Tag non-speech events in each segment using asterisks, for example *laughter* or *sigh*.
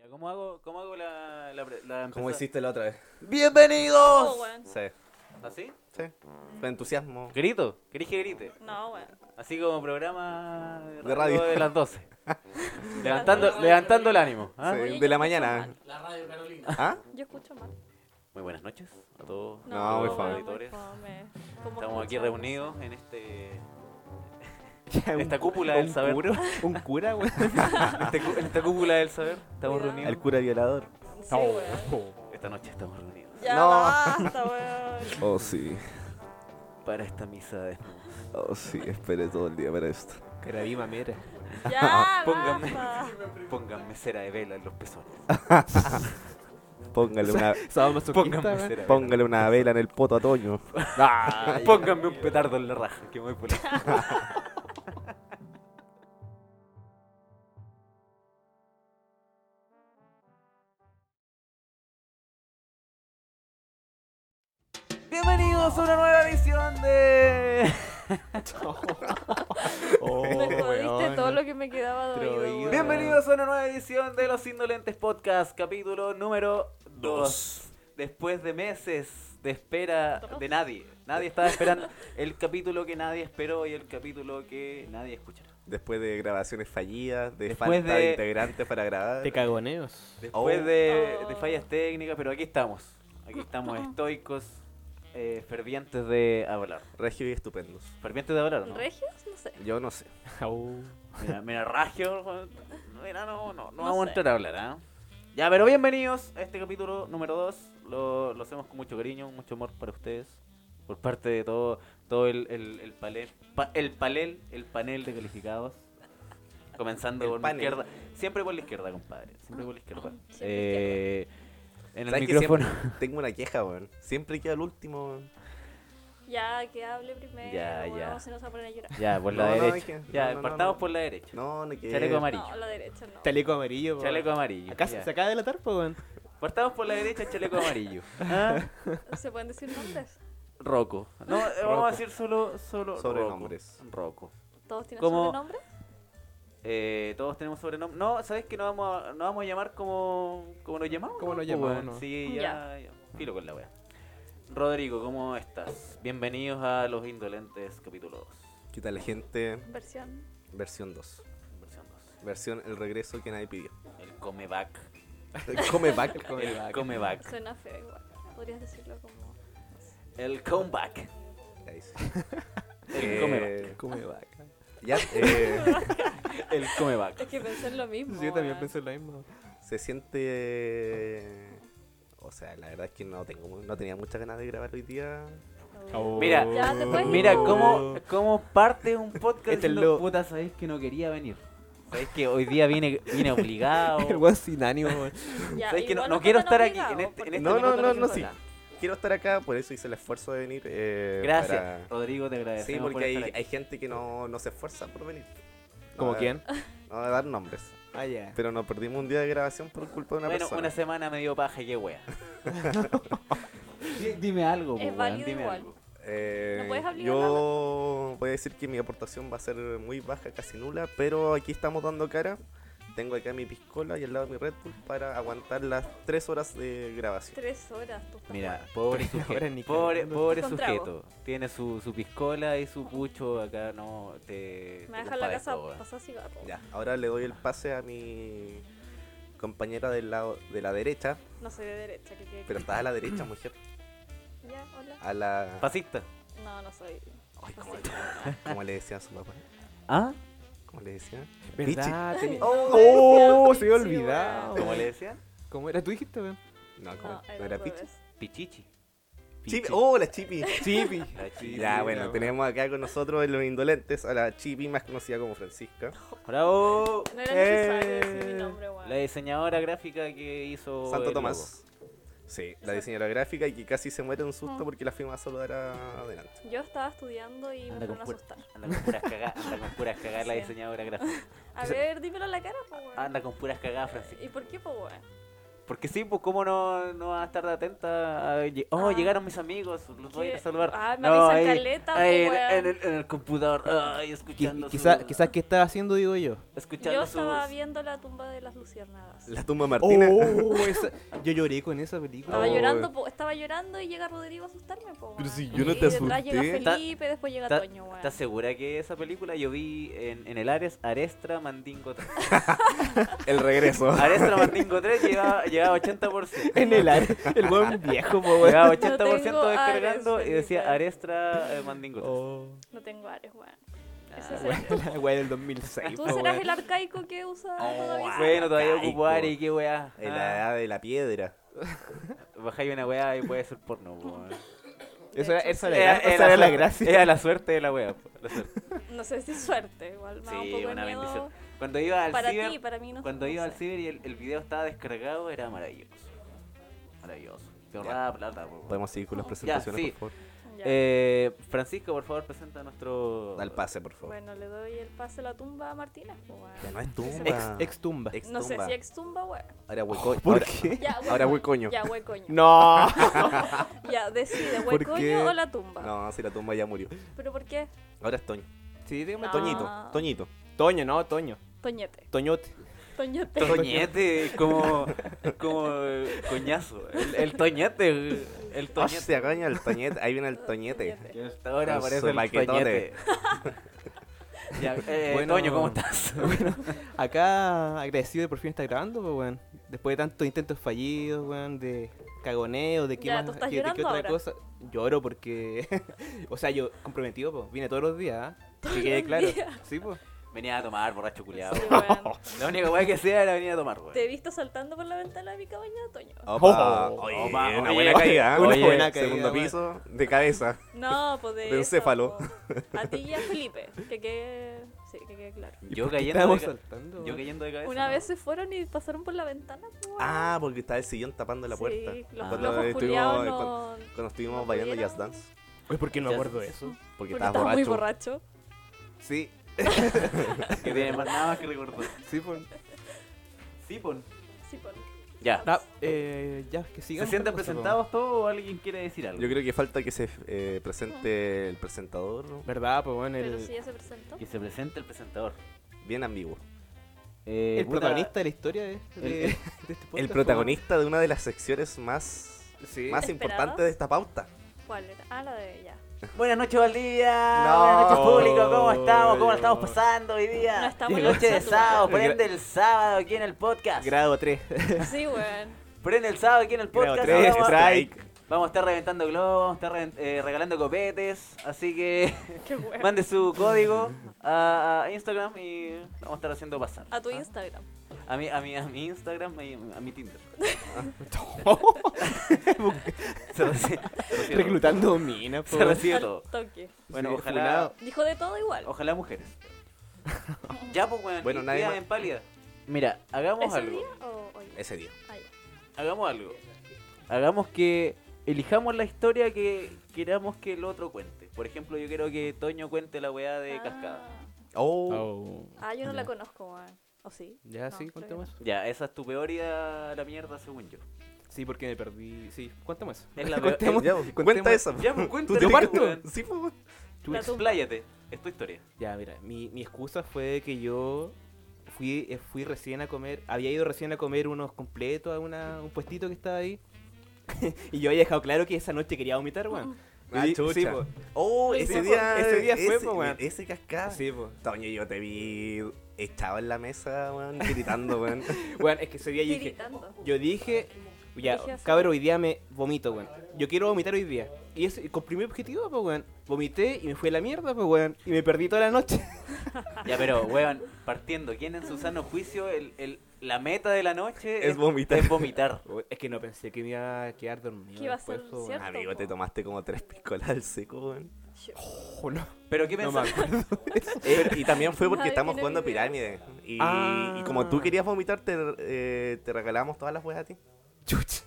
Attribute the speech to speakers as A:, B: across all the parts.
A: Ya, ¿Cómo hago, cómo hago la, la, pre- la
B: Como
A: empezada?
B: hiciste la otra vez.
C: ¡Bienvenidos!
D: Oh,
E: No, weón.
B: Sí,
A: ¿Así?
B: sí. Con entusiasmo.
A: Grito, querés que grite.
E: No, weón.
A: Así como programa
B: De radio.
A: de las
B: *laughs*
A: 12. levantando, levantando el ánimo. ¿ah?
B: Sí,
E: Oye, yo
B: de la
E: escucho
B: mañana.
E: mal.
D: La radio Carolina.
B: ¿Ah?
E: Yo escucho mal.
A: Muy buenas noches a todos.
B: No, muy
E: weón,
B: fome.
A: Auditores.
E: fome. ¿Cómo
A: Estamos aquí
E: escuchas?
A: reunidos en este en esta cúpula del
F: un
A: saber. *laughs*
F: cura, un cura, güey.
A: Este cu- en esta cúpula del saber estamos
E: Cuidado.
F: El
A: reunidos.
F: cura violador.
E: Sí,
F: No.
E: weón.
A: Esta noche estamos reunidos
E: Ya
B: No.
E: basta,
B: *laughs*
E: weón.
B: Oh, sí.
A: para esta misa de desnudos.
B: Oh, sí. Esperé todo el día para esto.
F: Carabima, mira.
E: Ya
A: Póngame.
E: basta.
A: Pónganme cera de vela en los pezones. *laughs*
B: Póngale una, ¿eh?
A: Pónganme cera. de vela.
B: póngale una vela en el poto a Toño.
A: *laughs* Pónganme un petardo en la raja que me voy por la- *laughs* Bienvenidos a una nueva edición *laughs* de
E: Me jodiste todo lo que me quedaba doido,
F: Troído.
E: weón.
A: Bienvenidos a una nueva edición de Los Indolentes Podcast, capítulo número 2. Después de meses de espera
E: Dos.
A: de nadie. Nadie estaba esperando el capítulo que nadie esperó y el capítulo que nadie escuchará.
B: Después de grabaciones fallidas, de
A: Después
B: falta
A: de-
B: de integrantes para grabar.
F: Te cagoneos. *laughs*
A: Después
B: Oh.
A: de,
E: Oh.
A: de fallas técnicas, pero aquí estamos. Aquí *laughs* estamos estoicos, eh, fervientes de hablar.
B: Regio y estupendos.
A: Fervientes de hablar, ¿no?
E: ¿Regios? No sé.
B: Yo no sé.
A: Mira, mira, Ragio, no, mira, no, no, no
E: No
A: vamos a
E: sé.
A: entrar a hablar, ¿ah? Ya, pero bienvenidos a este capítulo número 2. Lo, lo hacemos con mucho cariño, mucho amor para ustedes. Por parte de todo, todo el, el, el palel, pa- el palel, el panel de calificados. Comenzando
B: El
A: por
B: panel.
A: la izquierda. Siempre por la izquierda, compadre. Siempre por la izquierda.
E: Siempre
A: Eh, en el
B: ¿Sabes que
A: micrófono.
B: siempre *laughs* tengo una queja, weón. Siempre queda el último, weón.
E: Ya, que hable primero.
A: Ya,
E: weón,
A: ya.
E: Si no se va a poner a llorar.
A: Ya, por la
B: No, no,
A: derecha.
B: es que-
A: ya,
B: no, no,
A: partamos
B: no.
A: por la derecha.
B: No, no quiero.
A: Chaleco amarillo.
E: No, la derecha no.
F: Chaleco amarillo, güey.
A: Chaleco amarillo.
F: Acá
A: ya.
F: se acaba de la tarpa, güey.
A: Partamos por la derecha, chaleco amarillo. ¿Ah?
E: ¿Se pueden decir nombres?
A: Rocco. No, eh, vamos a decir solo, solo
B: Sobrenombres.
A: Rocco. Rocco.
E: ¿Todos tienen
A: Como-
E: sobrenombre?
A: Eh, todos tenemos sobrenombres. No, ¿sabes que no vamos a, no vamos a llamar como, como nos llamamos?
F: Como
A: ¿no?
F: nos
A: Pues,
F: llamamos,
A: weón,
F: ¿no?
A: Sí, ya,
E: Ya.
A: ya. Filo con la wea. Rodrigo, ¿cómo estás? Bienvenidos a Los Indolentes, capítulo 2.
B: ¿Qué tal, gente?
E: Versión.
B: Versión 2.
A: Versión 2.
B: Versión El regreso que nadie pidió.
A: El comeback.
B: *laughs* Come back.
A: El
E: *laughs*
A: comeback.
E: Suena feo igual. Podrías decirlo como.
A: El comeback.
B: Ahí sí.
A: *laughs* El
B: Eh,
A: comeback.
F: Come vaca.
B: Ya, eh,
A: El comeback.
E: Es que pensé en lo mismo.
F: Sí, yo también
E: weón.
F: pensé lo mismo.
B: se siente. O sea, la verdad es que no tengo, no tenía muchas ganas de grabar hoy día.
E: Oh.
A: Mira,
E: Ya, te puedes ir.
A: Mira,
B: Oh.
A: ¿cómo, cómo parte un podcast
F: Este es
A: diciendo,
F: lo-
A: puta, sabéis que no quería venir? Sabéis que hoy día viene, viene obligado.
F: *laughs* El güey sin ánimo, güey.
E: Ya,
A: Sabéis que no,
E: igual
A: no
E: nos
A: quiero estar
E: tratan
A: aquí en
E: obligados,
A: este, en
E: porque
A: este
B: No, no,
A: minuto
B: no, no,
A: quiero
B: sí.
A: estar acá.
B: Quiero estar acá, por eso hice el esfuerzo de venir. eh,
A: Gracias,
B: para-
A: Rodrigo, te agradezco.
B: Sí, porque hay, hay gente que no, no se esfuerza por venir. No
F: ¿Como
B: voy a-
F: quién?
B: No voy a dar nombres.
F: Ah, ya.
B: Pero nos perdimos un día de grabación por culpa de una
A: Bueno,
B: persona.
A: una semana me dio paja, qué
B: *laughs*
A: wea. Di- dime algo,
E: Es
A: po, weón,
E: válido
A: dime
E: igual.
A: algo.
B: Eh,
E: No puedes obligar
B: yo voy a decir que mi aportación va a ser muy baja, casi nula, pero aquí estamos dando cara. Tengo acá mi piscola y al lado mi Red Bull para aguantar las tres horas de grabación.
E: Tres horas, tú
B: *laughs*
E: estás
A: Mira, *laughs* pobre
F: ahora
A: sujeto.
F: ni
A: Pobre,
F: cagando.
A: pobre
E: Con trago.
A: sujeto. Tiene su, su piscola y su pucho acá, no te.
E: Me va
A: te
E: a dejar la
A: compadezco,
E: casa
A: weón.
E: pasar cigarro.
B: Ya, ahora le doy el pase a mi compañera del lado de la derecha,
E: No soy de derecha, que quede
B: pero está a la
E: *clears throat*
B: derecha, mujer.
E: claro. Ya, hola.
B: A la.
A: Fascista.
E: No, no soy.
B: Ay, ¿cómo,
E: fascista.
B: cómo le decía a su papá?
A: ¿Ah?
B: ¿Cómo le decía?
F: ¿Verdad? tenía-
E: Oh,
F: Oh, se había
E: sí, weón.
F: olvidado.
A: ¿Cómo le decían?
F: ¿Cómo era? ¿Tú dijiste, güey?
B: No, ¿cómo?
E: No,
B: ¿No era
E: al
B: Pichi?
E: revés.
A: Pichichi.
B: Chipi. ¡Oh, la Chipi!
F: Chipi.
A: La Chipi.
B: Ya, bueno,
F: ya,
B: tenemos acá con nosotros en los indolentes a la Chipi, más conocida como Francisca.
A: ¡Bravo!
E: No era necesario
A: Eh,
E: decir mi nombre, weón.
A: La diseñadora gráfica que hizo.
B: Santo
A: el
B: Tomás. Sí, la diseñadora gráfica y que casi se muere de un susto
E: Mm.
B: porque la fuimos a saludar a- adelante.
E: Yo estaba estudiando y
A: logo.
E: me
A: Anda
E: fueron
A: con,
E: a
A: pura-
E: asustar.
A: anda con puras cagadas, anda con puras cagadas la
E: Sí.
A: diseñadora gráfica.
E: A ver, dímelo a la cara, po, weón.
A: Anda con puras cagadas, Francisco.
E: ¿Y por qué, po, weón?
A: Porque sí, pues cómo no, no vas a estar atenta a... lle- Oh,
E: Ah.
A: llegaron mis amigos, los voy a ir a
E: ¿Qué?
A: saludar.
E: Ah, me
A: no,
E: avisan
A: ahí-
E: caleta,
A: ahí en,
E: pues, weón.
A: en el, en el computador, ay, escuchando
F: Quizás
A: su-
F: quizás qué estaba haciendo, digo yo.
A: escuchando
E: Yo estaba
A: sus-
E: viendo la tumba de las luciérnagas.
B: La tumba Martina.
F: Oh, esa- yo lloré con esa película.
E: Estaba
B: Oh.
E: llorando, po, estaba llorando y llega Rodrigo a asustarme, po,
B: Pero
E: weón.
B: si yo no
E: Y
B: te
E: detrás llega
B: asusté.
A: Ta-
E: Felipe, después llega
A: ta-
E: Toño, weón.
A: ¿Estás segura que esa película yo vi en, en el Ares Arestra Mandingo 3?
B: *laughs* El
F: *laughs*
B: regreso.
A: Arestra Mandingo 3 llevaba, llevaba 80%.
F: En el aire, el buen viejo, po, weón.
A: Llevaba
E: No
A: 80%
E: tengo
A: descargando
E: Ares,
A: y decía
E: Felipe.
A: Arestra eh, Mandingo 3.
F: Oh,
E: No tengo ares, weón. Ese
A: Ah,
E: será-
F: weón, la weá del 2006,
E: Tú
F: po,
E: serás
F: pues, weón.
E: el arcaico que usa todavía.
A: Bueno, todavía
B: Arcaico.
A: ocupo Ares, qué weá.
B: En
A: Ah.
B: la edad de la piedra.
A: Bajáis una weá y puede ser porno, po, weón.
F: Eso era,
E: De hecho,
F: *laughs* esa
E: sí.
B: Eh,
F: era, la gra- esa era la gracia.
A: Era la suerte de la wea. po, la suerte.
E: No sé si es suerte, igual me da un
A: Sí,
E: poco de
A: una
E: miedo
A: bendición. Cuando iba al
E: Para
A: ciber,
E: ti, para mí no
A: cuando
E: no
A: iba al
E: sé.
A: ciber y el, el video estaba descargado, era maravilloso. Maravilloso. Te ahorraba plata, po, weón.
B: Podemos seguir con las
E: Ya,
B: presentaciones,
A: sí.
B: por favor.
E: Ya.
A: Eh, Francisco, por favor, presenta nuestro.
B: Al pase, por favor.
E: Bueno, le doy el pase a la tumba a Martínez, po, weón.
B: Ya no es tumba.
F: Ex, ex tumba.
B: Ex
E: No sé
B: tumba.
E: si ex tumba, weón.
B: Ahora hueco.
F: ¿Por
B: ahora-
F: qué?
E: Ya, weón.
B: Ahora huecoño.
E: Ya, huecoño.
F: *laughs* No.
E: Ya, decide,
B: ¿Por qué?
E: huecoño o la tumba.
B: No, si la tumba ya murió.
E: ¿Pero por qué?
B: Ahora es Toño.
F: Sí, dígame
E: No.
F: Toño.
B: Toñito, Toñito.
F: Toño, no, Toño.
E: Toñete.
F: Toñote.
E: Toñete. *laughs*
A: Toñete, como. como. eh, coñazo. El, el toñete. el- El
B: O
A: toñete.
B: sea, Oh, coño, el Toñete. Ahí viene el Toñete.
E: Toñete.
A: Hasta ahora
B: Con su
A: aparece el
B: paquetote.
A: toñete. *laughs* Ya, eh,
F: Bueno.
A: Toño, ¿cómo estás?
F: Acá agradecido de por fin estar grabando, pues, weón. Después de tantos intentos fallidos, weón, de cagoneo, de qué
E: Ya,
F: más,
E: ¿tú estás
F: qué- de qué
E: llorando
F: otra
E: ahora?
F: cosa. Lloro porque, *laughs* o sea, yo comprometido, pues, vine todos los días, ¿ah? que quede
E: los
F: claro.
E: días.
F: Sí, pues.
A: Venía a tomar, borracho culiado.
E: Sí, weón.
A: La única weá que hacía era venir a tomar, weón.
E: Te he visto saltando por la ventana de mi cabaña, Toño.
B: Opa,
F: Oh,
B: oye,
A: opa,
B: una
A: oye,
B: buena caída, ¿eh?
A: una
B: Oye,
F: buena caída,
B: Segundo
F: weón.
B: piso, de cabeza.
E: No, pues de.
B: De encéfalo.
E: eso, po. A ti y a Felipe. Que quede. Sí, que quede claro.
A: Yo
F: ¿Qué
A: cayendo,
F: estábamos
A: de ca-
F: saltando?
A: yo cayendo de cabeza.
E: Una
A: ¿no?
E: vez se fueron y pasaron por la ventana, po, weón.
B: Ah, porque está el sillón tapando la
E: Sí,
B: puerta.
E: los
A: Cuando
E: flojos culiados
B: eh, cuando,
E: no.
B: cuando estuvimos
E: no
B: bailando
E: pudieron.
B: Jazz Dance.
F: Uy, ¿por qué no
A: Ya-
F: me acuerdo de eso?
B: Porque,
E: Porque
B: estabas
E: estaba muy
B: borracho.
E: borracho.
F: Sí,
A: *laughs* Que tiene más nada más que recordar.
F: sí, pues.
A: Sí, pon.
E: Sí, po.
A: Ya.
F: Ah, eh, ya, que sigamos.
A: ¿Se sienten
F: con la cosa,
A: presentados todos o alguien quiere decir algo?
B: Yo creo que falta que se eh, presente el presentador ¿no?
F: po. ¿Verdad, pues, weón?
E: Pero
F: El,
E: si ya se presentó.
A: Que se presente el presentador.
B: bien ambiguo.
A: Eh,
F: el
A: puta,
F: protagonista de la historia de,
A: El-
F: de-
A: el-
F: de este podcast,
B: El
F: po.
B: protagonista de una de las secciones más,
F: Sí.
B: más
E: ¿Esperadas?
B: importantes de esta pauta.
E: ¿Cuál era? Ah, la de ella.
A: Buenas noches, Valdivia.
F: No.
A: Buenas noches, público. ¿Cómo estamos? ¿Cómo la
F: Yo-
A: estamos pasando hoy día?
E: No estamos
A: noche de
E: pasando.
A: sábado. Prende el sábado aquí en el podcast.
F: pues,
A: *laughs*
F: Grado 3.
E: Sí, weón.
A: Prende el sábado aquí en el
F: Grado
A: podcast.
F: 3,
A: vamos, a,
F: Strike.
A: vamos a estar reventando globos, vamos a estar reven- eh, regalando copetes. Así que *laughs*
E: Qué weón.
A: mande su código a, a Instagram y vamos a estar haciendo pasar.
E: A tu
A: ¿Ah?
E: Instagram.
A: A mi, a mi, a mi Instagram, a mi, a mi
F: *laughs*
A: Tinder. Se recibe, se recibe
F: *laughs* Reclutando minas, pues,
A: todo.
F: po.
A: Se recibe
E: Al
A: todo.
E: toque.
A: Bueno,
F: Sí,
A: ojalá,
E: Dijo de todo igual.
A: ojalá *laughs* mujeres. Ya, pues, weón.
B: Bueno,
A: y-
B: nadie
A: ya,
B: más.
A: en pálida. Mira, hagamos
E: ¿Ese
A: algo.
E: día o hoy?
B: Ese día.
E: Ah, ya.
A: Hagamos algo. Hagamos que elijamos la historia que queramos que el otro cuente. Por ejemplo, yo quiero que Toño cuente la weá de Cascada.
B: Oh,
F: Oh.
E: Ah, yo no la
F: Ya.
E: conozco, weón. ¿O sí?
F: Ya,
E: No,
F: sí,
E: creo que
F: contemos. eso.
A: Ya, esa es tu peor idea a la mierda, según yo.
F: Sí, porque me perdí. Sí, contemos. eso. *laughs*
A: Es la peor.
F: Contemos.
B: ya,
F: contemos-
B: cuenta esa.
A: Ya, pues,
B: Tú
A: cuéntale.
B: te
F: yo parto.
A: weón.
B: Sí, pues, po.
E: La tumba.
A: Expláyate. Es tu historia.
F: Ya, mira, mi, mi excusa fue que yo fui, eh, fui recién a comer, había ido recién a comer unos completos a una, un puestito que estaba ahí. *laughs* y yo había dejado claro que esa noche quería vomitar, weón.
B: Ah,
F: Y-
B: chucha.
F: Sí, po.
B: Oh,
F: Sí,
B: ese
F: po.
B: día.
F: Ese día fue,
B: ese,
F: po, weón.
B: Ese cascada.
F: Sí, po.
B: Toño, yo te vi echado en la mesa, weón, gritando,
F: *laughs*
B: weón.
F: Weón, es que ese día yo dije,
E: Tiritando.
F: yo dije, ya,
E: Dije así.
F: cabrón, hoy día me vomito, weón. Yo quiero vomitar hoy día. Y ese, cumplí mi objetivo, pues, weón. Vomité y me fui a la mierda, pues, weón. Y me perdí toda la noche. *laughs*
E: Ah.
A: Ya, pero, weón, partiendo, ¿quién en su sano juicio el, el- la meta de la noche
B: Es vomitar.
A: Es vomitar.
F: Weón, es que no pensé que me iba a quedar dormido.
E: Que iba a
F: después,
E: ser
F: po, weón.
E: cierto.
B: Amigo, te tomaste como tres piscolas al seco,
F: *laughs*
B: weón.
F: Oh, no,
A: Pero, ¿qué
F: no me
A: pensás?
F: acuerdo.
B: Eh, y también fue porque
E: Nadie
B: estamos
E: tiene
B: jugando
E: idea.
B: pirámide. Y,
F: Ah.
B: y como tú querías vomitar, te, eh, te regalamos todas las weas a ti.
E: *laughs*
F: Chucha.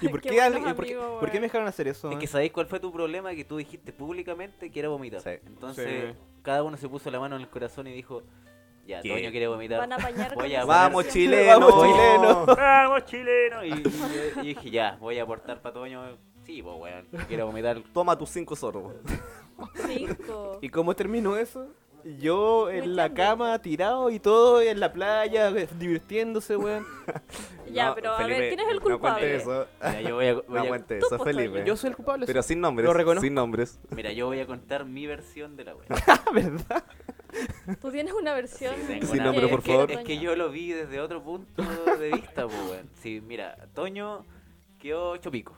F: ¿Y por
E: Qué
F: qué,
E: buenos
F: alguien- por, qué-
E: amigos,
F: por qué
E: weón.
F: me dejaron hacer eso?
A: Es que
F: weón?
A: sabéis cuál fue tu problema que tú dijiste públicamente que era vomitar.
B: Sí.
A: Entonces, cada uno se puso la mano en el corazón y dijo, Ya,
B: ¿Qué?
A: Toño quiere vomitar.
E: Van a apañar
A: Voy
E: con
A: a *laughs*
E: eso.
B: Vamos,
E: Vamos,
B: chileno.
F: pues, chileno.
A: ¡Vamos, chileno! Y, y- y dije, ya, voy a aportar para Toño. Sí, pues, weón, quiero vomitar.
B: *laughs* Toma tus cinco sorbos.
E: Cinco.
F: ¿Y cómo terminó eso? Yo en la
E: Luchando.
F: cama, tirado y todo, en la playa, we- divirtiéndose, weón.
E: *laughs* Ya,
B: No,
E: pero a
B: Felipe,
E: ver, ¿quién es el
B: no cuentes
E: culpable?
B: eso.
A: Mira, yo voy a, Ah, voy
B: No
A: a-
B: cuentes
E: Tú,
B: eso,
E: pues,
B: Felipe.
F: Yo soy el culpable.
B: Pero sin nombres.
F: Lo reconozco.
B: Sin nombres.
A: mira, yo voy a contar mi versión de la *laughs* weón.
F: *laughs* ¿verdad?
E: Tú tienes una versión.
A: tengo
B: Sin
A: una-
B: nombre,
A: es
B: por
A: que-
B: favor.
A: Es que yo lo vi desde otro punto de vista, pues, weón. Sí, mira, Toño quedó chopico.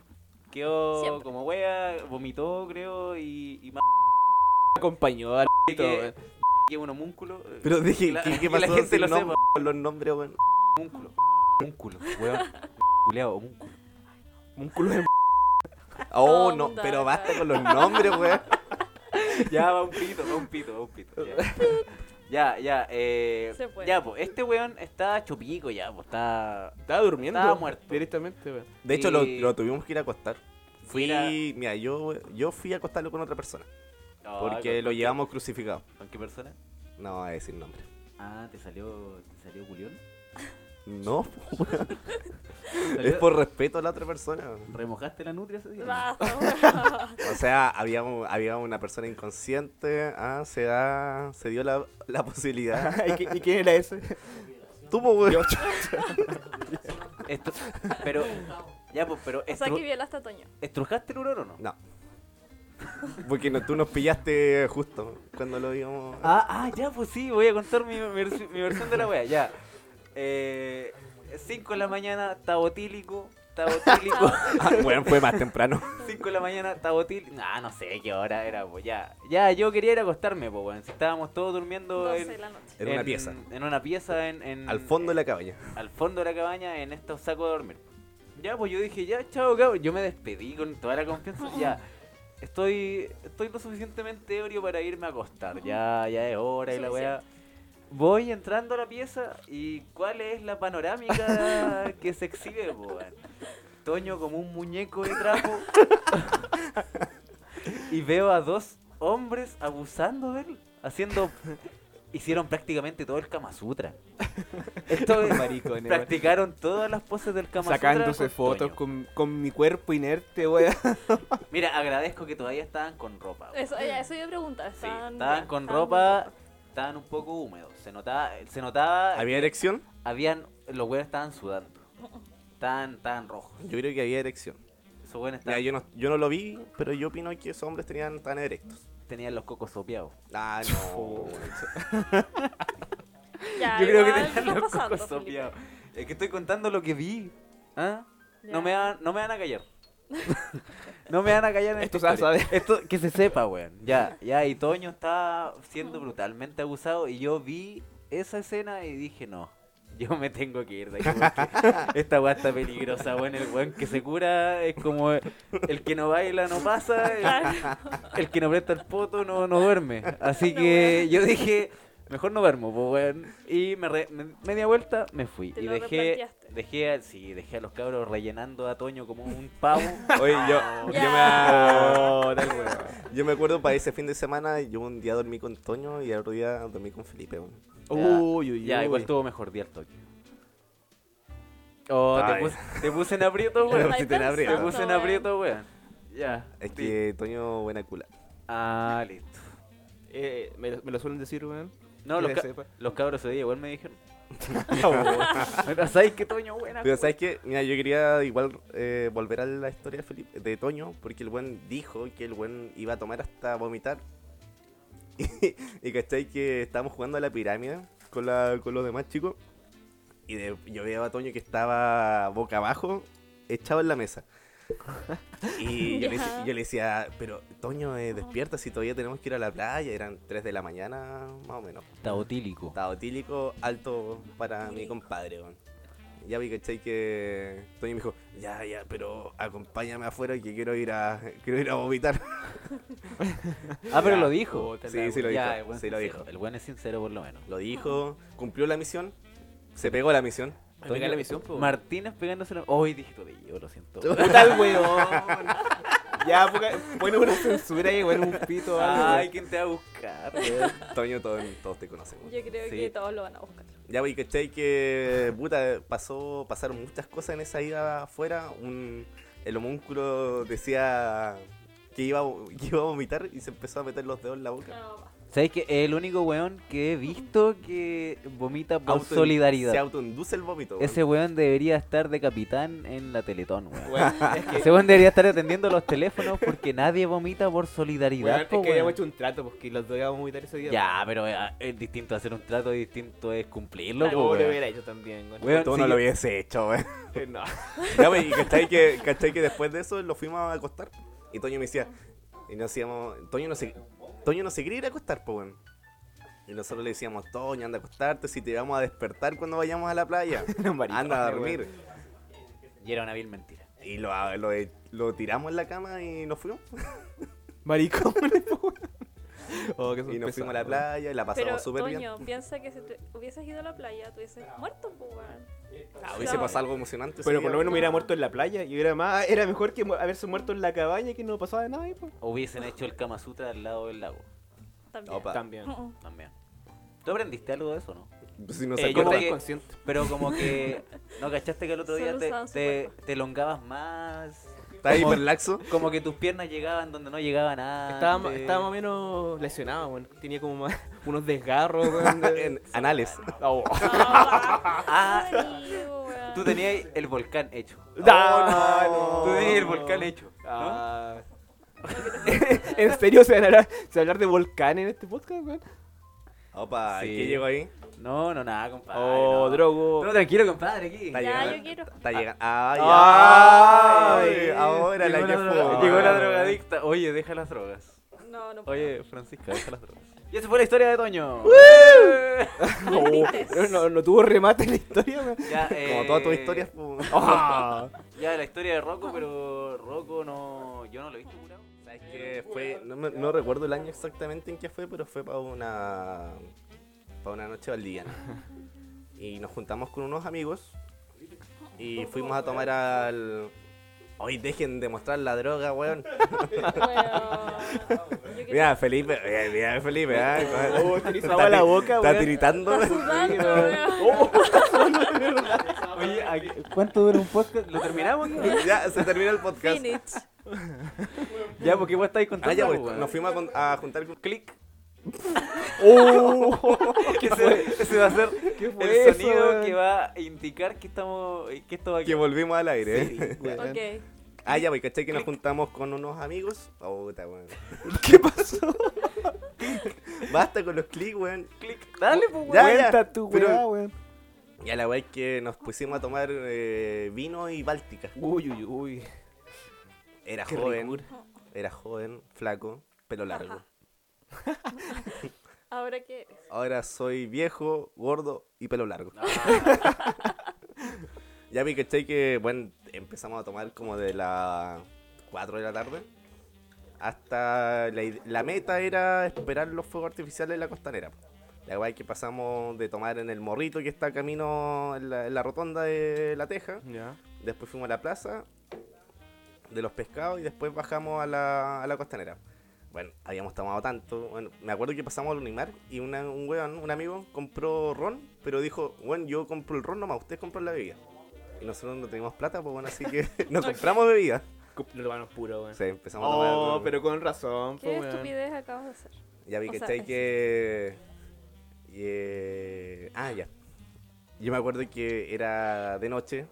A: Quedó
E: Siempre.
A: como wea, vomitó, creo, y, y más
F: Acompañó *laughs* al
A: que,
F: weón.
A: que un homúnculo. eh,
B: Pero
A: *laughs*
B: dije,
A: la-
B: ¿qué,
A: que
B: qué pasó
A: la gente
B: sin
A: lo
B: *laughs* nombres,
A: sepa.
B: los nombres, weón?
A: Homúnculo. Homúnculo, weón. Culeado, homúnculo.
F: Un culo de
B: Oh,
E: Onda.
B: no, pero basta con los nombres, weón.
A: *laughs* Ya, va un pito, va un pito, va un pito. Ya,
B: *laughs*
A: ya, ya, eh,
E: Se puede.
A: ya, pues, este weón está chopico ya, pues, está...
F: Estaba durmiendo.
A: Estaba muerto.
F: Directamente, *laughs* weón.
B: De hecho, lo,
A: Y-
B: lo tuvimos que ir a acostar. Fui,
A: Mira-
B: mira, yo, yo fui a acostarlo con otra persona.
A: Ay,
B: Porque
A: ¿con-
B: lo
A: con qué-
B: llevamos crucificado.
A: ¿Con qué persona?
B: No voy a decir nombre.
A: Ah, te salió, te salió culión.
B: No, *laughs* po, weón. es por respeto a la otra persona. weón.
A: ¿Remojaste la nutria ese día?
E: Basta, basta.
B: O sea, había, un- había una persona inconsciente. Ah, se da, se dio la, la posibilidad.
F: Ah, ¿Y, qui- y quién era ese?
B: Tú, po, weón.
A: Esto- pero,
E: *laughs*
A: ya, pues, pero,
E: O sea
A: estru-
E: que violaste a Toño.
A: ¿estrujaste el hurón o no?
B: No. Porque no- tú nos pillaste justo cuando lo vimos.
A: Ah, ah, ya, pues sí, voy a contar mi, mi vers- mi versión de la wea, ya. Eh, 5 de la mañana, estaba botílico, estaba botílico.
B: Ah, weón, fue más temprano.
A: 5 de la mañana, estaba botílico. Ah, no sé qué hora era, pues ya. Ya, yo quería ir a acostarme, pues, weón. Si estábamos todos durmiendo
E: 12 de
A: en,
E: la noche.
B: Era una
A: en-
B: pieza.
A: En una pieza, en, en-
B: Al fondo de la cabaña.
A: al fondo de la cabaña en estos sacos de dormir. Ya, pues yo dije, ya, chao, cabrón. Yo me despedí con toda la confianza. Ya, estoy, estoy lo suficientemente ebrio para irme a acostar. Ya, ya es hora y la weá. Voy entrando a la pieza y ¿cuál es la panorámica que se exhibe, po, weón? Toño como un muñeco de trapo. y veo a dos hombres abusando de él, haciendo... Hicieron prácticamente todo el Kama Sutra. Esto es-
F: Maricones, weón.
A: Practicaron todas las poses del Kama Sutra
F: Sacándose
A: con
F: fotos
A: Toño.
F: con, con mi cuerpo inerte, weón.
A: Mira, agradezco que todavía estaban con ropa. weón.
E: Eso, ya, eso yo pregunta.
A: Sí,
E: Estaban,
A: estaban
E: ya,
A: con
E: estaban
A: ropa, estaban un poco húmedos. Se notaba, se notaba
B: ¿Había erección?
A: habían los güeyes estaban sudando. Estaban, estaban rojos.
B: Yo creo que había erección.
A: Esos güeyes
B: Mira,
A: estaban-
B: yo, no, yo no lo vi, pero yo opino que esos hombres tenían tan erectos.
A: tenían los cocos sopeados.
B: Ah, no.
E: Ya,
A: yo creo que tenían
E: igual, está
A: los
E: pasando,
A: cocos
E: Felipe.
A: sopeados. Es que estoy contando lo que vi. ¿Ah?
E: Ya.
A: No, me van, no me van a callar. *laughs* no me van a callar en
F: Esto
A: esta
F: se va a
A: historia. Esto que se
F: *laughs*
A: sepa, weón. Ya, ya, y Toño está siendo brutalmente abusado y yo vi esa escena y dije, no, yo me tengo que ir de aquí
F: *laughs*
A: porque esta weá está peligrosa, weón. El weón que se cura es como el que no baila no pasa, el,
E: Claro.
A: el que no presta el poto no, no duerme. Así
E: No,
A: que yo dije, mejor no duermo, pues, weón. Y me re- me- media vuelta me fui.
E: Te
A: y
E: lo
A: dejé,
E: replanteaste.
A: dejé, a, sí, dejé a los cabros rellenando a Toño como un
B: *laughs*
A: pavo.
B: *laughs* Oye, yo,
A: No.
B: yo, me,
F: Oh, tal weón.
B: yo me acuerdo para ese fin de semana, yo un día dormí con Toño y al otro día dormí con Felipe. weón.
F: Uy, uy, uy.
A: Ya, igual tuvo mejor día el Toño. Oh, te
B: Ay.
A: puse, te puse en aprieto,
B: Pero
A: weón.
E: Estáis
B: si te la abrí,
A: Te
B: Pero-
E: pensando,
A: puse en
E: weón.
A: aprieto, weón. Ya.
B: Es que Toño, buena cula.
A: Ah, listo.
F: Eh, me, lo- me lo suelen decir, weón.
A: No,
F: Que
A: los,
F: se
A: ca-
F: sepa.
A: los cabros ese día igual me
B: *laughs*
A: dijeron. *laughs* Pero ¿Sabes qué, Toño? Buena.
B: Pero
A: cu-
B: ¿sabes qué? Mira, yo quería igual eh, volver a la historia de, Felipe, de Toño, porque el buen dijo que el buen iba a tomar hasta vomitar. *laughs* Y, y cachai que estábamos jugando a la pirámide con, la, con los demás chicos. Y de- yo veía a Toño que estaba boca abajo, echado en la mesa. Y yo, le, decí-
E: Ya.
B: yo le decía, pero Toño, eh, despierta si todavía tenemos que ir a la playa. Eran 3 de la mañana, más o menos.
A: Está otílico.
B: Estado etílico alto para mi
E: Tílico.
B: compadre, weón. Ya vi, ¿cachai? Que Toño me dijo, ya, ya, pero acompáñame afuera que quiero ir a, *laughs* quiero ir a vomitar. *laughs*
A: Ah, pero
B: Ya. Oh,
A: lo dijo.
F: Puta
B: Sí, sí lo
A: Ya,
B: dijo,
A: el buen
B: sí lo
A: sincero.
B: dijo.
A: El buen es sincero por lo menos.
B: Lo dijo, cumplió la misión, se pegó la misión.
F: Me pegué la misión, po.
A: *laughs* Martínez pegándose la... Hoy dije todo yo, lo siento.
F: Puta el weón. Ya, poca- pone una censura y bueno, un pito. algo,
A: Ay,
F: weón.
A: ¿quién te va a buscar?
B: Toño, todo- todos te conocemos.
E: Yo creo
F: Sí.
E: que todos lo van a buscar.
B: Ya, wey, ¿cachai? Que puta, pasó, pasaron muchas cosas en esa ida afuera. Un, el homúnculo decía que iba, a- que iba a vomitar y se empezó a meter los dedos en la boca.
E: No, basta.
A: ¿Sabes que es el único weón que he visto que vomita por
B: Auto- Se
A: solidaridad?
B: autoinduce el vómito. weón.
A: Ese weón debería estar de capitán en la Teletón, weón.
F: Weón, es que,
A: Ese weón debería estar atendiendo los teléfonos porque nadie vomita por
F: weón,
A: solidaridad,
F: es
A: po,
F: que habíamos
A: weón.
F: hecho un trato, porque los dos íbamos a vomitar ese día.
A: Ya, pero eh, es distinto hacer un trato y distinto es cumplirlo, po,
F: Yo lo
A: weón.
F: hubiera hecho también, weón. Eh,
A: Weón,
B: Tú
A: sí,
B: no lo
A: yo-
B: hubiese hecho, wey.
F: No.
B: Ya, wey, pues, ¿cachai? Que, ¿cachai? Que después de eso lo fuimos a acostar. Y Toño me decía, y nos decíamos, Toño no se, Toño no se quería ir a acostar, pues, weón. Y nosotros le decíamos, Toño, anda a acostarte si te vamos a despertar cuando vayamos a la
F: *laughs*
B: playa.
F: Los maricones,
B: Anda a
F: weón.
B: dormir.
A: Y era una vil mentira.
B: Y lo, lo, lo tiramos en la cama y nos fuimos.
F: Maricones, po, weón. *laughs* Oh, qué
B: Y nos
F: sorpresa,
B: fuimos a la
F: weón.
B: playa y la
E: Pero,
B: pasamos súper bien.
E: Toño, piensa que si te hubieses ido a la playa, tú hubieses muerto, pues, weón.
B: Ah, hubiese
E: No.
B: pasado algo emocionante. ese
F: Pero por
B: día,
F: lo menos me
B: weón.
F: hubiera muerto en la playa y era más, era mejor que mu- haberse muerto en la cabaña que no pasaba nada. ahí, po.
A: Hubiesen hecho el Kama Sutra al lado del lago,
E: También.
B: Opa.
F: También.
E: Mm, mm.
A: también. ¿Tú aprendiste algo de eso, no?
B: Si nos
F: Eh, yo
B: sacó-
F: estaba
A: que-
F: inconsciente.
A: Pero como que... ¿No cachaste que el otro día
E: *laughs* Solo
A: te,
E: usaban su
A: te,
E: cuerpo.
A: te elongabas más?
B: Está
A: como-
B: hiperlaxo.
A: Como que tus piernas llegaban donde no llegaban nada.
F: Estaba, ma- estaba más o menos lesionado, weón. Tenía como más- *laughs* unos *laughs* desgarros, weón. de-
B: En
F: *laughs*
B: anales.
F: Oh.
A: Ah.
E: Ah, amigo, weón.
A: Tú tenías el volcán hecho. Oh,
F: Ah,
B: no.
A: Tú tenías el volcán hecho. ¿no?
F: Ah. *laughs* ¿En serio se van a hablar, se va a hablar de volcán en este podcast, weón?
B: Opa,
A: Sí.
B: ¿qué llegó ahí?
A: No, no, nada, compadre.
F: Oh,
A: no.
F: drogo.
A: No, tranquilo, compadre, aquí.
B: Está
E: Ya,
B: llegando.
E: yo quiero.
B: Está llegando. Ay,
F: Ay,
B: Ah. ay, ahora la
A: Llegó
B: que
A: droga-
B: fue. Ah.
A: Llegó la drogadicta. Oye, deja las drogas.
E: No, no puedo.
A: Oye, Francisca, deja las drogas. Y esa fue la historia de Toño.
F: *laughs* Oh, no, no, no tuvo remate en la historia, weón.
A: ya,
B: Como
A: eh,
B: todas tus historias, pues.
F: *laughs* Ah.
A: Ya, la historia de Rocco, pero Rocco no. Yo no lo he visto curado.
B: ¿Sabes qué? Fue, no, me- no recuerdo el año exactamente en que fue, pero fue para una, para una noche valdiviana. Y nos juntamos con unos amigos y fuimos a tomar al... Hoy dejen de mostrar la droga, weón.
E: Weón. Yo quiero.
B: Mira, Felipe, eh, mira, Felipe, ah,
F: Oh,
B: está,
F: tenés agua en la
B: ti-
F: boca,
B: está
F: weón. *laughs*
B: tiritando.
E: sudando, weón.
F: Oh.
A: Oye, ¿cuánto dura un podcast? ¿Lo terminamos?
B: ya, se termina el podcast.
E: Finish.
A: ya, porque vos estáis
B: Ah,
A: contando.
B: ya, pues,
A: weón.
B: nos fuimos a, con- a juntar con...
A: Click. *laughs*
F: Oh.
A: Ese, ese va a ser
F: ¿Qué fue
A: el
F: eso,
A: sonido
F: weón?
A: que va a indicar que estamos. eh, que esto va
B: Que volvimos al aire.
A: Sí,
B: eh.
F: weón.
E: Ok.
B: *laughs* Ah, ya, pues, ¿cachai? Que nos juntamos con unos amigos. Puta, weón.
F: *laughs* ¿Qué pasó?
B: *laughs* Basta con los clics, weón.
A: Click. Dale, pues,
B: Ya,
A: weón.
B: ya,
F: Cuenta tu
B: pero-
F: weá, weón.
B: Y a la vez que nos pusimos a tomar eh, vino y báltica.
F: Uy, uy, uy.
B: Era
F: Qué
B: joven,
F: ricura.
B: era joven, flaco, pelo largo.
E: Ahora qué eres.
B: Ahora soy viejo, gordo y pelo largo.
A: Ah,
B: *laughs* Ya vi, ¿cachai? Que, bueno, empezamos a tomar como de las 4 de la tarde. Hasta la, id- la meta era esperar los fuegos artificiales en la costanera. La verdad es que pasamos de tomar en el morrito que está camino en la, en la rotonda de La Teja.
F: Ya.
B: Después fuimos a la plaza de los pescados y después bajamos a la, a la costanera. Bueno, habíamos tomado tanto. Bueno, me acuerdo que pasamos al Unimar y una- un weón, un amigo, compró ron, pero dijo, bueno, yo compro el ron nomás, ustedes compran la bebida. Y nosotros no teníamos plata, pues bueno, así que *laughs* no compramos bebida.
F: Lo tomamos puro, weón.
B: O sea, empezamos a tomar.
F: Oh, pero con razón,
E: ¿Qué
F: po, weón.
E: estupidez acabas de hacer?
B: Ya vi,
E: o sea,
B: ¿cachai?
E: es-
B: Que. y, eh, Ah, ya. Yo me acuerdo que era de noche.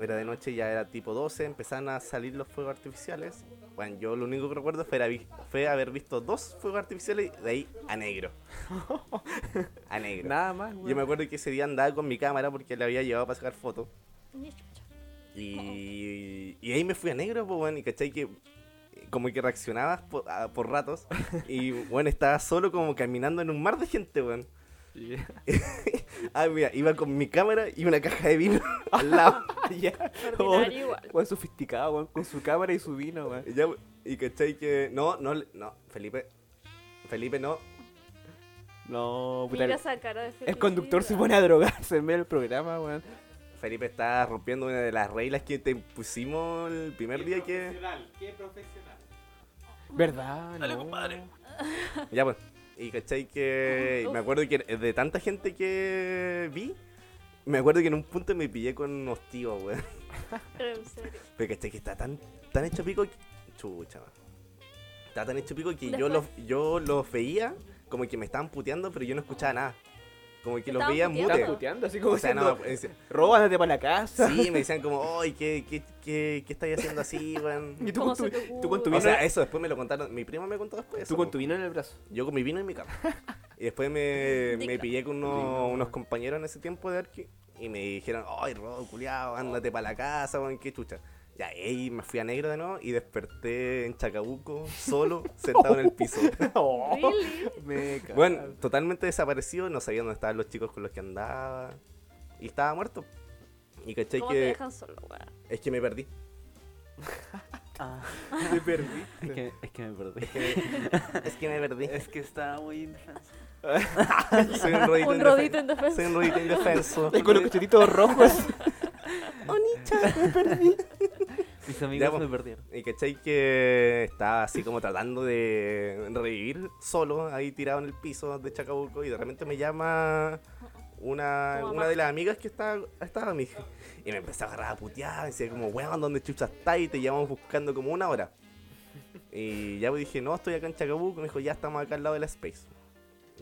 B: Era de noche, ya era tipo 12. Empezaban a salir los fuegos artificiales. Bueno, yo lo único que recuerdo fue, era vi- fue haber visto dos fuegos artificiales de ahí a
E: *laughs*
B: negro. A negro.
F: Nada más, weón.
B: Yo me acuerdo que ese día andaba con mi cámara porque la había llevado para sacar fotos.
E: Ni chucha.
B: Y, y ahí me fui a negro, pues, bueno, y cachai que eh, como que reaccionabas po- a- por, ratos. Y, bueno, estaba solo como caminando en un mar de gente, weón.
F: *laughs* Ya.
B: Ah, mira, iba con mi cámara y una caja de vino *laughs* al lado.
F: *laughs* Ya.
E: Ordinario igual.
F: Weón sofisticado, weón. Con su cámara y su vino, weón.
B: Y, ya, y cachai que... No, no, le- no, Felipe. Felipe, no.
F: No, puta.
E: Mira esa cara de
F: El conductor se
E: felicidad.
F: pone a drogarse en medio del programa, weón.
B: Felipe está rompiendo una de las reglas que te pusimos el primer día que...
C: Qué profesional.
F: ¿Verdad?
A: Dale,
F: no.
A: compadre.
B: Ya, pues. Y cachai que. y me acuerdo que de tanta gente que vi, me acuerdo que en un punto me pillé con unos tíos, weón.
E: En serio.
B: Pero cachai que está tan, tan hecho pico que. Chucha, weón. Está tan hecho pico que yo los,
E: Después.
B: yo los veía como que me estaban puteando, pero yo no escuchaba nada. Como que
E: Te
B: los
E: estaban
B: veía en
F: Estás
E: puteando.
B: mute.
F: puteando así como
B: O sea,
F: diciendo,
B: no, en se-
F: "Róbate para la casa. *laughs*
B: sí, me decían como, ¡ay, qué, qué, qué, qué estáis haciendo así, weón!
F: *laughs* Y tú
E: ¿Cómo
F: con tu,
E: se te
F: tú con
E: ocurre?
F: tu vino,
B: O sea, eso después me lo contaron. Mi prima me contó después.
F: tú
B: eso,
F: con
B: po.
F: tu vino en el brazo.
B: Yo con mi vino en mi cama. Y después me, me
E: Digno.
B: pillé con unos,
F: Digno,
B: unos
F: weón.
B: compañeros en ese tiempo de arqui y me dijeron, ay, Rodo, culiao, ándate para la casa, weón, qué chucha. Ya, ahí me fui a negro de nuevo y desperté en Chacabuco, solo, sentado en el piso.
F: Oh,
E: Really?
F: me cago.
B: bueno, totalmente desaparecido, no sabía dónde estaban los chicos con los que andaba. Y estaba muerto. Y caché
E: ¿Cómo te
B: que
E: dejan solo, weón?
B: es que me perdí.
A: Ah,
F: te perdí.
A: es, que, es que me perdí.
E: *laughs*
B: Es que me perdí. *laughs*
A: Es que estaba muy indefenso.
B: Soy un rodito,
E: Un
B: indefen-
E: rodito en defensa.
B: Soy un rodito indefenso.
F: Y con los cachetitos rojos.
E: Oh,
A: Mis
B: Ya,
A: amigos
B: pues.
A: me perdieron.
B: Y cachai que estaba así como tratando de revivir solo, ahí tirado en el piso de Chacabuco, y de repente me llama una,
E: Tu mamá.
B: una de las amigas que estaba, estaba mi hija. Y me empezó a agarrar a putear, decía como, weón, ¿dónde chucha estás? Y te llevamos buscando como una hora. Y ya me dije, no, estoy acá en Chacabuco, me dijo, ya estamos acá al lado de la Space.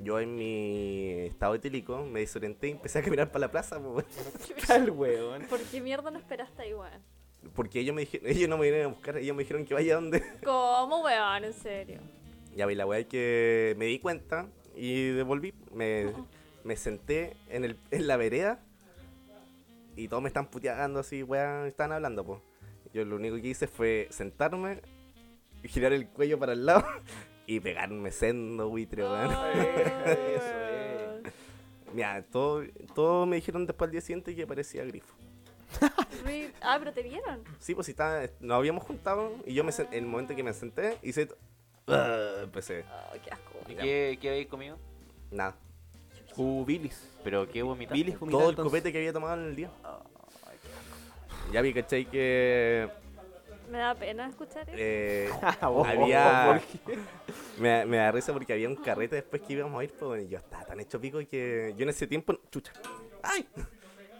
B: Yo en mi estado etílico me desorienté y empecé a caminar para la plaza, po,
F: Tal weón.
E: ¿Por qué mierda no esperaste ahí, weón?
B: porque ellos, me dijeron, ellos no me vinieron a buscar, ellos me dijeron que vaya donde
E: ¿Cómo, weón? En serio.
B: Ya vi la weá que me di cuenta y devolví. Me, me senté en, el, en la vereda y todos me están puteando así, weá, están hablando, po. Yo lo único que hice fue sentarme, girar el cuello para el lado *laughs* y pegarme sendo buitre, weón. *laughs*
E: Oh,
B: Mira, todo, todo me dijeron después al día siguiente que parecía grifo.
E: Rip. Ah, pero te vieron.
B: Sí, pues si estaba, nos habíamos juntado y yo me sen- en el momento que me senté hice... t- Ah, empecé.
E: Oh, qué asco.
A: ¿Y
B: Ya.
A: qué, qué habéis comido?
B: Nada.
F: Uh, bilis.
A: ¿Pero qué vomitaste?
F: Bilis vomitar,
B: Todo el
F: entonces. *laughs*
B: copete que había tomado en el día. Ya vi, ¿cachai? Que
E: Me da pena escuchar eso.
B: eh,
F: Ah, vos,
B: Había-
F: vos, Jorge.
B: me, me da risa porque había un carrete después que íbamos a ir, pero yo estaba tan hecho pico que yo en ese tiempo... ¡Chucha! ¡Ay!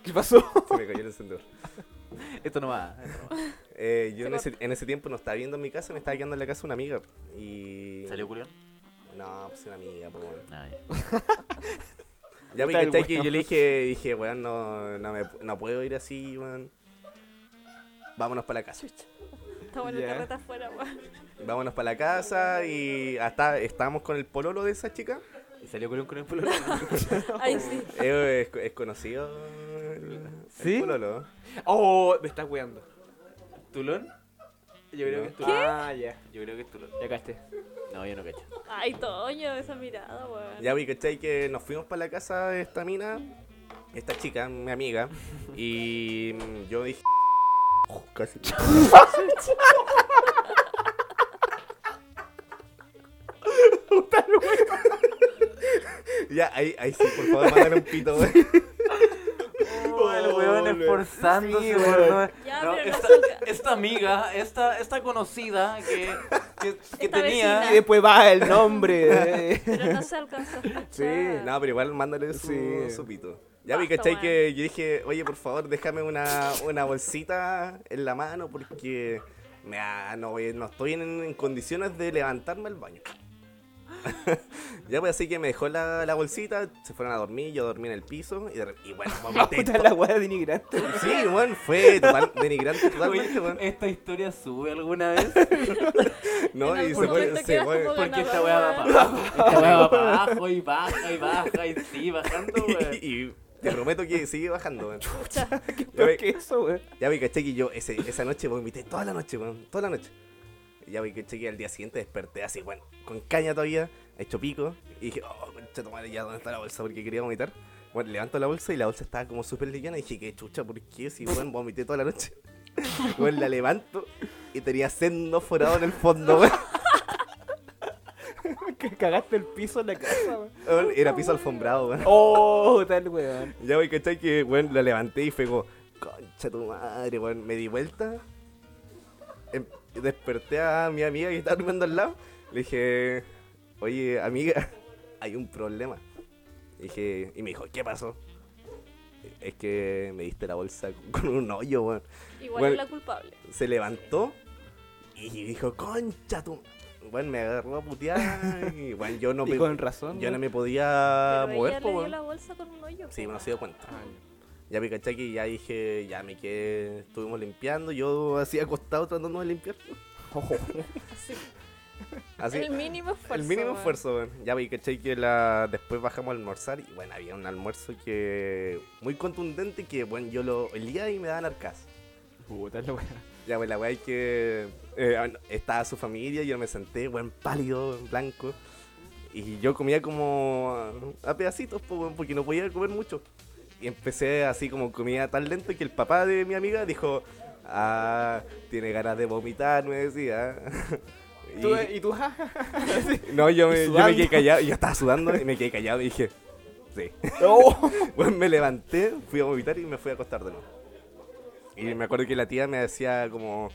F: ¿Qué pasó?
B: *laughs* Se me cayó el encendedor.
A: Esto no va. esto no va.
B: Eh, yo
E: Se
B: en ese, en ese tiempo no estaba viendo en mi casa, me estaba quedando en la casa una amiga. Y...
A: ¿Salió culión?
B: No, pues una amiga, pues bueno.
A: Nah, ya.
B: Ya vi,
F: Está el
B: ¿cachai? Que
F: weón.
B: yo le dije, dije, weón, no, no, me- no puedo ir así, weón. Vámonos para la casa.
E: Está bueno
F: ya.
E: el carrete afuera, weón.
B: Vámonos para la casa y hasta estábamos con el pololo de esa chica.
A: ¿Y salió culión con el pololo?
E: Ahí
B: *laughs*
E: sí.
B: Eh, Es, es conocido el,
F: ¿Sí?
B: el pololo.
F: Oh, me estás weando.
A: ¿Tulón? Yo creo que es tulón.
F: Ah, ya.
A: *laughs* Yo creo que es tulón.
F: Ya caché.
A: No, yo no cacho.
E: Ay, Toño, esa mirada, weón.
B: Ya vi, ¿cachai? Que nos fuimos para la casa de esta mina, esta chica, mi amiga, y mm, yo dije... Oh, casi. ya, ahí, ahí sí, por favor, mándale un pito, güey.
A: Oh, el weón
F: weón.
A: esforzándose,
F: Sí,
A: weón.
F: weón.
E: Ya,
A: No,
E: pero no
A: esta,
E: salga.
A: esta amiga, esta, esta conocida que,
E: *laughs*
A: que, que
E: Esta
A: tenía.
E: vecina.
F: Y después va el nombre. eh.
E: Pero no se
B: *laughs*
E: alcanza a escuchar.
F: Sí,
B: No, pero igual mándale su,
F: Sí.
B: su pito. Ya vi,
E: Basta,
B: ¿cachai?
E: weón.
B: Que yo dije, oye, por favor, déjame una, una bolsita en la mano porque me da- no, voy- no estoy en, en condiciones de levantarme al baño. *laughs* ya pues así que me dejó la, la bolsita, se fueron a dormir, yo dormí en el piso y, de re- y bueno, vomité.
F: Puta la weá denigrante.
B: todo. Sí, bueno, fue total, denigrante totalmente, weón.
A: ¿Esta historia sube alguna vez?
B: No,
E: En
B: y
E: algún
B: se fue,
E: momento
B: se
E: quedas
B: fue-
E: como
A: Porque esta
E: ganador,
A: weá va
E: weón.
A: para abajo. Esta weá va
B: *laughs*
A: para abajo y baja y baja y sí, bajando, weón.
B: y, *laughs* y te prometo que sigue bajando, weón.
E: Chucha.
B: Ya
F: ¿Por
B: vi-
F: qué eso, weón?
B: Ya vi, caché que yo ese- esa noche vomité toda la noche, weón. Toda la noche. Y Ya vi, caché que al día siguiente desperté así, bueno, con caña todavía, hecho pico. Y dije, oh, concha tu madre, ya dónde está la bolsa porque quería vomitar. Bueno, levanto la bolsa y la bolsa estaba como súper liviana. Y dije, qué chucha, ¿por qué? Si, weón, vomité toda la noche. *laughs* Bueno, la levanto y tenía sendo forado en el fondo, weón.
F: *laughs* Que Cagaste el piso en la casa, weón.
B: Weón, Era piso alfombrado, weón.
F: Oh, tal weón.
B: Ya voy, ¿cachai? Que, weón, la levanté y fue como, concha tu madre, weón. Me di vuelta em- desperté a mi amiga que estaba durmiendo al lado. Le dije, oye, amiga, *laughs* hay un problema. Le dije, y me dijo, ¿qué pasó? Es que me diste la bolsa con un hoyo, weón.
E: Igual
B: Bueno.
E: es la culpable.
B: Se levantó y dijo, concha tu... Bueno, me agarró a putear y bueno, yo no
F: Y
B: me,
F: con razón.
B: yo no
F: weón.
B: me podía
E: Pero
B: mover,
E: ella
B: po,
E: le dio
B: weón.
E: la bolsa con un hoyo. pues,
B: Sí,
E: po.
B: me he dado cuenta.
F: Ah,
B: Ya me caché que ya dije, ya me quedé, estuvimos limpiando, yo así acostado tratando de limpiar.
F: *laughs* ojo.
E: Así,
B: Así,
E: El mínimo esfuerzo.
B: el mínimo
E: weón. *laughs*
B: esfuerzo, weón. Ya me caché que la... después bajamos a almorzar y bueno, había un almuerzo que muy contundente que bueno, yo lo olía y me daban arcas.
F: Puta la weá.
B: Ya, pues la weá es que eh, ah, no, estaba su familia, yo me senté, weón, pálido, weón, blanco. Y yo comía como a pedacitos, po, weón, porque no podía comer mucho. Y empecé así como comía tan lento que el papá de mi amiga dijo, ah, tiene ganas de vomitar, me decía. *laughs* Y-
F: Tú, eh, y tú, *laughs* ja, ja, ja.
B: no, yo me,
F: y
B: yo me
F: sudando.
B: quedé callado, yo estaba sudando y me quedé callado y dije, sí. *laughs* Bueno, me levanté, fui a vomitar y me fui a acostar de nuevo. Y me acuerdo que la tía me hacía como,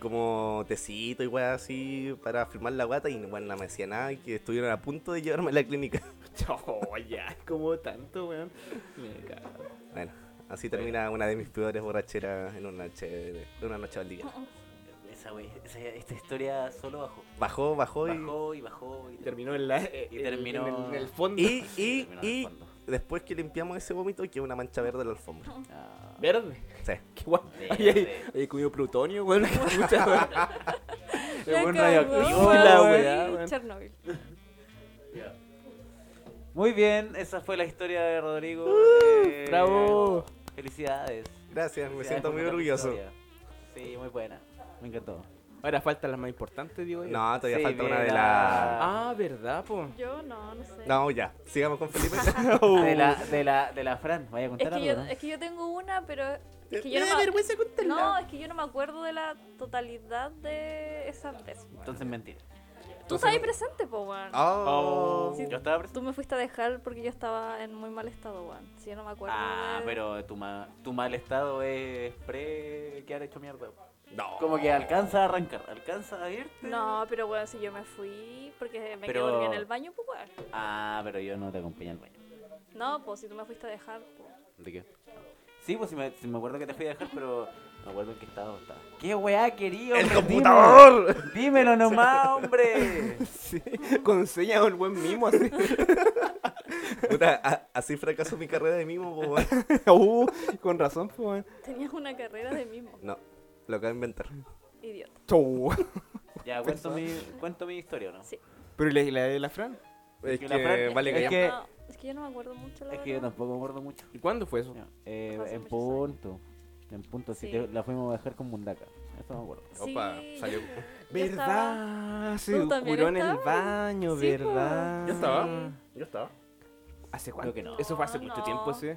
B: como tecito y weá así para firmar la guata y bueno, no me hacía nada y que estuvieron a punto de llevarme a la clínica. *laughs*
F: Oh, ya, como tanto, weón. Me cago.
B: Bueno, así termina una de mis peores borracheras en una noche, en una noche boliviana.
A: Esa, wey, esa- esta historia solo bajó.
B: Bajó, bajó y...
A: Bajó y bajó y,
F: Y terminó en la. eh,
A: Y
F: en-
A: terminó-
F: En, el- en el *laughs* fondo.
B: Y, y,
A: terminó en el
B: y
A: fondo.
B: después que limpiamos ese vómito quedó una mancha verde en la alfombra.
A: Ah,
F: Verde. *laughs*
B: Sí.
F: Qué guay.
A: Verde.
F: Ahí, ahí, ahí comido plutonio, *laughs* weón. Qué chucha, weón.
E: La
F: El weón
E: cagó,
F: radioactivo y
E: weón.
F: la
A: weón.
F: weá, weón.
E: Chernobyl.
A: ya. Muy bien, esa fue la historia de Rodrigo. Eh,
F: Bravo.
A: Felicidades.
B: Gracias, Uh, me
A: Felicidades
B: siento
A: por
B: muy
A: contar tu
B: orgulloso.
A: historia. Sí, muy buena. Me encantó.
F: Ahora faltan las más importantes, digo yo.
B: No, todavía
A: Sí,
B: falta una
A: bien,
B: de
A: la-
B: la...
F: Ah, ¿verdad, po?
E: Yo no, no sé.
B: No, ya, sigamos
A: *laughs*
B: con Felipe. *laughs* Oh.
A: De la, de la, de la Fran, vaya a
E: Es
A: contar
E: que,
A: algo,
E: yo,
A: ¿no?
E: es que yo tengo una, pero es que
B: Me
E: yo
B: da
E: no me,
B: vergüenza contarla.
E: no, es que yo no me acuerdo de la totalidad de esas veces.
A: Entonces mentira.
E: Tú estabas ahí presente, po, weón.
B: Oh.
F: Oh.
E: Sí.
A: Yo estaba presente.
E: Tú me fuiste a dejar porque yo estaba en muy mal estado, weón. Si yo no me acuerdo.
A: Ah,
E: de-
A: pero tu, ma- tu mal estado es pre que han hecho mierda.
B: No.
A: Como que alcanza a arrancar, alcanza a irte.
E: Oh. No, pero weón, si yo me fui porque me
A: Pero-
E: quedé dormida en el baño, pues weón.
A: Ah, pero yo no te acompañé al baño.
E: No, pues si tú me fuiste a dejar, pues, po.
A: ¿De qué? Sí, pues si me, si me acuerdo que te fui a dejar, pero me acuerdo en qué estado estaba. ¿Qué weá querido?
B: ¡El computador! *laughs*
A: Dímelo nomás, hombre.
F: *laughs* Sí. Con señas un buen mimo así.
B: Puta, a- así fracasó mi carrera de mimo, po, weón.
F: *laughs* Uh, con razón, po, weón.
E: Tenías una carrera de mimo,
B: No, lo acabo de inventar.
E: idiota.
F: Chau.
A: Ya, cuento mi, cuento mi historia, ¿o ¿no?
E: Sí.
F: Pero ¿y la, la de la Fran?
B: Es
A: que
B: que,
A: la Fran-
B: vale
A: es
B: que,
A: que- Eh.
E: No, es que yo no me acuerdo mucho, la
A: Es que yo
E: verdad.
A: tampoco me acuerdo mucho.
F: ¿Y cuándo fue eso?
A: Ya, eh,
E: Hace
A: en
E: muchos
A: punto. En punto, sí.
E: Sí.
A: que la fuimos a dejar con Mundaka. Eso me acuerdo.
E: Sí,
B: Opa,
E: yo-
B: salió.
E: yo estaba-
F: ¿Verdad? Se
E: ¿Tú también
F: curó en el
E: estabas? Sí,
F: baño,
E: po.
F: ¿verdad?
E: Yo estaba.
B: Yo estaba.
F: ¿Hace
A: Creo
F: cuánto?
A: que no.
F: Eso fue hace
E: No,
F: mucho
E: no.
F: tiempo, sí.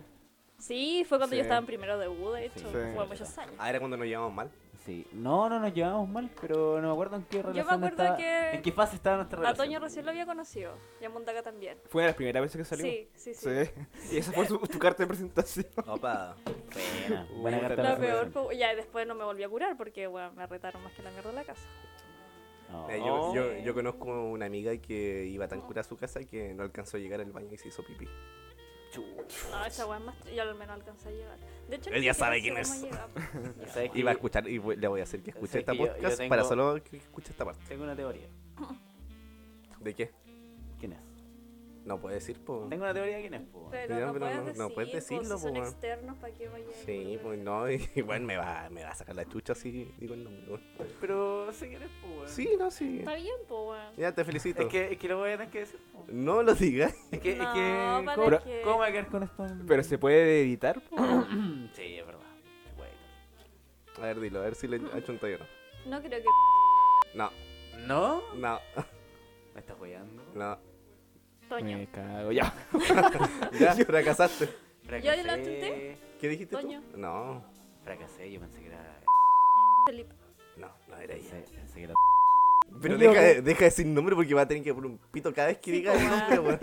E: Sí, fue cuando
F: Sí.
E: yo estaba en primero de U, de hecho.
A: Sí.
E: Fue
F: Sí.
E: muchos años.
B: Ah, era cuando nos llevamos mal.
A: Sí. No, no nos llevábamos mal, pero no me acuerdo en qué
E: me
A: relación
E: acuerdo
A: estaba-
E: que-
A: ¿En qué fase estaba nuestra
E: A
A: relación?
E: Toño recién lo había conocido y a Mondaca también.
F: Fue una de las primeras veces que salió.
E: Sí, sí, sí.
F: *laughs* Y esa fue su- tu carta de presentación.
B: Opa.
A: Buena,
F: Uy,
A: buena carta. de
F: puta la
E: La
F: Claro.
E: peor
A: presentación.
E: fue... Ya, y después no me volví a curar porque, bueno, me retaron más que la mierda de la casa.
A: *laughs* No.
B: Eh, yo,
A: Oh.
B: yo, yo conozco una amiga que iba tan cura a su casa que no alcanzó a llegar al baño y se hizo pipí.
E: No, esa weá es más... Yo al menos alcancé a llegar. De hecho,
B: Él
E: ni
B: ya
E: siquiera
B: sabe
E: sé
B: quién
E: cómo pues.
B: es. *laughs*
E: llegamos. Ya.
A: ¿Sabes qué?
B: Iba a escuchar, y voy- le voy a hacer que
A: Sí,
B: escuche esta
A: que yo- yo
B: podcast
A: tengo-
B: para solo que escuche esta parte.
A: Tengo una teoría.
B: ¿De qué?
A: ¿Quién es?
B: No puede decir, po.
A: Tengo una teoría de quién es, po.
E: Pero
B: Ya,
E: no,
B: pero
E: puedes
B: no- no puedes
E: decir, pues,
B: decirlo,
E: si son
B: po, weón.
E: externos, ¿para qué vaya a
B: Sí,
E: acordar?
B: pues no, *laughs* y bueno, me va, me va a sacar la chucha si digo el nombre. weón.
A: Pero sé quién es, po. weón.
B: Sí, no, sí.
E: Está bien, pues, weón.
B: Ya te felicito.
A: Es que, es que lo voy a tener que decir. po.
B: No lo digas.
A: Es que, es
E: No,
A: que
E: ¿para
A: ¿cómo,
E: qué?
A: cómo voy a quedar con esto?
F: Pero se puede editar, po.
A: *clears throat*
E: Ah.
A: Sí, es verdad. Se puede editar.
B: A ver, dilo, a ver si le hecho un taller.
E: No creo que...
B: No,
A: ¿No?
B: no,
A: ¿Me estás apoyando?
B: no.
E: Toño.
F: Me cago ya.
A: *laughs*
B: Ya, fracasaste.
E: ¿Yo lo intenté?
B: ¿Qué dijiste
E: Toño.
B: tú? No,
A: Fracasé, yo pensé que era...
E: Felipe.
B: no, no era ella.
A: Pensé, pensé que era...
B: Pero
F: Yo-
B: deja, de- deja de decir nombre porque va a tener que poner un pito cada vez que
E: Sí,
B: diga
E: po,
B: el nombre,
E: *laughs*
B: weón.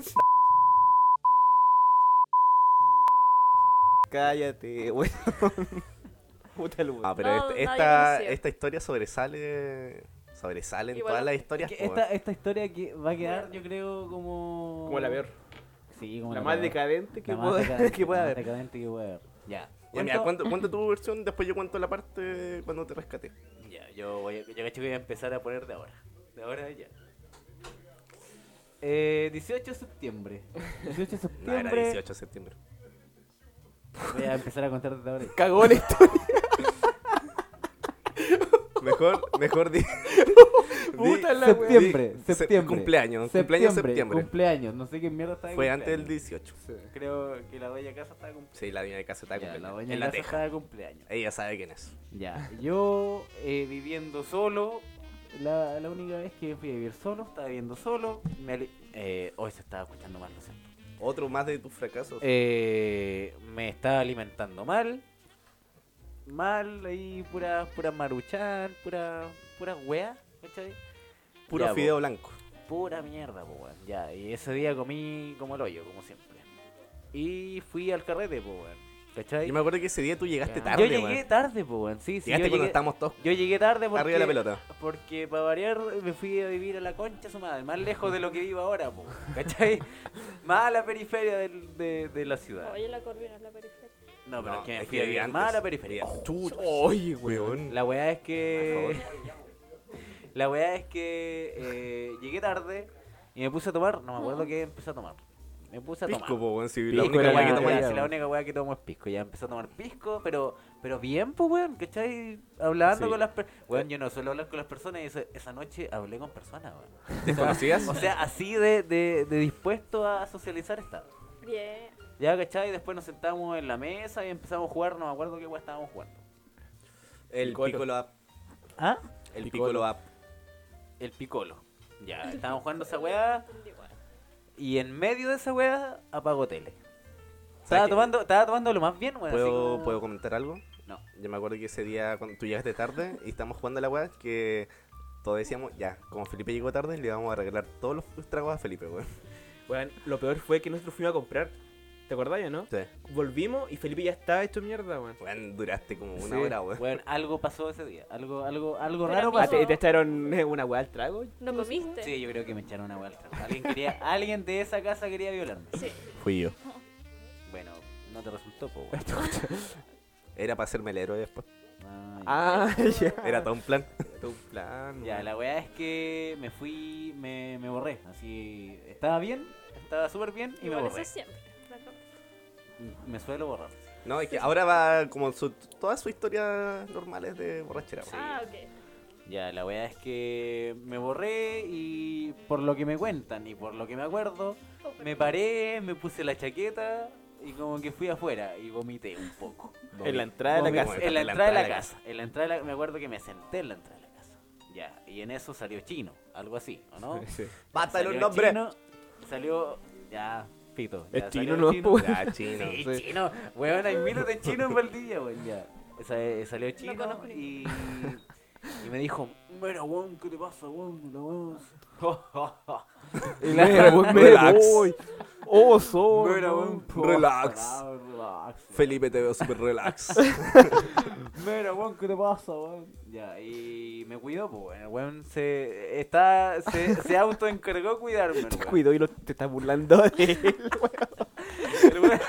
F: Cállate, weón. *laughs* Puta el weón.
B: Ah, pero
E: No,
B: este-
E: nadie
B: esta,
E: conoció.
B: esta historia sobresale. Sobresale en
E: Igual
B: todas las
E: es-
B: historias.
A: Que
B: po,
A: Esta, esta historia que va a quedar, yo creo, como.
F: Como la peor.
A: Sí, como
F: La más
A: peor.
F: decadente que
A: La *laughs* más
F: pueda
A: decadente,
F: que pueda
A: la más
F: haber.
A: decadente que pueda haber. Ya.
B: Ya, mira,
A: ¿Cuánto?
B: cuenta, cuenta
E: *clears throat*
B: tu versión, después yo cuento la parte de cuando te rescaté.
A: Ya, yo voy, a- yo cacho que voy a empezar a poner de ahora. De ahora ya. Eh, 18 de septiembre. *laughs* 18 de
B: No, era
A: septiembre.
B: 18 de septiembre.
A: Voy a empezar a contar desde ahora.
F: Cagó la historia.
B: Mejor, mejor
E: *laughs*
B: di. di-
F: Puta la wea.
A: septiembre,
B: di- se-
A: septiembre.
B: Cumpleaños, cumpleaños septiembre.
A: Cumpleaños, no sé qué mierda estaba de
B: Fue antes del
A: cumpleaños.
B: 18.
A: Creo que la doña casa estaba de cumpleaños.
B: Sí, la dueña de casa está
A: Ya,
B: cumpleaños.
A: la doña
B: en la
A: casa
B: teja.
A: estaba de cumpleaños.
B: Ella sabe quién es.
A: Ya, yo eh, viviendo solo, la, la única vez que fui a vivir solo, estaba viviendo solo. Me ale- eh, hoy se estaba escuchando mal, lo siento.
B: Otro más de tus fracasos.
A: Eh, me estaba alimentando mal. Mal, ahí pura, pura maruchan, pura, pura wea, ¿cachai?
B: Puro
A: ya, po.
B: fideo blanco.
A: Pura mierda, po, weón. Ya, y ese día comí como el hoyo, como siempre. Y fui al carrete, po, weón. ¿Cachai? Ah.
B: Yo me acuerdo que ese día tú llegaste
F: Ya.
B: tarde,
A: yo llegué
B: weón.
A: tarde, po, weón. Sí, sí,
B: Llegaste
A: yo
B: cuando
A: llegué,
B: estábamos todos
A: yo llegué tarde porque...
B: arriba de la pelota.
A: Porque para variar me fui a vivir a la concha de su madre, más lejos de lo que vivo ahora, po, ¿cachai?
B: *laughs*
A: más a la periferia del- de, de la ciudad.
E: Oye, la corvina es la periferia.
A: No, pero
B: No,
A: es que me
B: es
A: fui
B: que
A: a vivir
B: antes. Oh.
A: más a la periferia.
B: Chucha.
F: Oye,
B: Weón.
A: La weá es que. *laughs* La weá es que eh, llegué tarde y me puse a tomar. No me acuerdo qué empecé a tomar. Me puse a tomar.
B: Pisco, po, weón. Si la
F: Pisco
B: única
F: era
B: weá que
A: Ya,
B: tomáis.
A: ya, si la única weá que tomo es pisco. Ya empecé a tomar pisco, pero pero bien, pues, weón. ¿Cachai? Hablando
F: Sí.
A: con las personas. Weón, yo no suelo hablar con las personas y esa, esa noche hablé con personas, weón.
B: ¿Desconocías?
A: O sea, así de, de, de dispuesto a socializar estaba.
E: Bien.
A: Ya, ¿cachai? Después nos sentamos en la mesa y empezamos a jugar. No me acuerdo qué weá estábamos jugando.
B: El
F: Piccolo.
B: Piccolo App.
A: ¿Ah?
B: El
F: Piccolo.
B: Piccolo App.
A: El picolo. Ya, estábamos jugando esa weá.
E: Entendí, weón.
A: Y en medio de esa weá, apagó tele.
B: ¿Sabes
A: Estaba
B: qué?
A: tomando, estaba tomando lo más bien, weón. así
B: ¿Puedo,
A: como-
B: ¿Puedo comentar algo?
A: No.
B: Yo me acuerdo que ese día cuando tú llegaste tarde y estamos jugando a la weá que todos decíamos, ya, como Felipe llegó tarde, le vamos a regalar todos los tragos a Felipe, weón.
F: Weón, lo peor fue que nosotros fuimos a comprar. ¿Te acordás, no?
B: Sí.
F: Volvimos y Felipe ya estaba hecho mierda, weón.
B: Weón, duraste como una
F: Sí,
B: hora, weón.
A: Weón, algo pasó ese día. Algo, algo, algo
E: Pero
A: raro
E: amigo-
F: Ah,
A: pasó.
F: ¿Te, te echaron eh, una weá al trago?
E: ¿No comiste?
A: Sí, yo creo que me echaron una vuelta. Alguien quería, alguien de esa casa quería violarme.
E: Sí.
B: Fui yo.
A: Bueno, no te resultó, po, weón.
B: *laughs* Era para hacerme el héroe después.
A: Ay.
F: *laughs* Ah, ya.
B: Era todo un plan. *laughs*
F: Tu plan,
A: Ya,
F: weón.
A: la weá es que me fui, me, me borré. Así, estaba bien, estaba súper bien y me
E: Igual
A: borré.
E: eso siempre. Claro.
A: Me suelo borrar.
B: No, es que ahora va como su, toda su historia normal es de borrachera, weón.
E: Ah, ok.
A: Ya, la weá es que me borré y por lo que me cuentan y por lo que me acuerdo,
E: Oh, pero-
A: me paré, me puse la chaqueta y como que fui afuera y vomité un poco.
F: En la entrada de
A: Vomité-
F: la casa.
A: En la entrada de la casa. En la entrada de la- me acuerdo que me senté en la entrada de la casa. Ya, y en eso salió chino, algo así, ¿o *laughs* no?
F: Sí.
B: ¡Basta los
A: Salió
B: nombres!
A: Chino, salió, ya, pito.
F: Es
A: ya
F: chino,
A: salió
F: ¿no? Pues.
B: *laughs* Ya, Ah, chino.
A: Sí,
F: *laughs* Sí.
A: chino. Weón, hay miles de chinos en Valdivia, weón. Ya. Sa- eh, salió chino
E: conozco
A: y, y me dijo, mira, weón, ¿qué te pasa, weón? La weón.
F: *laughs* Y la otra, weón, Pues me
B: Relax.
F: voy. Oh, soy.
A: Mira, weón, po,
B: Relax.
A: ah, relax.
B: Felipe te veo súper
A: *laughs*
B: relax.
A: Mira, weón, ¿qué te pasa, weón? Ya, y me cuidó, pues, weón. El weón se, está, se,
F: *laughs*
A: se autoencargó cuidarme,
F: Te
A: weón.
F: cuidó y lo- te estás burlando de él, *laughs* weón.
A: El weón,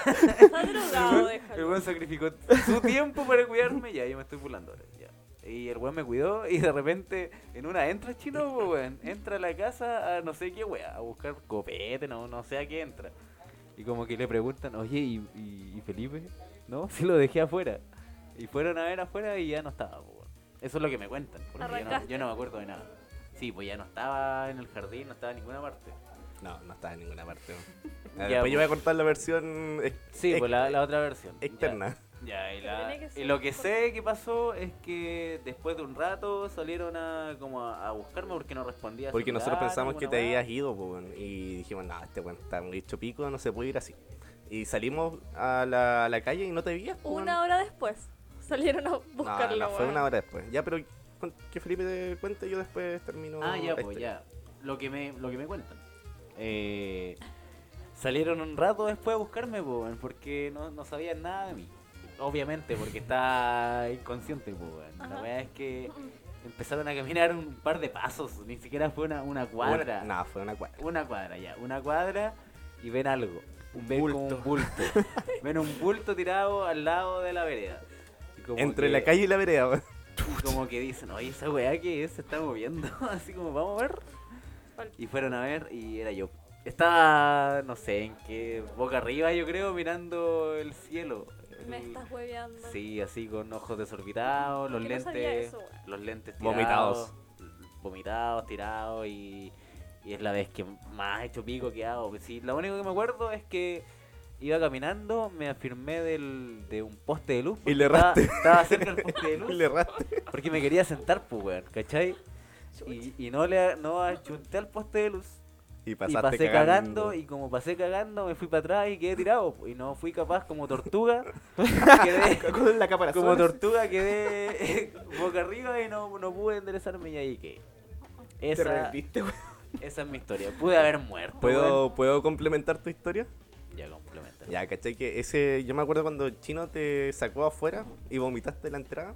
E: Está
A: el
B: *laughs*
E: drogado,
A: weón- el
E: déjalo.
A: weón sacrificó su tiempo para cuidarme, ya, yo me estoy burlando ahora, ya. Y el weón me cuidó y de repente en una entra chino, po, weón. Entra a la casa a no sé qué weón, a buscar copete, no, no sé a qué entra. Y como que le preguntan, oye, ¿y, y- y Felipe? No, *laughs* si lo dejé afuera. Y fueron a ver afuera y ya no estaba, po, weón. Eso es lo que me cuentan, porque yo no,
E: Arrancaste.
A: yo no me acuerdo de nada. Sí, pues ya no estaba en el jardín, no estaba en ninguna parte.
B: No, no estaba en ninguna parte. weón.
A: Ya,
B: Ya, Después yo voy
A: pues.
B: a cortar la versión ex-
A: Sí,
B: ex-
A: pues la, la otra versión. ya.
B: externa.
A: Ya, y,
E: Pero
A: la-
E: tenía que
A: y
E: ser
A: lo que
E: por-
A: sé que pasó es que después de un rato salieron a, como a, a buscarme porque no respondía. al
B: Porque nosotros
A: celular,
B: pensamos que
A: alguna
B: te
A: weá.
B: habías ido, po, weón. y dijimos, no, este weón está muy hecho pico, no se puede ir así. Y salimos a la, a la calle y no te veías, po,
E: Una
B: weón.
E: hora después salieron a
B: No,
E: buscarlo.
B: no, fue
E: weón.
B: una hora después. Ya, pero con- que Felipe te cuente, yo después termino.
A: Ah, ya,
B: la
A: pues
B: historia.
A: ya. Lo que me, lo que me cuentan. Eh, salieron un rato después a buscarme, po, weón, porque no, no sabían nada de mí. obviamente, porque está inconsciente, pues, weón. La
E: Ajá.
A: verdad es que empezaron a caminar un par de pasos, ni siquiera fue una, una cuadra.
B: No, fue una cuadra.
A: Una cuadra ya, una cuadra y ven algo.
F: Un
A: ven como
F: bulto.
A: un bulto. ven un bulto tirado al lado de la vereda. Y como
B: Entre
A: que-
B: la calle y la vereda, weón.
A: *laughs* y como que dicen, oye, esa weá que es se está moviendo, *laughs* así como, vamos a ver.
E: ¿Cuál?
A: Y fueron a ver y era yo. Estaba, no sé, en qué, boca arriba yo creo, mirando el cielo.
E: Me
A: El-
E: estás hueveando.
A: Sí, así con ojos desorbitados, los
E: Yo no
A: lentes.
E: sabía eso, weón.
A: los lentes
B: Vomitados.
A: tirados. Vomitados, tirados y, y es la vez que más hecho pico que hago. Sí, lo único que me acuerdo es que iba caminando, me afirmé del, de un poste de luz.
B: Y le
A: porque estaba-
B: erraste.
A: Estaba cerca del
B: *laughs*
A: poste de luz.
B: Y le erraste.
A: Porque me quería sentar, pues, weón, ¿cachai? Y, y no le no achunté al poste de luz.
B: Y
A: Y
B: pasaste
A: pasé
B: cagando.
A: cagando. y como pasé cagando me fui para atrás y quedé tirado. po, Y no fui capaz como
B: *laughs*
A: tortuga. quedé,
F: Con la caparazón.
A: como tortuga
B: *laughs*
A: quedé *laughs* boca arriba y no, no pude enderezarme y ahí quedé.
F: Te
A: Esa,
F: rendiste, weón.
A: esa es mi historia. Pude haber muerto. weón.
B: ¿Puedo, ¿Puedo complementar tu historia?
A: Ya complementa.
B: Ya, ¿cachai? Que ese, yo me acuerdo cuando el Chino te sacó afuera y vomitaste en la entrada.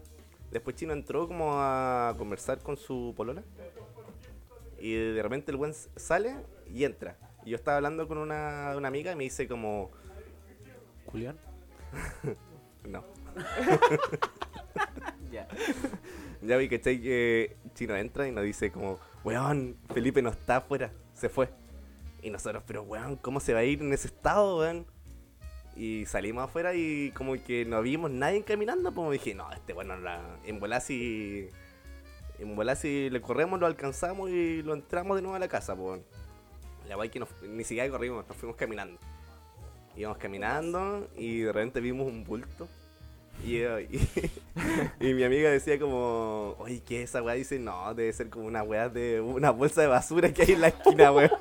B: Después Chino entró como a conversar con su polola. Y de repente el buen s- sale y entra. Y yo estaba hablando con una, una amiga y me dice como, *laughs*
A: Julián.
B: no.
A: Ya.
B: Ya vi, ¿cachai? Que Chino entra y nos dice como, weón, Felipe no está afuera, se fue. Y nosotros, pero weón, ¿cómo se va a ir en ese estado, weón? Y salimos afuera y como que no vimos nadie caminando, pues dije, no, este bueno, la, en volá si... En volá si le corremos, lo alcanzamos y lo entramos de nuevo a la casa, pues. weón. La guay que nos- ni siquiera corrimos, nos fuimos caminando. Íbamos caminando y de repente vimos un bulto. Y, eh, y- *laughs* y mi amiga decía como, oye, ¿qué es esa weá? Dice, no, debe ser como una weá de una bolsa de basura que hay en la
E: *laughs*
B: esquina, weón.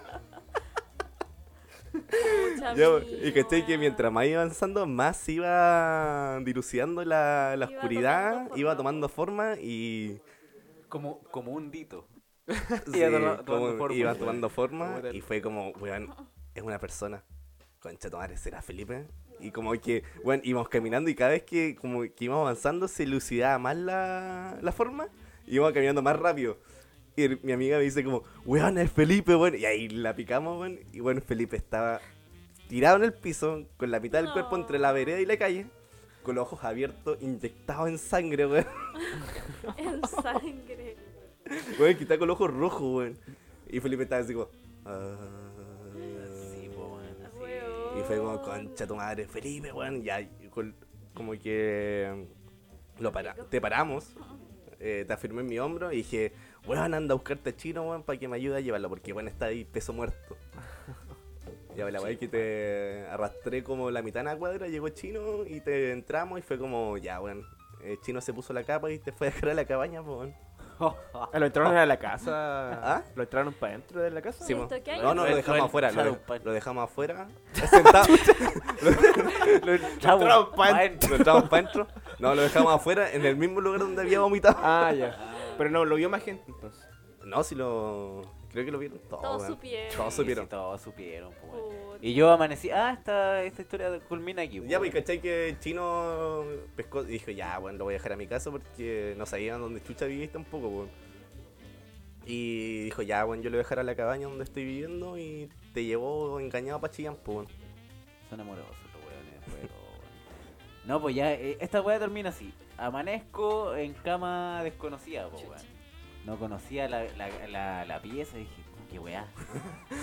E: Pucha,
B: Ya,
E: amigo,
B: y cachai que
E: weón.
B: mientras más iba avanzando, más iba dilucidando la, la
E: Iba
B: oscuridad,
E: tomando forma,
B: iba
E: po.
B: tomando forma y.
A: Como, como un dito. *laughs*
B: sí,
A: tono- tomando
B: como
A: forma,
B: iba
A: weón.
B: tomando
F: Como
B: forma
F: tal.
B: y fue como, weón, es una persona. Concha tu madre, ¿será Felipe? Y como que, bueno, íbamos caminando y cada vez que, como que íbamos avanzando se lucidaba más la, la forma y íbamos caminando más rápido. Y el- mi amiga me dice como, weón, es Felipe, weón. Y ahí la picamos, weón. Y bueno, Felipe estaba tirado en el piso, con la mitad del cuerpo
E: No.
B: entre la vereda y la calle, con los ojos abiertos, inyectado en sangre, weón.
E: En sangre.
B: Weón, que está con los ojos rojos, weón. Y Felipe estaba así como, "Ah".
A: Sí, po, weón, *laughs* así.
E: Weón.
B: Y fue como, concha tu madre, Felipe, weón. Ya, y col- como que lo para, te paramos, eh, te afirmé en mi hombro y dije, weón, anda a buscarte a Chino, weón, para que me ayude a llevarlo, porque weón está ahí peso muerto. Ya, la weón, que te arrastré como la mitad de la cuadra, llegó Chino y te entramos y fue como, ya, weón. eh, Chino se puso la capa y te fue a dejar a la cabaña, po, weón.
A: Oh,
F: Ah, Lo entraron a la casa.
B: ¿Ah?
F: Lo entraron para dentro de la casa.
B: Sí, mo.
E: ¿Esto qué hay?
B: no, no, lo
A: Lo
B: dejamos
A: del
B: afuera, lo,
A: Shadow
B: dej-
A: Pan.
B: lo dejamos afuera. Sentado.
A: Lo
F: entraron pa'
B: lo echamos para adentro. No, lo dejamos afuera, en el mismo lugar donde había vomitado.
F: Ah, ya. Pero no, lo vio más gente entonces.
B: No, si lo. Creo que lo vieron todo.
E: Todos
B: weón.
E: supieron.
B: Todos supieron.
A: todos supieron, po, weón.
E: Puta.
A: Y yo amanecí. Ah, esta, esta historia culmina aquí. po,
B: Ya, pues,
A: weón.
B: ¿cachai? Que el chino pescó y dijo, ya, bueno, lo voy a dejar a mi casa porque no sabían dónde chucha vivís tampoco, weón. Y dijo, ya, bueno, yo lo voy a dejar a la cabaña donde estoy viviendo y te llevó engañado para Chillán, pues, weón.
A: Son amorosos los weones, pero... No, pues ya, eh, esta weá termina así. Amanezco en cama desconocida, pues weón. No conocía la, la, la, la pieza y dije, qué weá.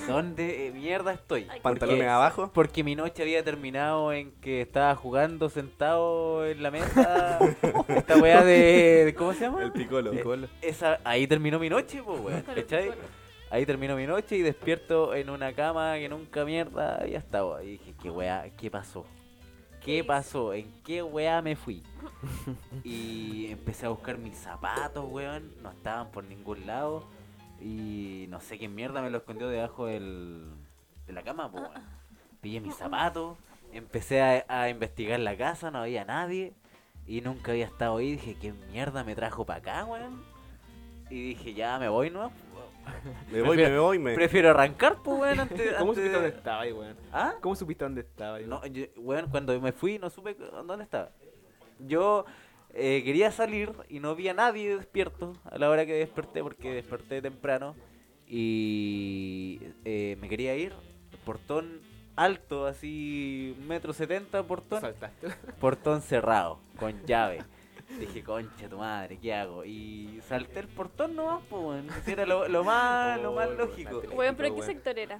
A: ¿Dónde eh, mierda estoy?
E: Ay,
B: Pantalones
A: Porque-
B: abajo.
A: Porque mi noche había terminado en que estaba jugando sentado en la mesa. esta weá de, de- ¿Cómo se llama?
B: *laughs* El picolo.
A: Esa, ahí terminó mi noche, pues weón.
E: Con el
A: ¿Cachai?
E: picor.
A: Ahí terminó mi noche y despierto en una cama que nunca mierda había estado. Y dije, qué weá, ¿qué pasó?
E: ¿Qué
A: ¿Qué
E: hice?
A: pasó? ¿En qué weá me fui? *laughs* Y empecé a buscar mis zapatos, weón. No estaban por ningún lado. Y no sé qué mierda me lo escondió debajo del, de la cama, po, weón. Pillé mis zapatos, empecé a, a investigar la casa, no había nadie. Y nunca había estado ahí. Dije, qué mierda me trajo para acá, weón. Y dije, ya me voy, ¿no?
B: Me voy, me, me voy, me.
A: Prefiero arrancar, pues, weón, antes,
F: ¿Cómo supiste
A: antes
F: dónde
A: de...
F: estaba ahí, weón?
A: ¿Ah?
F: ¿Cómo supiste dónde estaba ahí?
A: No, yo- weón, cuando me fui no supe cu- dónde estaba. yo eh, quería salir y no vi a nadie despierto a la hora que desperté, porque desperté temprano. Y eh, me quería ir, portón alto, así, metro setenta portón
F: Saltaste.
A: portón cerrado, con llave. Dije, concha tu madre, ¿qué hago? Y salté el portón nomás, pues, weón. Ese Era lo, lo más, lo más
F: Oh,
A: lógico.
F: weón,
E: Weón, pero ¿qué
F: weón.
E: sector era?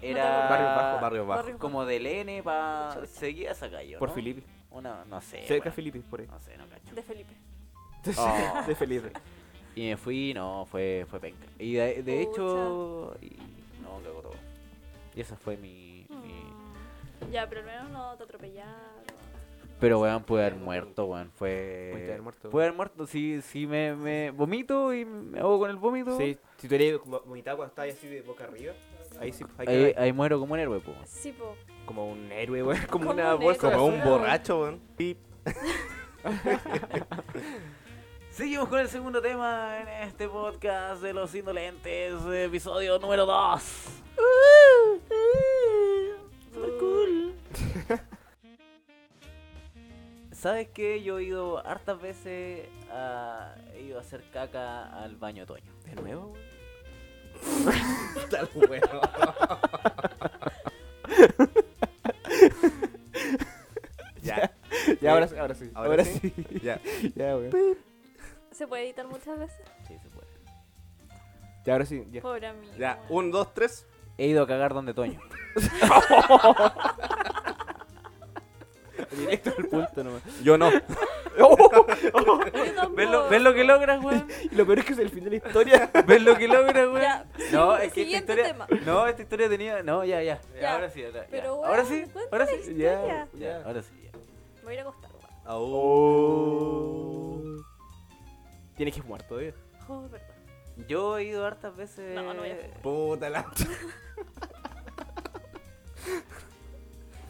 A: Era
B: Barrio bajo, barrio bajo.
E: Barrio-
A: como del N para... Seguía esa calle, ¿o
F: Por
A: no?
F: Felipe.
A: Una, no sé,
F: Cerca de
A: weón.
F: Felipe, por ahí.
A: No sé, no cacho.
E: De Felipe.
A: Oh.
F: *laughs* De Felipe.
A: Y me fui, no, fue, fue penca. Y de, de hecho... y- no, cagó todo. Y esa fue mi... mi-
E: Mm. Ya, pero al menos no te atropellaron.
A: Pero, weón, pude haber muerto, weón. Fue...
F: Pudiste haber muerto.
A: Pude haber muerto, sí, sí, me, me vomito y me hago con el vómito.
F: Sí, si tú eres vo- vomitado cuando estás así de boca arriba, ahí sí, hay que
A: Ahí, ahí muero como un héroe, pues, po.
E: Sí, po.
F: como un héroe, weón. Como,
E: Como
F: una
E: un
F: bolsa.
E: héroe.
B: Como un
E: Pero-
B: borracho, weón. Pip.
A: Seguimos con el segundo tema en este podcast de Los Indolentes, episodio número 2.
E: Uh,
A: Super cool. *laughs* ¿Sabes qué? Yo he ido hartas veces a, he ido a hacer caca al baño de Toño.
F: ¿De nuevo? weón?
B: Tal *laughs* bueno. Ya,
A: Eh,
F: Ya, ahora, sí- ahora sí.
B: ahora sí. ya.
F: *laughs* Ya, weón.
E: ¿Se puede editar muchas veces?
A: Sí, se puede.
F: Ya, ahora sí.
A: *laughs*
F: Ya.
E: Pobre amigo.
B: Ya,
E: weón.
B: un, dos, tres.
A: He ido a cagar donde
E: *laughs*
A: Toño.
F: Directo al punto nomás.
A: *laughs*
B: Yo no.
A: Oh,
E: Yo tampoco.
A: ¿Ves lo, ves lo que logras,
E: *laughs*
A: weón?
F: *laughs* Y lo peor es que es el fin de la historia.
A: ¿Ves lo que logras, weón?
E: Ya,
A: No, es que esta
E: siguiente
A: historia.
E: tema.
A: No, esta historia tenía. No, ya, ya.
E: Ya.
A: Ahora sí, ahora, ya.
E: Pero, weón,
A: ahora sí,
E: cuenta
A: ahora
E: la
A: sí.
E: historia.
A: Ya, ahora sí. ya.
E: Me voy a ir a acostar, weón.
B: Oh.
F: Tienes que ir muerto, todavía.
E: Oh, perdón.
A: Yo he ido hartas veces.
E: No, no voy a
B: Puta *laughs* la.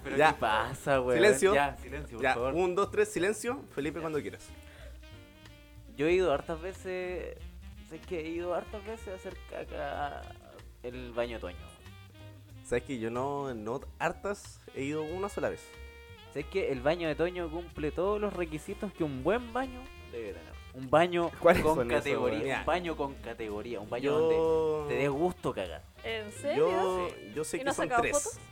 A: Pero
B: Ya.
A: ¿qué pasa, weón?
B: Silencio.
A: Ya, silencio, por
B: Ya,
A: favor.
B: un, dos, tres, silencio. Felipe, cuando quieras.
A: Yo he ido hartas veces. Sé que he ido hartas veces a hacer caca el baño de Toño.
B: Sabes que yo no, no hartas he ido una sola vez.
A: Sé que el baño de Toño cumple todos los requisitos que un buen baño debe tener. Un *laughs* baño
F: ¿Cuáles
A: con
F: son esos,
A: categoría.
F: weón?
B: Mira.
A: un baño con categoría. Un baño
B: yo...
A: donde te dé gusto cagar.
E: ¿En serio?
B: yo, yo sé
E: ¿Y
B: que
E: no has
B: son
E: sacado
B: tres.
E: fotos?
F: *laughs*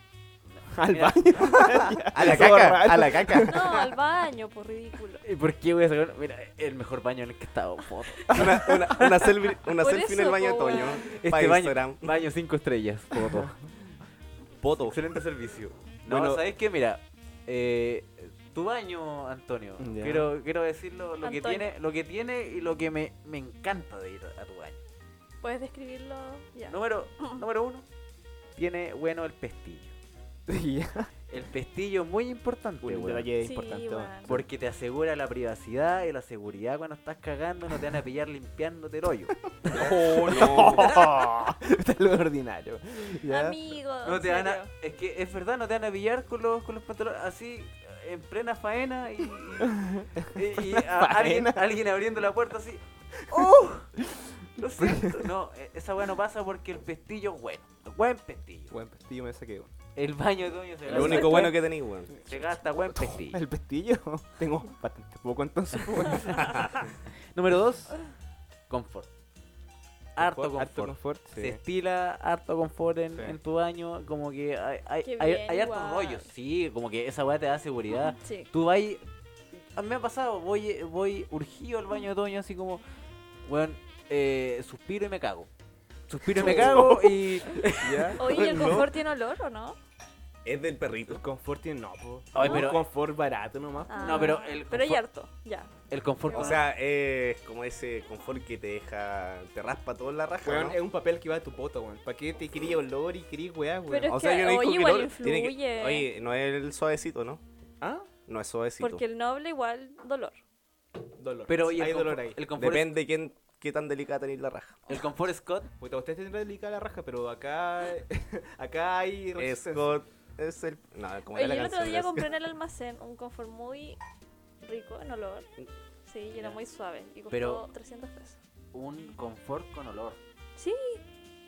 F: Al
A: Mira,
F: baño.
B: A *laughs* la
F: Zorra.
B: caca, a la caca.
E: No, al baño, por ridículo.
A: ¿Y por qué voy a sacar? Mira, el mejor baño en el que he estado. foto.
B: Una, una, una selfie, una
E: Por
B: selfie en el
E: eso,
B: baño de
E: po,
B: Toño.
E: weón.
A: Este
B: pa'
A: baño,
B: Instagram.
A: baño cinco estrellas. Foto. *laughs*
B: Poto.
A: Excelente servicio. No,
F: Bueno.
A: ¿sabes qué? Mira, eh, tu baño, Antonio.
F: Ya.
A: Quiero, quiero decir lo, lo que
E: Antonio.
A: tiene, lo que tiene y lo que me, me encanta de ir a tu baño.
E: ¿Puedes describirlo? Ya.
A: Número,
E: *laughs*
A: número uno, tiene bueno el pestillo.
F: Y *laughs* ya.
A: El pestillo es muy importante,
F: Un
A: weón,
F: detalle
E: Sí,
F: importante. weón.
E: weón.
A: Porque te asegura la privacidad y la seguridad cuando estás cagando, no te van a pillar limpiándote el hoyo.
F: *laughs* Oh, no. *laughs* Está lo ordinario. Ya.
E: Amigo.
A: No
E: en
A: te van a,
E: serio.
A: es que es verdad, no te van a pillar con los, con los pantalones así en plena faena y, y-
E: *laughs*
A: y a- alguien,
F: Faena.
A: alguien abriendo la puerta así. ¡Oh! Lo siento. No, e- esa weá no pasa porque el pestillo es bueno. Buen pestillo.
F: Buen pestillo me saqué, weón.
A: El baño de dueño se
B: Lo
A: gasta-
B: único bueno que tenéis, weón.
A: Se gasta buen pestillo.
F: ¿El pestillo? *laughs* Tengo bastante
A: *laughs*
F: poco entonces, weón.
A: Número dos, confort. Harto confort.
F: Harto confort, sí.
A: Se estila harto confort en,
F: Sí.
A: en tu baño, como que hay, hay,
E: Qué
A: hay-
E: bien,
A: hay hartos
E: igual.
A: rollos, sí, como que esa weá te da seguridad. *laughs*
E: Sí.
A: Tú vas. A mí me ha pasado, voy, voy urgido al baño de Toño, así como, weón, eh, suspiro y me cago. Suspiro y me cago y.
F: ¿Ya?
E: Oye, ¿y ¿el
B: No.
E: confort tiene olor o no?
B: Es del
F: El
B: perrito.
F: confort tiene no, po.
A: Ay,
F: Un
A: pero- Ah,
F: confort barato nomás. po.
A: No, pero el
E: Ah, Pero hay
A: confort-
E: harto, ya.
A: El confort.
E: Ah.
B: O sea, es como ese confort que te deja, te raspa toda la raja.
F: Weón,
B: ¿no?
F: es un papel que va a tu poto, weón. ¿Para qué te quería olor y quería weá, weón?
E: Pero es
B: O sea,
E: que,
B: yo no
E: oye,
B: digo que
E: igual
B: no- tiene que-
E: influye.
B: Oye, no es el suavecito, ¿no?
F: ¿Ah?
B: No es suavecito.
E: Porque el noble igual dolor.
F: Dolor.
A: Pero y el
F: hay
A: confort-
F: dolor ahí.
A: El confort,
B: Depende quién, qué tan delicada tenéis la raja.
A: el confort Scott.
F: Puta, ustedes tendrán delicada la raja, pero acá. *laughs* acá hay. resistencia.
B: Scott es el. No, como
E: Oye,
B: era la
E: yo el otro
B: canción.
E: día compré
B: es-
E: en el almacén un confort muy rico en olor. Sí, y era muy suave. Y costó
A: Pero-
E: 300 pesos.
A: Un confort con olor.
E: Sí,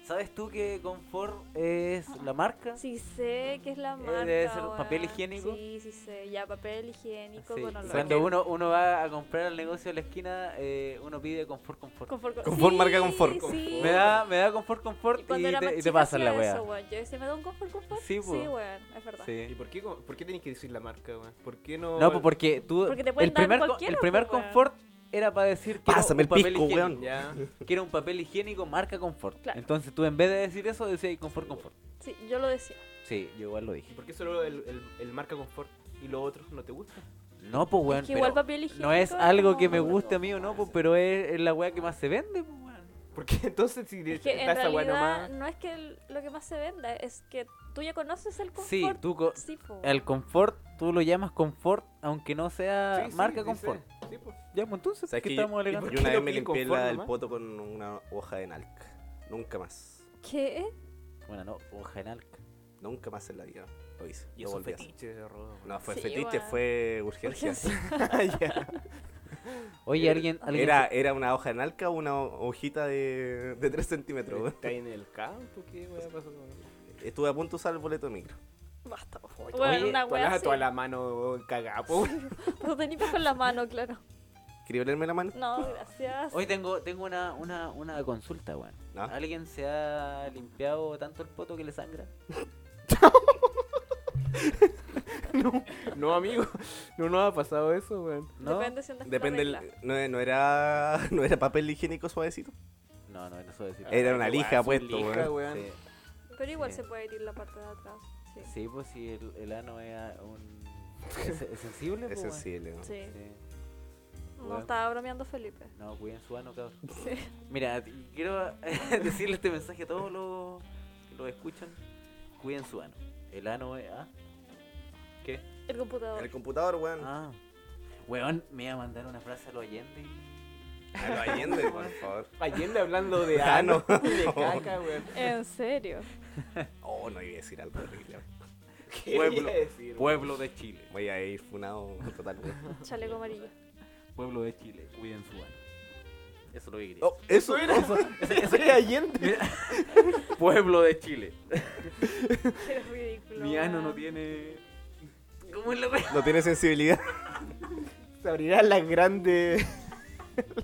A: ¿Sabes ¿Sabes tú que Confort es la marca?
E: Sí sé que es la
A: Eh,
E: marca.
A: debe ser
E: weón.
A: papel higiénico.
E: Sí, sí sé. Ya, papel higiénico
A: Sí,
E: con olor.
A: Cuando uno, uno va a comprar al negocio de la esquina, eh, uno pide confort, confort.
E: Confort, con-
B: Confort,
E: Sí,
B: marca confort.
E: sí.
A: Me da, me da confort, confort
E: Y
A: y,
E: cuando era más
A: te, y te
E: chica
A: pasan
E: hacía
A: la wea.
E: eso, weón. Yo decía, ¿me da un confort, confort?
A: Sí, po.
E: weón, es verdad.
F: ¿Y
A: Sí.
F: por qué, por qué tenés que decir la marca, weón? ¿Por qué no...?
A: No, pues porque tú.
E: Porque te pueden
A: el
E: dar
A: primer, co- el
E: cualquiera,
A: primer
E: pues, weón.
A: confort era para decir que
B: Pásame el
A: un papel
B: pisco,
A: higiénico,
B: weón.
F: Ya.
A: Que era un papel higiénico marca confort.
E: Claro.
A: Entonces tú en vez de decir eso, decías confort, confort.
E: Sí, yo lo decía.
A: Sí, yo igual lo dije.
F: ¿Y por qué solo el, el, el marca confort y lo otro no te *laughs* gusta?
A: No, pues, weón.
E: es que igual
A: pero
E: papel higiénico.
A: no es algo que me
E: como-
A: guste a mí o
E: Ah,
A: no, pues, pero es, es la wea que más se vende, pues, weón.
F: Porque entonces si
E: Es que en
F: está esa weá
E: realidad
F: nomás...
E: no es que el- lo que más se venda, es que tú ya conoces el confort.
A: Sí, tú. co-
E: Sí, po.
A: El confort, tú lo llamas confort, aunque no sea
F: Sí, sí,
A: marca
F: sí
A: confort.
F: sé. Sí, pues.
A: Ya, pues entonces,
B: *laughs* ¿Sabes
A: ¿qué
B: que
A: estamos
B: yo,
A: alegando?
B: yo
F: ¿Por qué
B: una
F: no
B: vez me
F: piden
B: limpié
F: confort
B: la- el
F: nomás?
B: poto con una hoja de nalc. Nunca más.
E: ¿Qué?
A: Bueno, no, hoja en alca.
B: Nunca más en la vida. Lo hice.
F: Y
B: lo
F: eso
B: volví a hacer.
F: fetiche de rodo.
B: No, fue
E: Sí,
B: fetiche,
E: weón.
B: fue urgencia. *laughs*
A: Oye, alguien. alguien
B: Era, era una hoja de nalca o una ho- hojita de, de 3 centímetros. weón.
F: Está en el campo, ¿qué weá pasó con
B: Estuve a punto de usar el boleto de micro.
F: Basta,
E: Oye, Bueno, una
F: tú
E: weá
F: hablas a
E: así.
F: toda la mano cagapo.
E: Lo tenía con la mano, claro.
B: ¿Quería olerme la mano?
E: No, gracias.
A: Hoy tengo, tengo una, una, una consulta, weón.
B: No.
A: ¿Alguien se ha limpiado tanto el poto que le sangra?
F: *laughs* no, amigo. No nos ha pasado eso, weón.
A: ¿No?
E: Depende si andas con
B: Depende,
E: regla.
B: el- no, no era, *laughs* no era papel higiénico suavecito.
A: No, no, no suelo decir.
B: Ah, Era una
F: Qué
B: lija,
F: weá, su
B: puesto,
F: lija, weón.
A: Sí,
E: Pero igual
A: Sí.
E: se puede ir la parte de atrás. Sí.
A: Sí, pues si el, el ano es a-
B: *laughs*
A: un. ¿Es, es sensible?
B: Es
A: pues, weón?
B: sensible. ¿no?
E: Sí.
A: Sí.
E: No
A: Bueno.
E: estaba bromeando Felipe.
A: No, cuiden su ano, cabrón.
E: Sí.
A: Mira, t- quiero *laughs* decirle este mensaje a todos los que lo escuchan. Cuiden su ano. El ano es. ¿ah? ¿Qué?
E: El computador.
B: El computador, weón.
A: Ah. Weón, me iba a mandar una frase a los Allende.
B: A lo *laughs* Allende, por favor.
F: Allende
A: *laughs*
F: hablando de
B: Ah, no.
F: ano
B: *laughs*
F: y de caca, weón.
E: En serio.
B: Oh, no iba a decir algo horrible.
F: ¿Qué
A: Pueblo.
F: quería decir?
A: Pueblo de Chile.
B: Voy a ir funado total. weón.
E: *laughs* Chaleco amarillo.
A: Pueblo de Chile, cuiden su ano. Eso es lo que quería.
B: Oh, eso era.
F: Eso era Allende.
A: Pueblo de Chile.
E: *laughs* Qué ridículo.
A: Mi ano no
E: weón.
A: tiene. ¿Cómo es la wea?
B: No tiene sensibilidad.
F: Se abrirán las grandes. *laughs*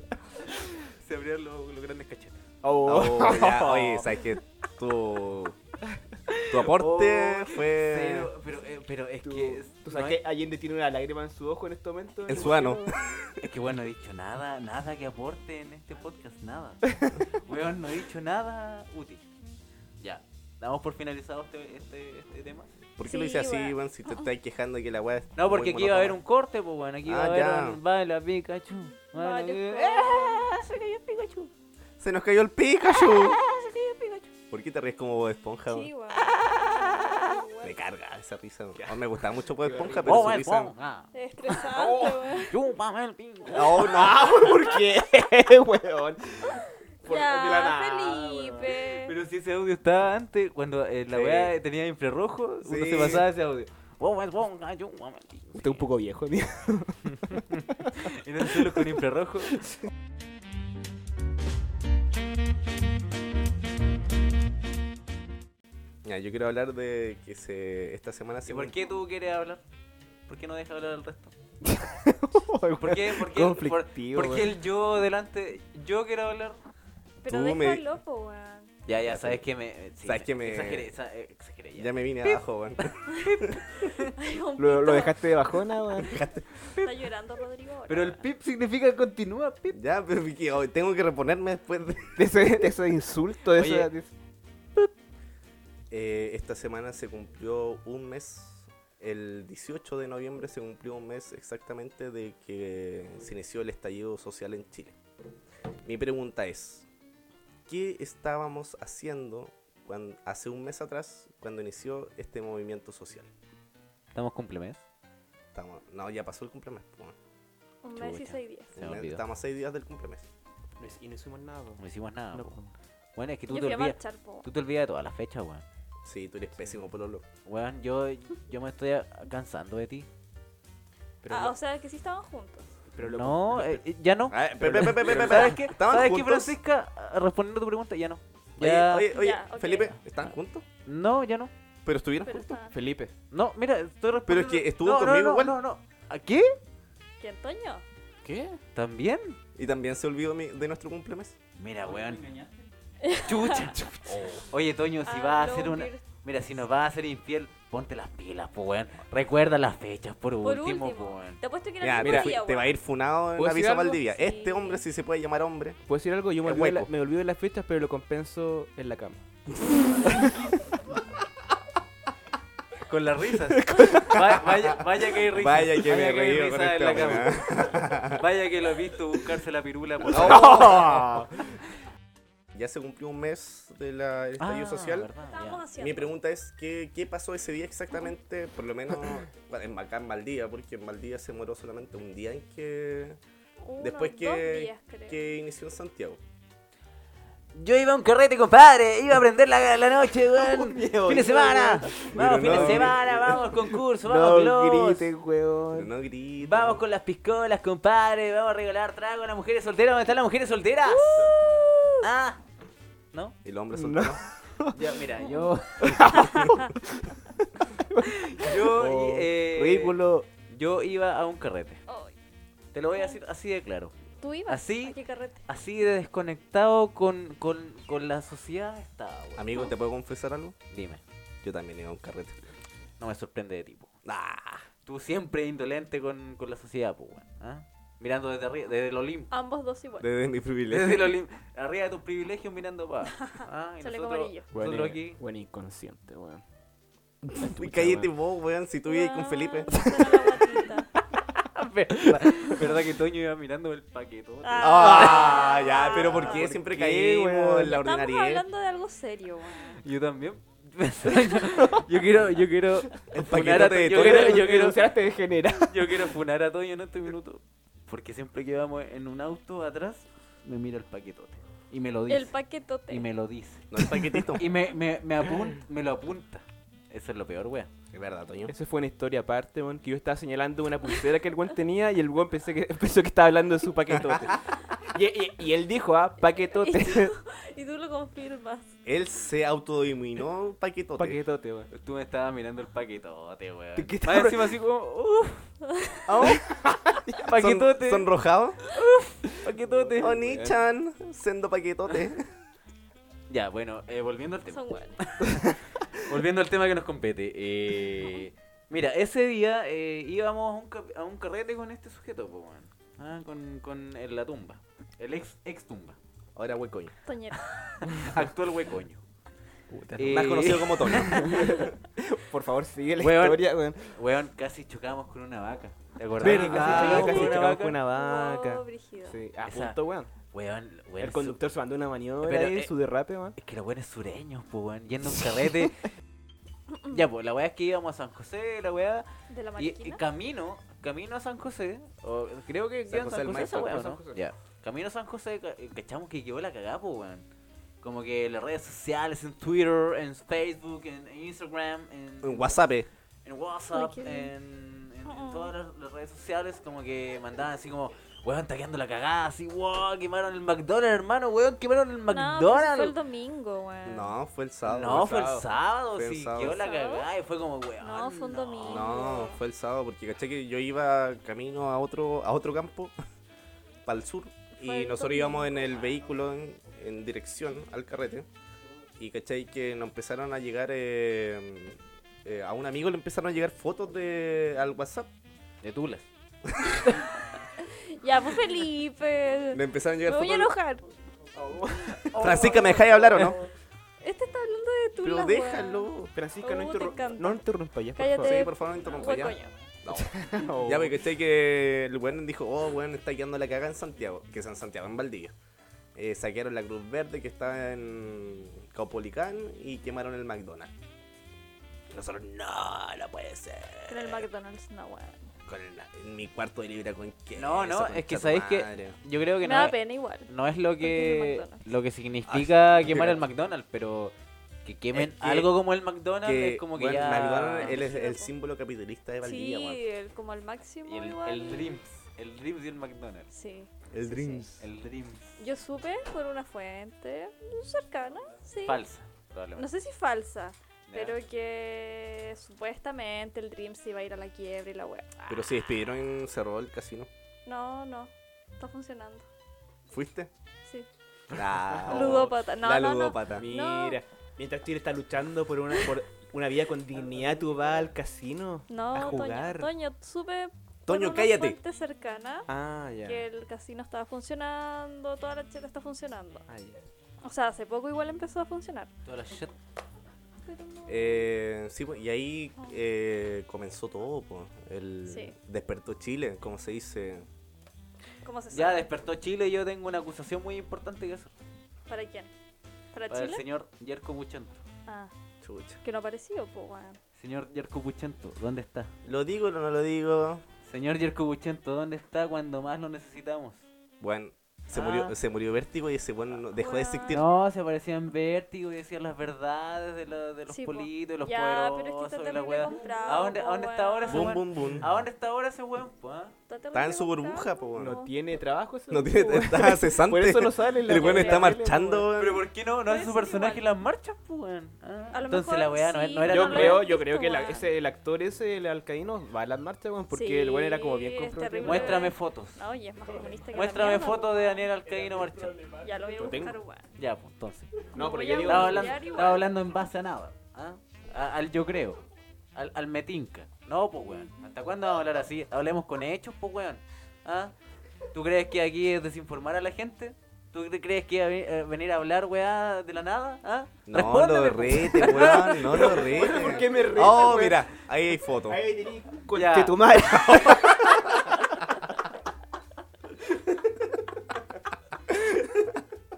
A: Se abrieron los, los grandes cachetes.
B: Oh, ya, oye, sabes que tu, tu
E: Oh,
B: aporte fue
A: Pero, pero, eh, pero es
F: Tú,
A: que.
F: tú
A: no
F: sabes
A: hay-
F: que Allende tiene una lágrima en su ojo en este momento.
B: en su ano.
F: *laughs*
A: Es que bueno, no he dicho nada, nada que aporte en este podcast, nada. *laughs* Weón, no he dicho nada útil. Ya, damos por finalizado este, este, este tema.
B: ¿Por qué
E: Sí,
B: lo hice así,
E: weón.
B: weón? Si te estás quejando de que la weá es
A: No, porque
B: muy
A: aquí iba a haber un
B: monótona.
A: corte, pues bueno, aquí iba
B: Ah,
A: a haber
B: ya.
A: un baila Pikachu. baila, Pi-
E: Vale, pues.
A: ¡Eh!
E: ¡Ah! Se cayó el Pikachu.
B: ¡Se nos cayó el Pikachu!
E: ¡Ah! *laughs* Se cayó el Pikachu.
B: ¿Por qué te ríes como Bob Esponja,
E: Sí,
B: weón?
E: weón.
B: Me
E: Weón.
B: carga esa risa. weón. Oh, me gustaba mucho Bob Esponja, pero
A: Oh,
B: su
A: el
B: risa...
A: Juan,
E: Es estresante,
F: Oh.
E: weón.
A: chúpame el pingo. *laughs*
B: ¡Oh, no!
A: Ah,
F: ¿Por qué, weón? Por- de la
E: Ya,
F: nada, weón.
E: Felipe.
A: Pero si ese audio estaba antes, cuando eh, la
B: Sí.
A: weá tenía infrarrojo, uno
B: Sí.
A: se pasaba ese audio. Oh, el Juan, ah, chúpame el pingo.
F: Usted es un poco viejo, amigo.
A: Y no solo con infrarrojo.
B: Ya, yo quiero hablar de que se... esta semana
A: *laughs*
B: se...
A: ¿Y por qué tú quieres hablar? ¿Por qué no dejas hablar al resto? ¿Por qué?
F: Porque
A: ¿Por qué, el- por-
F: Conflictivo,
A: por qué el yo delante? Yo quiero hablar.
E: Pero
B: Tú me-
E: déjalo, po, weón. *laughs*
A: Ya, ya,
B: Ya,
A: sabes que
B: pero-
A: me. sí,
B: ¿Sabes que me-
A: Exageré, exa- exageré ya.
B: Ya
A: *laughs*
B: me vine abajo, weón.
E: Ay, un
F: *laughs* Lo,
E: pito.
F: lo dejaste de bajona, weón.
E: Está llorando Rodrigo. ahora,
A: *laughs* Pero el
E: weón.
A: pip significa continúa, pip.
B: Ya, pero que- oh, tengo que reponerme después de...
F: De ese, de ese insulto, de
A: Oye.
F: esa. de-
B: Eh, esta semana se cumplió un mes. El 18 de noviembre se cumplió un mes exactamente de que se inició el estallido social en Chile. Mi pregunta es, ¿qué estábamos haciendo cuan- hace un mes atrás cuando inició este movimiento social?
A: Estamos cumplemes.
B: Estábamos- no, ya pasó el cumplemes. po.
E: Un mes y
A: Chucha.
E: seis días.
A: Se me
B: Un mes-
A: olvidó.
B: Estábamos a seis días del cumplemes.
F: No es- Y no hicimos nada, weón.
A: No hicimos nada.
F: No,
A: po.
F: weón.
A: Bueno, es que tú
E: Yo
A: te
E: fui a
A: olvidas.
E: marchar, po.
A: Tú te olvidas de todas las fechas, weón.
B: Sí, tú eres pésimo, Pololo.
A: Weón, yo, yo me estoy a- cansando de ti.
F: Pero
E: Ah,
F: lo-
E: o sea, que sí estaban juntos.
F: pero lo-
A: no,
F: lo-
A: eh, ya no.
B: Ah, pe- pe- pe- pe- pe- pe-
A: ¿Sabes qué?
B: ¿Estaban
A: ¿Sabes qué,
B: juntos?
A: Francisca? Ah, Respondiendo a tu pregunta, ya no. Ya.
B: Oye, oye, oye,
E: Ya, ok.
B: Felipe, ¿están juntos?
A: No, ya no.
B: Pero estuvieron
E: Pero
B: juntos.
E: está-
F: Felipe.
A: No, mira, estoy respondiendo.
B: Pero es que estuvo
A: No, no,
B: conmigo
A: no,
B: igual.
A: No, no. ¿A qué?
E: ¿Quién, Toño?
F: ¿Qué?
A: ¿También?
B: Y también se olvidó mi- de nuestro cumplemes.
A: Mira, weón.
E: *laughs*
F: Chucha.
A: Oye, Toño, si
E: Ah,
A: vas a
E: no,
A: hacer una.
E: vir-
A: Mira, si nos vas a ser infiel, ponte las pilas, po, weón. Recuerda las fechas, por
E: Por
A: último,
E: último.
A: po, weón.
E: Te apuesto que
B: Ya,
E: era el
B: mira,
E: mismo
B: fui-
E: día,
B: te va a ir funado en
F: ¿Puedo
B: la
F: decir
B: visa
F: algo?
B: Valdivia.
E: Sí.
B: Este hombre sí se puede llamar hombre.
F: ¿Puedo decir algo? Yo me
B: El
F: olvido, de la-
B: hueco.
F: me olvido de las fechas, pero lo compenso en la cama.
A: Con las
F: *laughs*
A: risas. Va- vaya, vaya que hay risas.
B: Vaya que me
A: Vaya hay
B: he reído
A: risas
B: con
A: en
B: este
A: la
B: hombre.
A: cama. Vaya que lo he visto buscarse la pirula
F: *laughs*
A: por
B: ¡Oh! Ya se cumplió un mes del estadio
A: Ah,
B: social.
A: verdad, ya.
E: Estábamos haciendo.
B: Mi pregunta es, ¿qué, qué pasó ese día exactamente? Por lo
E: *laughs*
B: menos bueno, en, acá en Maldivia, porque en Maldivia se moró solamente un día en que,
E: Uno,
B: después
E: Dos
B: que-
E: días, creo.
B: que inició en Santiago.
A: Yo iba a un carrete, compadre. Iba a aprender la, la noche, *laughs* weón. fin de semana. Vamos,
B: Pero
A: fin
B: no,
A: de semana, vamos, concurso, vamos, Globos.
B: Pero
F: weón.
B: no grites.
A: Vamos con las piscolas, compadre. Vamos a regalar trago a las mujeres solteras. ¿Dónde están las mujeres solteras? Ah, ¿no?
B: El hombre
F: No.
B: soltero.
A: Ya, mira, yo. yo.
F: Oh,
A: eh,
F: Ridículo.
A: Yo iba a un carrete.
E: Ay,
A: Te lo voy a decir así de claro.
E: ¿Tú ibas?
A: Así-
E: ¿A qué carrete?
A: Así de desconectado con, con, con la sociedad estaba, weón.
B: Amigo, ¿te puedo confesar algo?
A: Dime,
B: Yo también iba a un carrete.
A: no me sorprende de tipo.
B: Ah,
A: Tú siempre indolente con, con la sociedad, pues, weón. ¿ah? Mirando desde arriba, desde el Olimpo.
E: Ambos dos igual.
B: desde mi privilegio.
A: Desde el Olimpo. Arriba de tus privilegios mirando para. ¿ah? Y
E: Sale
A: nosotros-
E: amarillo.
A: nosotros aquí.
F: *laughs* Buen inconsciente, *laughs* weón.
B: Uy,
F: Chucha,
B: cállate
F: weón.
B: vos, weón, si tú vivías con
E: Guau,
B: Felipe.
E: *laughs* suena la guatita.
A: ¿Verdad, verdad que Toño iba mirando el paquetote.
B: Ah, ya, pero ¿por qué
A: ¿Por
B: siempre
A: qué,
B: caímos
A: weón?
B: en la
E: Estamos
B: ordinariedad?
E: hablando de algo serio, weón.
A: Yo también. *laughs* yo quiero, yo quiero funar a
B: paquetote de
A: Toño. Yo
B: Toño.
A: quiero, yo quiero,
F: Renunciaste degenerado.
A: yo quiero funar a Toño en este minuto. Porque siempre que vamos en un auto atrás, me mira el paquetote. Y me lo dice.
E: El paquetote.
A: y me lo dice.
B: No es
A: *laughs*
B: paquetito.
A: Y me, me, me, apun- me lo apunta. Eso es lo peor, wea.
B: Es verdad, Toño.
F: Esa fue una historia aparte, weón, que yo estaba señalando una pulsera que el weón tenía y el weón pensé que, *laughs* pensó que estaba hablando de su paquetote. Y, y- y él dijo, ah, *laughs* paquetote.
E: *laughs* Y tú lo confirmas.
B: Él se autodominó paquetote.
F: paquetote, weón.
A: Tú me estabas mirando el paquetote, wea.
F: ¿De qué te
A: Más
F: hablas?
A: encima así como, uff,
B: Son-
A: paquetote,
B: Sonrojado.
A: paquetote.
B: Oni-chan, sendo
A: *laughs*
B: paquetote.
A: Ya, bueno, eh, volviendo al tema.
E: Son buenos.
A: Volviendo al tema que nos compete. eh, mira, ese día eh, íbamos a un, ca- a un carrete con este sujeto, po, weón. Ah, con, con el- la tumba. El ex, ex tumba.
B: Ahora huecoño.
E: Toñero.
A: Actual huecoño. Eh,
B: Más conocido
A: *laughs*
B: como Toño.
F: Por favor, sigue la
A: Weón.
F: historia, weón.
A: Eh, Weón, casi chocamos con una vaca. ¿Te acordás? que
E: Ah,
F: Verdad,
A: casi
F: casi
A: chocamos con una
F: chocamos
A: vaca?
F: con una vaca.
E: Oh, brígido.
F: Sí, a
A: Esa-
F: punto, weón.
A: Weón, weón,
F: El
A: su-
F: conductor se mandó una maniobra
A: Pero,
F: ahí,
A: eh,
F: su derrape, weón.
A: Es que los buenos sureños, po, weón. Yendo a un carrete. ya, pues, la weá es que íbamos a San José, la weá.
E: De la
A: Y, y
E: mariquina.
A: camino, camino a San José, o creo que
B: San
A: queda en
B: José
A: San
B: del
A: José esa
B: Maipo,
A: weá,
B: San
A: ¿no?
B: José.
A: Ya. Camino a San José, ca- eh, cachamos que quedó la cagada, po, weón. Como que las redes sociales, en Twitter, en Facebook, en, en Instagram, en,
B: En WhatsApp. eh.
A: en WhatsApp,
E: Ay, qué-
A: en, en- en
E: Oh.
A: todas las, las redes sociales, como que mandaban así como, weón, está quedando la cagada, así, wow, quemaron el McDonald's, hermano, weón, quemaron el
E: No, pero eso pues, fue el
A: McDonald's.
E: domingo, weón.
B: No, fue el sábado.
A: No, fue el sábado,
B: Fue el
A: sí,
B: sábado.
A: quedó la
E: ¿Fue el sábado?
A: cagada y fue como, weón.
E: No, fue un domingo.
B: No, fue el sábado porque caché que yo iba camino a otro, a otro campo, *laughs* para el sur,
E: Fue
B: y
E: el
B: nosotros
E: domingo.
B: íbamos en el vehículo en, en dirección al carrete. Y caché que nos empezaron a llegar, eh, eh, a un amigo le empezaron a llegar fotos de, al WhatsApp.
A: De Tulas.
E: Ya,
B: *laughs*
E: pues Felipe.
B: Le empezaron a
E: Me
B: llegar
E: voy a
B: fotos.
E: enojar.
F: Oh.
B: Francisca, ¿me dejáis hablar o no?
E: Este está hablando de tu
B: Pero déjalo.
F: Francisca, no,
E: Oh, te
F: interru-
E: encanta.
F: no interrumpa ya, por
E: Cállate.
F: favor.
B: Sí, por favor, no interrumpa ya.
E: Huecoño.
F: Oh.
B: Ya, porque caché que el weón dijo, oh, weón, está quedando la caga en Santiago, que es en Santiago, en Valdivia. Eh, saquearon la Cruz Verde que está en Caupolicán y quemaron el McDonald's. Y Nosotros, no, no puede ser.
E: En el McDonald's, no, weón.
B: Con la- en mi cuarto de libra con queso.
A: No, no,
B: concha
A: es que
B: tu
A: sabéis que-
B: madre.
A: Yo creo que no.
E: Me
A: eh.
E: da
A: es-
E: pena igual.
A: no es lo
E: Porque es
A: que
E: el McDonald's.
A: lo que significa
B: Ay,
A: quemar el
B: Ah, mira.
A: McDonald's, pero que quemen
B: Es que-
A: algo como el McDonald's
B: Que,
A: es como que
B: bueno,
A: ya
B: McDonald's él es
E: Sí,
B: el
E: po.
B: símbolo capitalista de Valdivia,
E: Sí,
B: weón.
E: el- como al
A: y
E: máximo
A: el,
E: igual.
A: el Dreams, el Dreams y el McDonald's.
E: Sí.
B: El
E: sí,
B: Dreams.
A: El Dreams.
E: Yo supe por una fuente cercana, sí.
A: Falsa,
E: No
A: probablemente.
E: sé si falsa,
A: Ya.
E: pero que supuestamente el Dream se iba a ir a la quiebra y la web.
B: Pero si despidieron, cerró el casino.
E: No, no. Está funcionando.
A: *laughs*
B: ¿Fuiste?
E: Sí.
B: Ah,
E: Ludópata. No,
B: la
E: no, no.
B: ludópata.
F: Mira, mientras Chile está luchando por una, por una vida con dignidad, tú vas al casino a
E: No, Toño,
F: jugar.
E: Toño, supe por
B: Toño,
E: una
B: cállate.
E: fuente cercana
F: Ah, ya.
E: que el casino estaba funcionando, toda la chela está funcionando.
F: Ah, ya.
E: O sea, hace poco igual empezó a funcionar.
A: Toda la shit.
E: Pero no-
B: Eh, sí, pues, y ahí eh, comenzó todo, pues. El
E: Sí.
B: despertó Chile, como se dice.
E: ¿Cómo se
A: Ya
E: sabe?
A: despertó Chile y yo tengo una acusación muy importante que hacer.
E: ¿Para quién? ¿Para,
A: Para el
E: Chile?
A: señor Yerko Buchento.
E: Ah,
B: Chucha.
E: que no apareció, pues, weón.
A: Señor Yerko Buchento, ¿dónde está?
B: ¿Lo digo o no lo digo?
A: Señor Yerko Buchento, ¿dónde está cuando más lo necesitamos?
B: Bueno, se
A: Ah.
B: murió, se murió vértigo y ese bueno no- dejó de existir.
A: No, se parecían vértigo y decían las verdades de, la- de los
E: Sí, po.
A: politos y los
E: Ya, pero es que
A: poderosos
E: está
A: y la
E: terrible
A: wea.
E: comprado,
A: ¿A dónde,
E: po,
A: a dónde está ahora ese
B: Boom,
A: weón?
B: boom, boom.
A: ¿A dónde está ahora ese weón, po, ah?
B: Está en su burbuja, po, weón.
F: No tiene trabajo ese
B: *laughs* No
F: hombre,
B: tiene,
F: weón.
B: está cesante.
F: *laughs* Por eso no sale en la
B: el bueno
F: tele,
B: está
F: en la tele,
B: marchando,
F: weón.
B: weón.
A: Pero ¿por qué no, no
E: Puede
A: hace su
E: ser
A: personaje en
E: igual.
A: las marchas, po, weón? Ah,
E: A lo
A: Entonces
E: mejor
A: la weá no,
E: sí,
A: no era
E: pero
F: Yo
A: tan
E: no lo
F: creo,
E: he
F: yo
E: visto,
F: creo que la-
E: weón.
F: ese, el actor ese, el alcaíno, va a las marchas, weón, porque el buen era como bien
E: Sí, es
F: comprometido.
E: terrible.
A: Muéstrame fotos.
E: No, y es más comunista que la
A: Muéstrame
E: mierda,
A: fotos de Daniel Alcaíno marchando.
E: po. Ya lo voy a
F: Lo tengo.
E: buscar, weón.
A: Ya, pues entonces.
F: No, pero
E: Voy
F: yo
E: a
F: digo,
A: Estaba
E: Pero
A: hablando,
E: igual.
A: estaba hablando en base a nada. ¿ah? A- al yo creo. Al, al metinca. No, pues weón. ¿Hasta cuándo vamos a hablar así? Hablemos con hechos, pues weón. ¿Ah? ¿Tú crees que aquí es desinformar a la gente? ¿Tú cre- crees que iba a ve- eh, venir a hablar, weá, de la nada? ¿Ah?
B: No
A: Respóndeme,
B: lo
A: po.
B: rete, weón. No lo rete.
F: ¿por qué me reta,
B: Oh,
F: weón?
B: mira, ahí hay foto.
F: Ahí tenés,
A: Ya.
F: conche tu madre.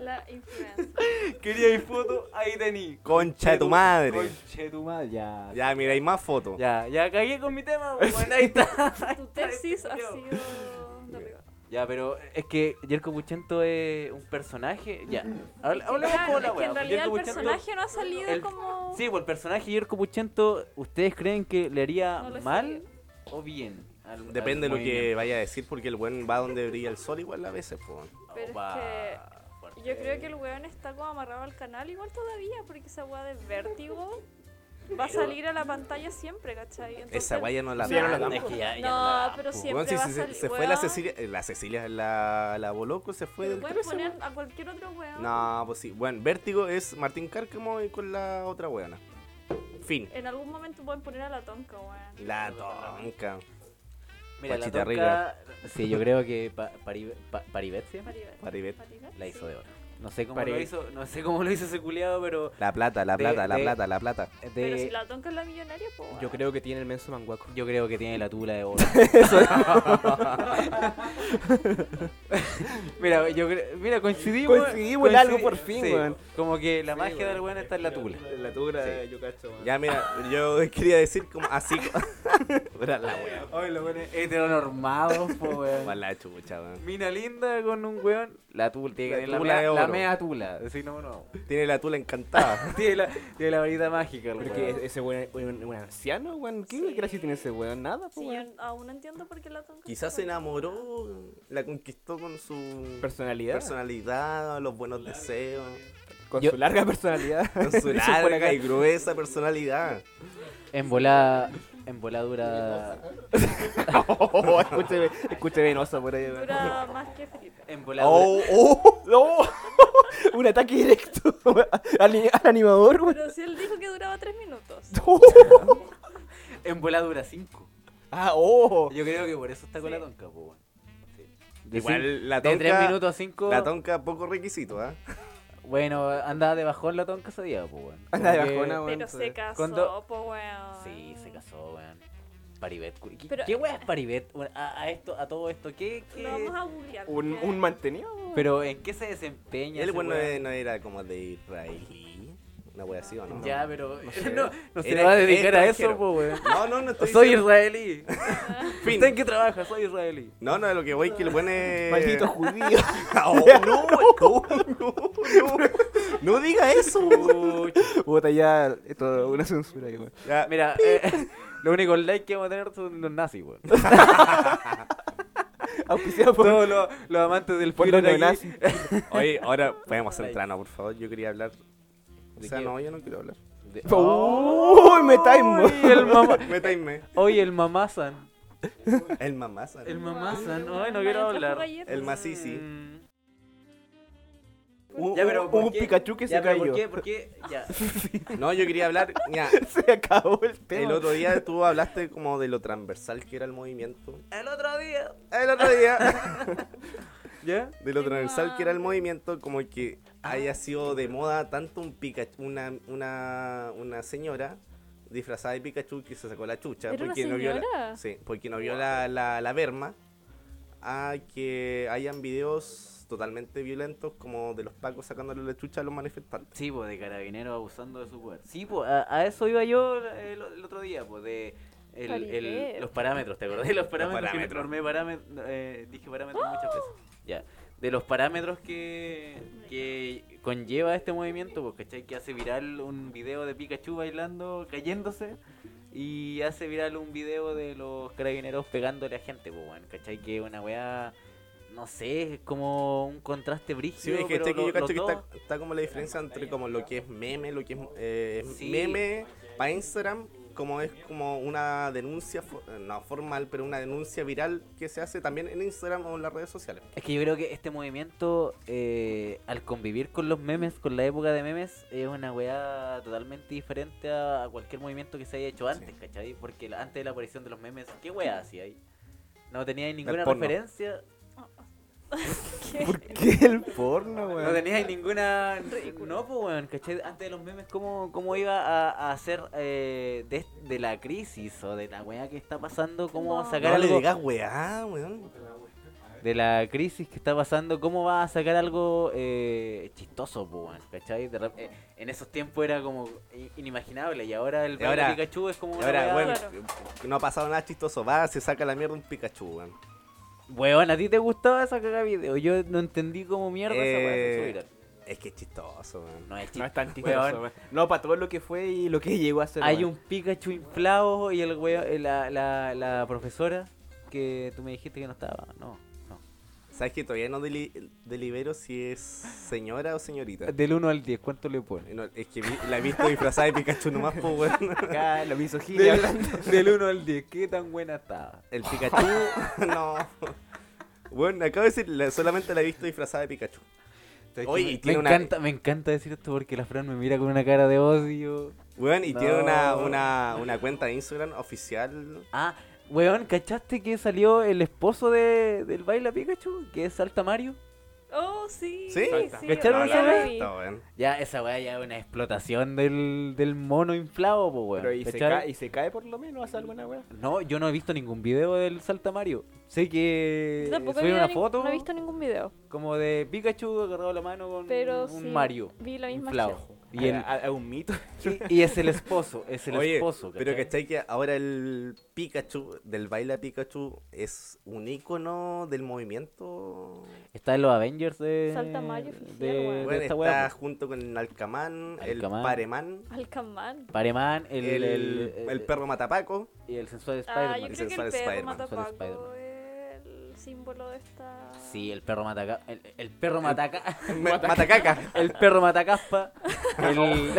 E: La influencer.
A: *laughs* Quería ir foto, ahí tení.
B: Concha de tu madre.
A: Conche tu madre, ya.
B: Ya, mira, hay más fotos.
A: Ya, ya cagué con mi tema, pues, weón. Ahí *laughs* está.
E: Tu tesis ha sido. de rigor.
A: Ya, pero es que Jerko Puchento es un personaje. Ya, habla- hablemos
E: Claro,
A: con la
E: es que
A: weá.
E: en realidad el
A: Jerko Puchento-
E: personaje no ha salido
A: el-
E: como.
A: Sí, pues el personaje Jerko Puchento, ¿ustedes creen que le haría
E: No lo sé.
A: mal o bien? al-
B: Depende
A: al
B: de lo que
A: movimiento?
B: vaya a decir, porque el buen va donde brilla el sol igual a veces, po.
E: Pero es
A: Opa,
E: que
A: fuerte.
E: Yo creo que el weón está como amarrado al canal igual todavía, porque esa weá de vértigo va a salir a la pantalla siempre, ¿cachai? Entonces-
B: Esa guaya no la
F: Sí, ya no la
B: dan,
F: dan,
A: Es
B: po.
A: que ya- ya
E: No,
A: la dan,
E: pero
A: po.
E: siempre-
B: Weón, si
E: va a
B: se, se-
E: salir,
B: se fue la
E: weón.
B: Cecilia, eh, la Cecilia la, la Boloco se fue
E: Pero
B: del
E: pueden
B: trece,
E: poner
B: weón.
E: a cualquier otro weón.
B: No, pues sí. Bueno, Vértigo es Martín Cárcamo y con la otra weona. Fin.
E: En algún momento pueden poner a la tonca, weón.
B: La tonca.
A: Mira, la
B: Pachita
A: tonca- Sí, yo creo que pa, Pari- pa- Paribet se llama,
E: Paribet.
B: Paribet.
E: Paribet,
A: la hizo
E: sí.
A: de oro. No sé cómo lo
F: Paribet.
A: hizo, no sé cómo lo hizo ese culiado, pero
B: La plata, la
A: De-
B: plata, la
A: de-
B: plata, la plata.
A: de-
E: Pero si la tonca es la millonaria, pues.
F: Yo creo que tiene el menso manguaco.
A: yo creo que tiene la tula de
F: *laughs*
A: oro. *laughs* mira, yo creo- mira, coincidimos,
F: Coincidimos en algo por fin,
A: sí,
F: weón.
A: Como que la magia
F: weón.
A: del weón está en la tula.
F: La tula,
B: Sí.
F: yo cacho, weón.
B: Ya, mira, yo *laughs* quería decir como así. co- *laughs* Era la wea.
A: Ay, lo pone *laughs* heteronormado, po,
B: Pa'
A: weón.
B: la chucha, weón.
A: Mina linda con un weón. La tula, tiene que tener la,
B: La tula
A: mea-
B: de
A: la
B: oro.
A: mea tula. Decir, no, no. *laughs*
B: Tiene la tula encantada.
A: Tiene la, tiene la varita mágica, el
F: Pero
A: weón.
F: que ese weón es un, un anciano, weón. ¿Qué
E: Sí.
F: gracia tiene ese weón? Nada, po,
E: Sí,
F: weón.
E: yo aún no entiendo por qué la tonca.
B: Quizás se enamoró, la conquistó con su
F: Personalidad.
B: personalidad, los buenos deseos,
F: Con
A: Yo-
F: su larga
A: *laughs*
F: personalidad.
B: con
F: *laughs*
B: su larga y gruesa personalidad.
A: En volada. En volada dura.
F: Oh, escúcheme, escúcheme venosa por ahí, weón. *laughs*
E: Dura más que Felipe.
A: En volada dura.
B: Oh, oh,
F: ¡No! *laughs* un ataque directo *laughs* al, al animador, weón.
E: Pero si él dijo que duraba tres
B: *laughs*
E: minutos.
A: En volada dura 5.
F: Ah, oh.
A: Yo creo que por eso está con
E: Sí.
A: la tonca, po, weón. Sí. De cin-
B: Igual la
A: De 3
B: tonca,
A: minutos a 5.
B: la tonca poco requisito, ¿ah?
A: Bueno, andaba de bajón la tonca ese día, po, weón.
F: Anda de
A: Como que-
F: bajona, weón.
E: Pero se casó,
A: Cuando-
E: po, weón.
A: Sí, se casó, weón. Paribet. cu- ¿Qué,
E: Pero-
A: qué weá es Paribet? Bueno, A, a esto, a todo esto, ¿qué? qué-
E: Lo vamos a googlear.
F: Un,
E: porque-
F: un mantenido, weón.
A: Pero ¿en qué se desempeña?
B: Él
A: ese
B: bueno
A: weón?
B: no era como de israelí, una wea así, ¿o no?
A: Ya, pero. *laughs* No,
F: sé.
A: no, se
B: Era-
A: va a dedicar
B: era
A: a
B: extranjero.
A: eso, po, weón.
B: No, no, no estoy
A: Soy
B: diciendo-
A: israelí.
B: Fin.
A: ¿Usted en qué trabaja? Soy israelí.
B: No, no, lo que voy es que el buen es... *laughs*
F: Maldito judío.
B: Oh, no, no, no, no, no diga eso.
F: Puta, ya. Esto, una censura ahí, weón.
B: Ya,
A: *laughs* Mira, eh, lo único like que vamos a tener son los nazis, weón.
F: Auspiciado por...
A: Todos los, los amantes del
F: Por
A: filo
F: los
A: aquí. *laughs*
F: neonazis.
B: Oye, ahora podemos hacer plano, por favor. Yo quería hablar. O sea, no, yo no quiero hablar.
A: De-
F: Uy, me taimo.
A: Uy, el
B: *laughs*
F: *laughs*
A: mamá.
B: Metaime.
A: Oye, el mamazan.
B: El mamaza.
A: El
B: ¿no?
A: mamazan. Ay, no quiero hablar.
B: El macizi.
A: Mm.
F: Un-
A: Ya, pero
F: un-
A: ¿por
F: un
A: qué?
F: Pikachu que
A: Ya,
F: se
A: pero
F: cayó.
A: ¿Por qué? ¿Por qué? *laughs* Ya.
B: No, yo quería hablar. mira,
F: *laughs* Se acabó el tema.
B: el otro día tú hablaste como de lo transversal que era el movimiento.
A: El otro día.
B: El otro día. *laughs*
A: ¿Ya?
B: De lo
E: Tengo
B: transversal que era el
E: hambre.
B: movimiento, como que haya sido de moda tanto un Pikachu, una, una, una señora disfrazada de Pikachu que se sacó la chucha
E: ¿Era una
B: porque no vio la,
E: señora?
B: sí, porque no vio la, la, la verma a que hayan videos totalmente violentos como de los pacos sacándole la chucha a los manifestantes.
A: Sí, pues, de carabinero abusando de su poder. Sí, pues, a, a eso iba yo el, el otro día, pues, de... el- el-
E: Paribet.
A: los parámetros, ¿te acordás? de Los parámetros, que me
B: parámetros.
A: formé parámet- eh, dije parámetros muchas veces. Ya. De los parámetros que, que conlleva este movimiento, pues, ¿cachai? Que hace viral un video de Pikachu bailando, cayéndose, y hace viral un video de los carabineros pegándole a gente, pues, weón, ¿cachai? Que una weá, no sé, es como un contraste brígido,
B: Sí, es que,
A: pero
B: este que
A: lo-
B: yo cacho
A: los
B: que
A: dos-
B: está, está como la diferencia entre como lo que es meme, lo que es eh,
A: Sí.
B: meme para Instagram, como es como una denuncia, fo- eh, no formal, pero una denuncia viral que se hace también en Instagram o en las redes sociales.
A: Es que yo creo que este movimiento, eh, al convivir con los memes, con la época de memes, es una weá totalmente diferente a a cualquier movimiento que se haya hecho antes, ¿cachai? Porque la- antes de la aparición de los memes, ¿qué weá hacía ahí? No teníais ninguna
B: porno.
A: referencia,
F: ¿Por qué el porno,
A: no
F: weón?
A: teníais ninguna...
E: Ridículo.
A: No, pues weón, ¿cachai? Antes de los memes, ¿cómo, cómo iba a, a hacer eh, de, de la crisis o de la weá que está pasando? ¿Cómo
E: No.
A: sacar
B: No le
A: algo
B: digas weá, weón.
A: de la crisis que está pasando, ¿cómo va a sacar algo eh, chistoso, po, weón? ¿Cachai? De rep- eh, en esos tiempos era como i- inimaginable y ahora el
B: Y
A: baile
B: ahora-
A: de Pikachu es como una
B: Ahora,
A: weá-
B: bueno,
E: Claro.
B: no ha pasado nada chistoso. Va, se saca la mierda un Pikachu, weón.
A: Weón, ¿a ti te gustaba esa caga video? Yo no entendí cómo mierda esa weá se
B: Eh,
A: hizo viral.
B: Es que es chistoso, weón.
A: No es
F: No
A: chiste.
F: es tan
A: Weón.
F: chistoso, weón. No, para todo lo que fue y lo que llegó a ser.
A: Hay
F: weón.
A: un Pikachu inflado y el weón, eh, la, la, la profesora que tú me dijiste que no estaba. No, no.
B: ¿Sabes que todavía no deli- delibero si es señora o señorita?
A: Del 1 al 10, ¿cuánto le pones?
B: No, es que vi- la he visto disfrazada de Pikachu nomás, po, weón.
F: Acá la *laughs* misoginia.
A: Del,
F: hablando.
A: *laughs* del 1 al 10, ¿qué tan buena estaba? *laughs*
B: El Pikachu. no. Bueno, acabo de decir, la- solamente la he visto disfrazada de Pikachu. Oye, y
A: Me
B: tiene una.
A: encanta, me encanta decir esto porque la Fran me mira con una cara de odio.
B: Weón, y tiene una,
A: No.
B: una, una cuenta de Instagram oficial.
A: Ah, weón, ¿cachaste que salió el esposo de, del baila Pikachu? Que es Salta Mario.
E: Oh, sí.
B: ¿Sí?
A: ¿Cacharon
E: oye,
A: esa
E: lo
A: wea?
E: vi.
B: Está, weón.
A: Ya, esa weá ya es una explotación del, del mono inflado, po, weón.
F: Pero y se,
A: ¿cachai?
F: cae, y se cae por lo menos, hace alguna weón.
A: No, yo no he visto ningún video del Salta Mario. Sé que
E: Yo tampoco he
A: subieron
E: visto
A: una
E: ni-
A: foto
E: No he visto ningún video.
A: como de Pikachu agarrado la mano con
E: Pero
A: un
E: sí,
A: Mario
E: Vi la misma
A: inflado.
E: escena.
A: Y, el,
F: es un *laughs* mito.
A: y, y es el esposo, es el
B: Oye,
A: esposo.
B: pero
A: ¿cachai?
B: ¿cachai que ahora el Pikachu, del baile Pikachu, es un icono del movimiento?
A: Está en los Avengers de.
E: Salta Mario oficial,
A: de,
E: weón.
A: de
B: Weón,
A: esta
B: está
A: weá, po.
B: junto con el Alcamán,
A: Alcamán.
B: el Pareman,
E: Alcamán.
A: Pareman, el,
B: el, el perro matapaco.
A: y el sensual
E: Ah,
A: Spider-Man.
E: yo
B: El
E: creo que el
B: sensual
E: perro
B: Spider-Man.
A: Sensual
E: matapaco es el símbolo de esta...
A: Sí, el perro mataca, el, el perro
B: *laughs*
A: mataca,
B: Me- Matacaca.
A: el perro
B: *laughs*
A: matacaspa. El... *laughs*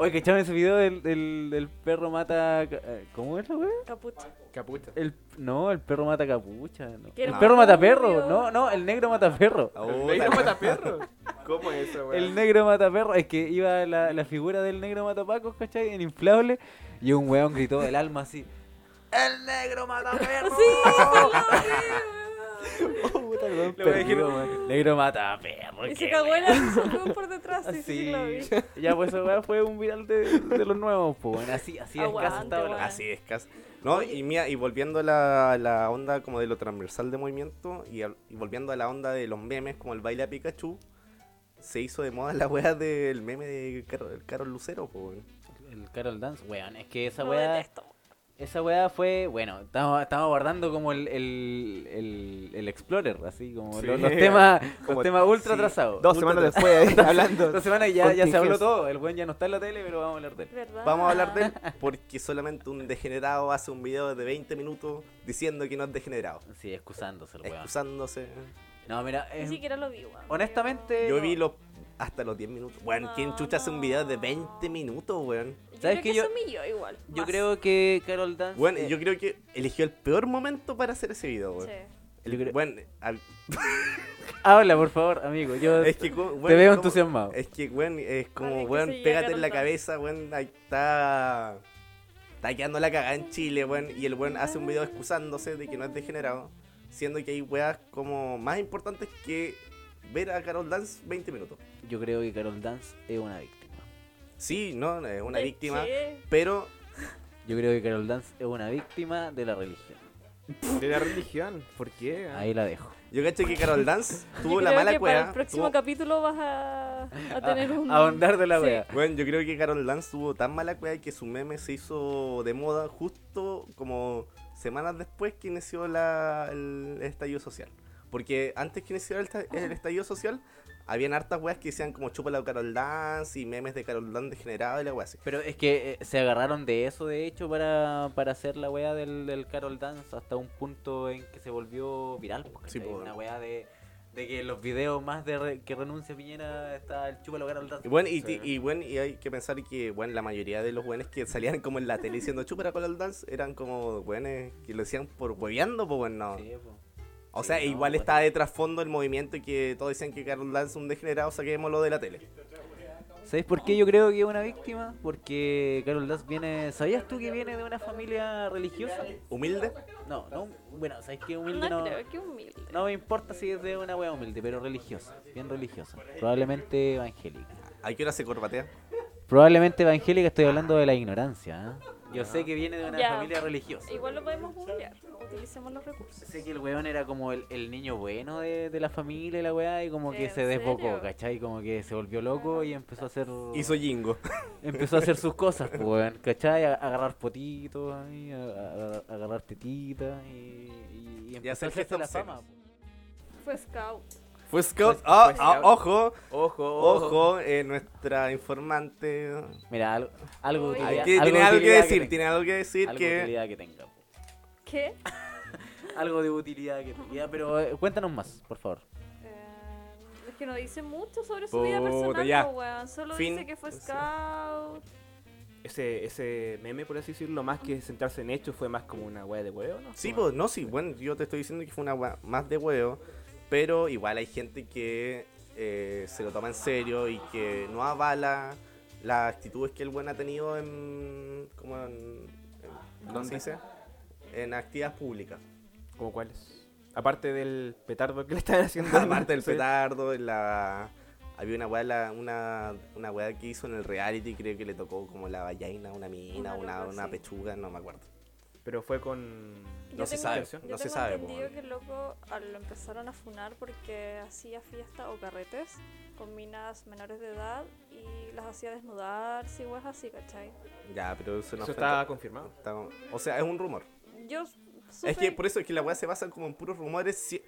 A: Oye, que echaron ese video del, del, del perro mata eh, ¿cómo es la weá?
E: Capucha.
F: Capucha.
A: El no, el perro mata capucha, no.
E: Qué
A: El
B: hermoso,
A: perro mata perro,
E: Dios.
A: no, no, el negro mata perro.
B: Oh,
F: negro
B: la-
F: mata perro. *laughs* ¿Cómo es eso, weón?
A: El negro mataperro, es que iba la, la figura del negro matapacos, ¿cachai? En inflable, y un weón gritó del alma así: ¡El negro
E: Ah,
A: mataperro!
E: *laughs*
A: *laughs*
F: Puta, weón,
A: Le voy a decir,
F: perdido, weón.
A: negro mataperro.
E: Y
A: qué
E: se cagó el aviso por detrás. Sí, sí, sí, lo vi.
A: Así. Ya, pues esa weá fue un viral de, de los nuevos, pues bueno, así, así es
E: Aguante,
A: casa está ahora.
E: weón.
B: Así es, casi. No, y mira, y volviendo a la, la onda como de lo transversal de movimiento y, al- y volviendo a la onda de los memes como el baile a Pikachu, se hizo de moda *laughs* la weá del meme de Carol, Carol Lucero, po, weón.
A: El Carol Dance, weón, es que esa
E: Lo
A: weá
E: detesto.
A: Esa weá fue, bueno, estamos, estamos abordando como el, el, el, el Explorer, así como
B: Sí.
A: los, los *laughs* temas,
B: Como-
A: los temas ultra
B: sí,
A: atrasados.
F: Dos semanas después, ahí, *laughs* hablando.
A: Esta semana ya, ya se habló
F: Contingencia.
A: todo, el weón ya no está en la tele, pero vamos a hablar de él.
E: ¿Verdad?
B: Vamos a hablar de él porque solamente un degenerado hace un video de 20 minutos diciendo que no es degenerado,
A: Sí, excusándose el weón.
B: excusándose.
A: No, mira,
E: Ni
A: es-
E: siquiera lo vi, weón.
A: honestamente...
B: Yo
A: no.
B: vi los hasta los 10 minutos. Bueno, ¿quién chucha hace un video de 20 minutos, weón?
E: Yo
A: ¿Sabes qué?
E: creo que
A: Yo-
E: eso humilló igual.
A: Yo
E: más.
A: creo que Carol Dance...
B: Bueno,
A: eh,
B: yo creo que eligió el peor momento para hacer ese video,
E: Sí.
B: weón. El-
A: Yo creo-
B: Bueno, al-
A: Habla, por favor, amigo. Yo
B: es
A: *laughs*
B: que, weón,
A: te veo
B: ¿cómo-
A: entusiasmado.
B: Es que, weón, es como,
E: Alguien que
B: weón,
E: se llega
B: pégate en la
E: calentando.
B: cabeza, weón, ahí está. Está quedando la cagada en Chile, weón. Y el weón hace un video excusándose de que no es degenerado. Siendo que hay weas como más importantes que ver a Carol Dance 20 minutos.
A: Yo creo que Carol Dance es una víctima.
B: Sí, no, es una
E: ¿De
B: víctima.
E: qué?
B: Pero
A: Yo creo que Carol Dance es una víctima de la religión.
F: De la religión. ¿Por qué?
A: Ahí la dejo.
B: yo cacho que Carol Dance
E: *laughs* Yo
B: tuvo la
E: creo
B: mala
E: que
B: cueva.
E: Para el próximo
B: tuvo-
E: capítulo vas a, a tener un.
A: Ah, Ahondar de la
E: Sí.
A: wea.
B: Bueno, yo creo que Carol Dance tuvo tan mala cueva que su meme se hizo de moda justo como semanas después que inició la, el estallido social. Porque antes que iniciara el, esta- el estallido social, habían hartas weas que decían como chupa la Carol Dance y memes de Carol Dance degenerado y la wea así.
A: Pero es que eh, se agarraron de eso, de hecho, para, para hacer la wea del, del Carol Dance hasta un punto en que se volvió viral. po,
B: Sí,
A: ¿cachai?
B: po.
A: Una wea de, de que los videos más de re- que renuncia Piñera está el chúpalo Carol Dance.
B: Y bueno, y,
F: Sí.
B: y bueno, y hay que pensar que bueno, la mayoría de los weones que salían como en la tele diciendo chupa la Carol Dance eran como weones que lo decían por hueveando, pues bueno.
A: Sí, po.
B: O
A: Sí,
B: sea,
A: no,
B: igual
A: bueno.
B: está de trasfondo el movimiento y que todos decían que Carol Dance es un degenerado, saquémoslo de la tele.
A: ¿Sabes por qué yo creo que es una víctima? Porque Carol Dance viene. ¿Sabías tú que viene de una familia religiosa?
B: ¿Humilde?
A: No, no. Bueno, ¿sabes qué? Humilde
E: *laughs* No
A: no.
E: creo que humilde.
A: No me importa si es de una wea humilde, pero religiosa. Bien religiosa. Probablemente evangélica.
B: ¿A qué hora se corbatea?
A: Probablemente evangélica, estoy hablando de la ignorancia. ¿eh? Yo sé que viene de una
E: Ya.
A: familia religiosa.
E: Igual lo podemos googlear. Utilicemos los recursos.
A: Sé que el weón era como el, el niño bueno de, de la familia y la weá, y como que
E: ¿En
A: se desbocó,
E: serio?
A: ¿cachai? Como que se volvió loco y empezó a hacer.
B: Hizo jingo.
A: Empezó a hacer sus cosas, pues, weón, ¿cachai? A, a agarrar potitos, ahí, a, a- a agarrar tetitas y, y, y empezó
B: hacer
A: a hacerse
B: gestos
A: la fama.
E: Fue scout.
B: *laughs* Fue scout.
F: Fue-
B: Ah,
F: fue
B: ah,
F: scout.
B: ojo,
F: Ojo, ojo.
B: ojo, eh, nuestra informante.
A: pues. Mira, algo, algo,
E: Ay.
A: de
B: Ay,
A: utilidad-
B: que- tiene
A: de
B: algo que
A: utilidad
B: decir,
A: tenga.
B: tiene algo que decir
A: Algo de
B: que.
A: utilidad que tenga. po.
E: ¿Qué?
A: Algo de utilidad que tenga. Ya, pero eh, cuéntanos más, por favor.
E: Eh, es que no dice mucho sobre su vida
B: Puta,
E: personal,
B: ya.
E: po, weón. Solo
B: Fin.
E: dice que fue
B: O sea.
E: scout.
F: Ese, ese meme, por así decirlo, más que centrarse en hechos, fue más como una wea de huevo, ¿no?
B: Sí,
F: Como-
B: pues, no, sí, bueno, yo te estoy diciendo que fue una gua- más de huevo, pero igual hay gente que eh, se lo toma en serio y que no avala las actitudes que el buen ha tenido en. como en. en- ¿Cómo se
F: ¿Dónde?
B: dice? En actividades
F: *laughs*
B: públicas.
F: ¿Como cuáles? Aparte del petardo que
B: *laughs*
F: le estaban haciendo.
B: Aparte del
F: Sí.
B: petardo, en la... había una weá, la- una, una weá que hizo en el reality, creo que le tocó como la vallaina, una mina,
E: Una
B: una,
E: loca,
B: una
E: sí.
B: pechuga, no me acuerdo.
F: Pero fue con.
B: No se sabe,
E: Yo
B: no se
E: tengo
B: sabe. po,
E: entendido
B: weón.
E: que el loco ah, lo empezaron a funar porque hacía fiestas o carretes con minas menores de edad y las hacía desnudar, si weas así, ¿cachai?
B: Ya, pero eso no
F: Eso
B: fue-
F: está confirmado.
B: está- O sea, es un rumor.
E: Yo
B: Es que por eso es que la weá se basa como en puros rumores, si-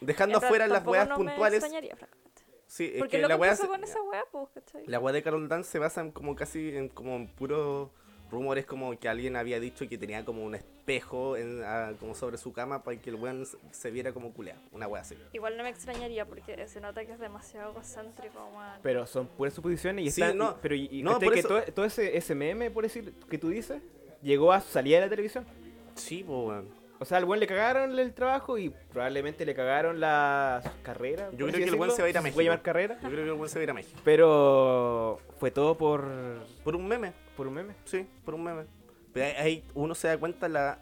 B: dejando
E: fuera
B: fuera las weas puntuales.
E: Me extrañaría, francamente.
B: Sí, es
E: Porque
B: que
E: lo
B: la
E: que
B: weá
E: pasó
B: se-
E: con esa wea, pues, ¿cachai?
B: La weá de Carol Dance se basa en como casi en, como en puros rumores como que alguien había dicho que tenía como un espejo en- ah, como sobre su cama para que el weón se- se viera como culea. Una weá así.
E: Igual no me extrañaría porque se nota que es demasiado egocéntrico, weón.
F: Pero son puras suposiciones y
B: Sí,
F: están-
B: no,
F: pero y, y
B: no,
F: ¿cachai
B: por
F: que
B: eso-
F: todo, todo ese, ese meme, por decir, que tú dices, llegó a salir de la televisión.
B: Sí, po, weón.
F: O sea, al buen le cagaron el trabajo y probablemente le cagaron la carrera.
B: Yo
F: por
B: creo
F: así
B: que el buen
F: decirlo,
B: se va a ir a
F: si
B: México.
F: puede llamar carrera.
B: Yo creo que el weón se va a ir a México.
F: Pero fue todo por,
B: Por un meme,
F: por un meme.
B: sí, por un meme. Pero ahí- ahí uno se da cuenta la.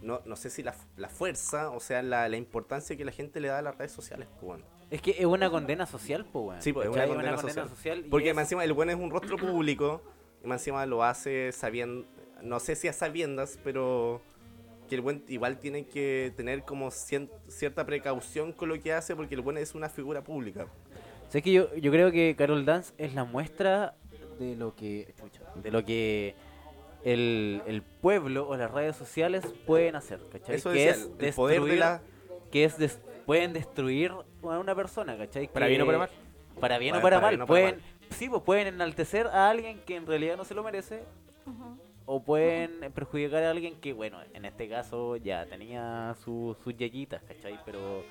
B: No, no sé si la, la fuerza, o sea, la, la importancia que la gente le da a las redes sociales, po, weón.
A: Es que es una condena social, po, weón.
B: Sí, po, es una
A: ¿Cachai?
B: condena
A: social. y
B: Porque
A: es-
B: más encima el buen es
A: *clears throat*
B: un rostro público, y más encima lo hace sabiendo. No sé si a sabiendas, pero. Que el buen igual tiene que tener como cien- cierta precaución con lo que hace, porque el buen es una figura pública.
A: Sé que yo, yo creo que Carol Dance es la muestra de lo que. chucha, de lo que el, el pueblo o las redes sociales pueden hacer, ¿cachai?
B: Eso
A: que
B: decía,
A: es
B: el poder de
A: destruir-
B: la...
A: que es des- pueden destruir a una persona, ¿cachai?
F: Para
A: Que-
F: bien o para mal.
A: Para bien o
B: Para-
A: para, mal.
B: para bien o para
A: pueden, Sí, pues pueden enaltecer a alguien que en realidad no se lo merece
E: Ujú.
A: o pueden eh, perjudicar a alguien que, bueno, en este caso ya tenía su- sus yayitas, ¿cachai? Pero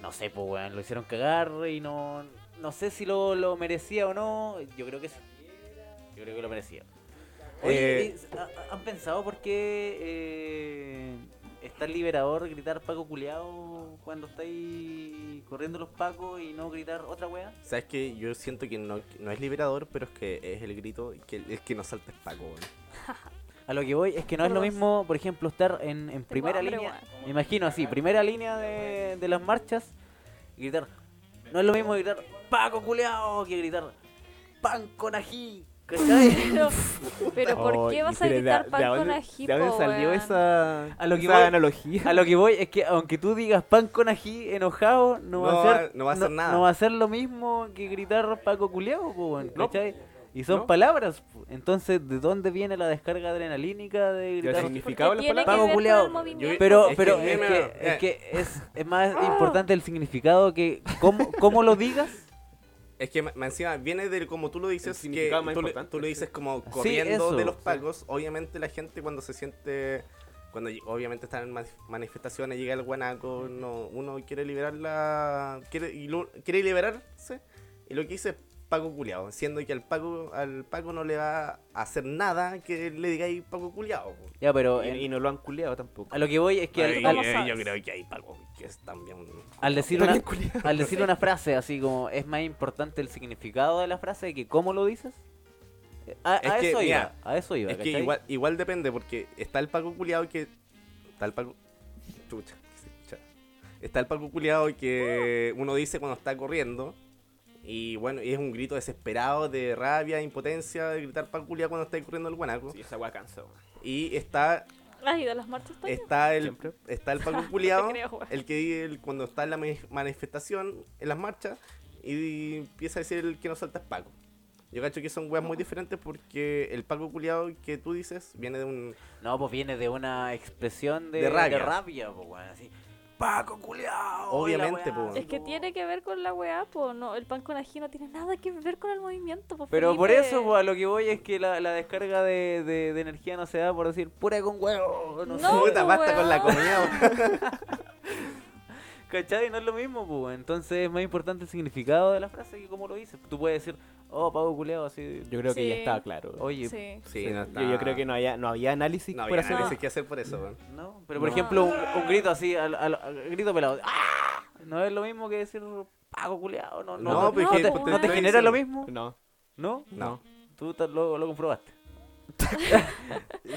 A: no sé, pues, weón, lo hicieron cagar y no, no sé si lo, lo merecía o no. Yo creo que sí. Yo creo que lo merecía. Oye,
B: Eh,
A: ¿y- ha- ¿han pensado por qué eh, está el liberador gritar Paco culeado cuando estáis corriendo los Pacos y no gritar otra wea?
B: ¿Sabes que Yo siento que no, no es liberador, pero es que es el grito, que el, el que nos salta es Paco, weón.
A: A lo que voy es que no es lo
E: Perdón.
A: mismo, por ejemplo, estar en, en primera
E: hambre,
A: línea. Me imagino así, primera línea de, de las marchas y gritar. No es lo mismo gritar Paco culeado que gritar pan con ají.
E: *laughs*
A: ¿Cachai?
E: *laughs* Pero, pero ¿por qué
B: Oh,
F: Ay,
E: vas a
F: pero
E: gritar
F: de-
E: pan
F: de
E: con
F: dónde-
E: ají,
F: ¿De dónde
E: po,
F: salió
E: weón?
F: esa,
A: A lo que
F: esa
A: voy-
F: analogía?
A: A lo que voy es que aunque tú digas pan con ají enojado, no, va
B: No
A: a
B: va-
A: ser,
B: no va a hacer nada.
A: no va a ser lo mismo que gritar Paco Culeado, po, weón,
F: No.
A: ¿cachai? Y son
F: No.
A: palabras, po. entonces, ¿de dónde viene la descarga adrenalínica de
F: ¿Lo
A: gritar
E: Porque
F: significado de las
E: tiene que
A: Paco
F: palabras?
E: ver con el
A: culiao.
E: movimiento.
B: Yo-
A: Pero,
B: Es
A: pero
B: que- Ah.
A: es,
B: no,
A: que,
B: no, no.
A: es que es- es más importante el significado que cómo, cómo lo digas.
B: Es que ma- ma- encima viene del como tú lo dices, que
F: significado más
B: tú, le-
F: importante,
B: tú lo
F: sí.
B: dices como
A: Sí,
B: corriendo
A: eso,
B: de los
A: sí.
B: pacos. Obviamente la gente cuando se siente, cuando ll- obviamente están en mas- manifestaciones, llega el guanaco, no, uno quiere liberarla, quiere, y lo- quiere liberarse y lo que dice es Paco culiao, siendo que al Paco, al Paco no le va a hacer nada que le digáis Paco culiao. po.
A: Ya, pero
F: Y,
A: en-
F: y no lo han culeado tampoco.
A: a lo que voy es que
B: Ay,
A: al,
E: ¿cómo
A: al-
B: eh,
E: sabes?
B: yo creo que hay Paco que es también...
A: al decir
F: También
A: una,
E: *laughs*
F: culeado.
A: al decir una frase así como es más importante el significado de la frase que cómo lo dices. A,
B: Es
A: a
B: que,
A: eso iba,
B: mira,
A: a eso iba.
B: Es que
A: ¿cachai?
B: igual, igual depende, porque está el Paco culiado que. Está el Paco. Chucha, sí, cha. Está el Paco culiado que uno dice cuando está corriendo. Y bueno, y es un grito desesperado de rabia, impotencia, de gritar Paco culiado cuando está corriendo el guanaco.
F: Sí, esa weá cansa, weón.
B: Y está,
E: Ay, de las marchas también.
B: está el
F: Siempre.
B: está el Paco
E: *laughs* No
B: culiado,
E: te creo, weón.
B: el que el- cuando está en la manif- manifestación, en las marchas, y empieza a decir el que no salta es Paco. Yo cacho que son weas muy diferentes porque el Paco culiado que tú dices viene de un
A: No, pues viene de una expresión de,
B: De rabia.
A: de rabia, pues, weón, así. Paco culiao.
B: Obviamente,
A: la weá,
B: pues.
A: así
E: Es que
A: como-
E: tiene que ver con la weá, po. No, el pan con ají no tiene nada que ver con el movimiento, po,
A: Pero por
E: Felipe.
A: eso, pues, a lo que voy es que la, la descarga de, de- de energía no se da por decir pura con huevo. No, sé.
E: No.
B: Puta,
E: po,
B: basta con la
E: weón.
B: comida.
A: ¿Cachai? No es lo mismo, pues. Entonces es más importante el significado de la frase que cómo lo dices. Tú puedes decir, oh, Paco culeado, así.
F: Yo creo que ya
E: Sí.
F: estaba claro.
A: Oye,
E: Sí.
B: *laughs* Sí,
F: yo-
B: no
F: yo, creo que no había, no había análisis
B: No
F: por
B: había
F: hacer
B: nada
E: eso.
B: que hacer por eso, weón.
A: ¿no? Pero por
F: No.
A: ejemplo, un, un grito así, al, al- al grito pelado. ¡Ah! No es lo mismo que decir Paco culeado. No, no,
B: No,
A: no,
B: pero
E: es que
A: te,
E: pues, te
A: no te
E: estoy
A: genera lo
B: diciendo.
A: mismo,
F: No,
A: ¿no?
B: No.
A: Tú te- lo, lo comprobaste.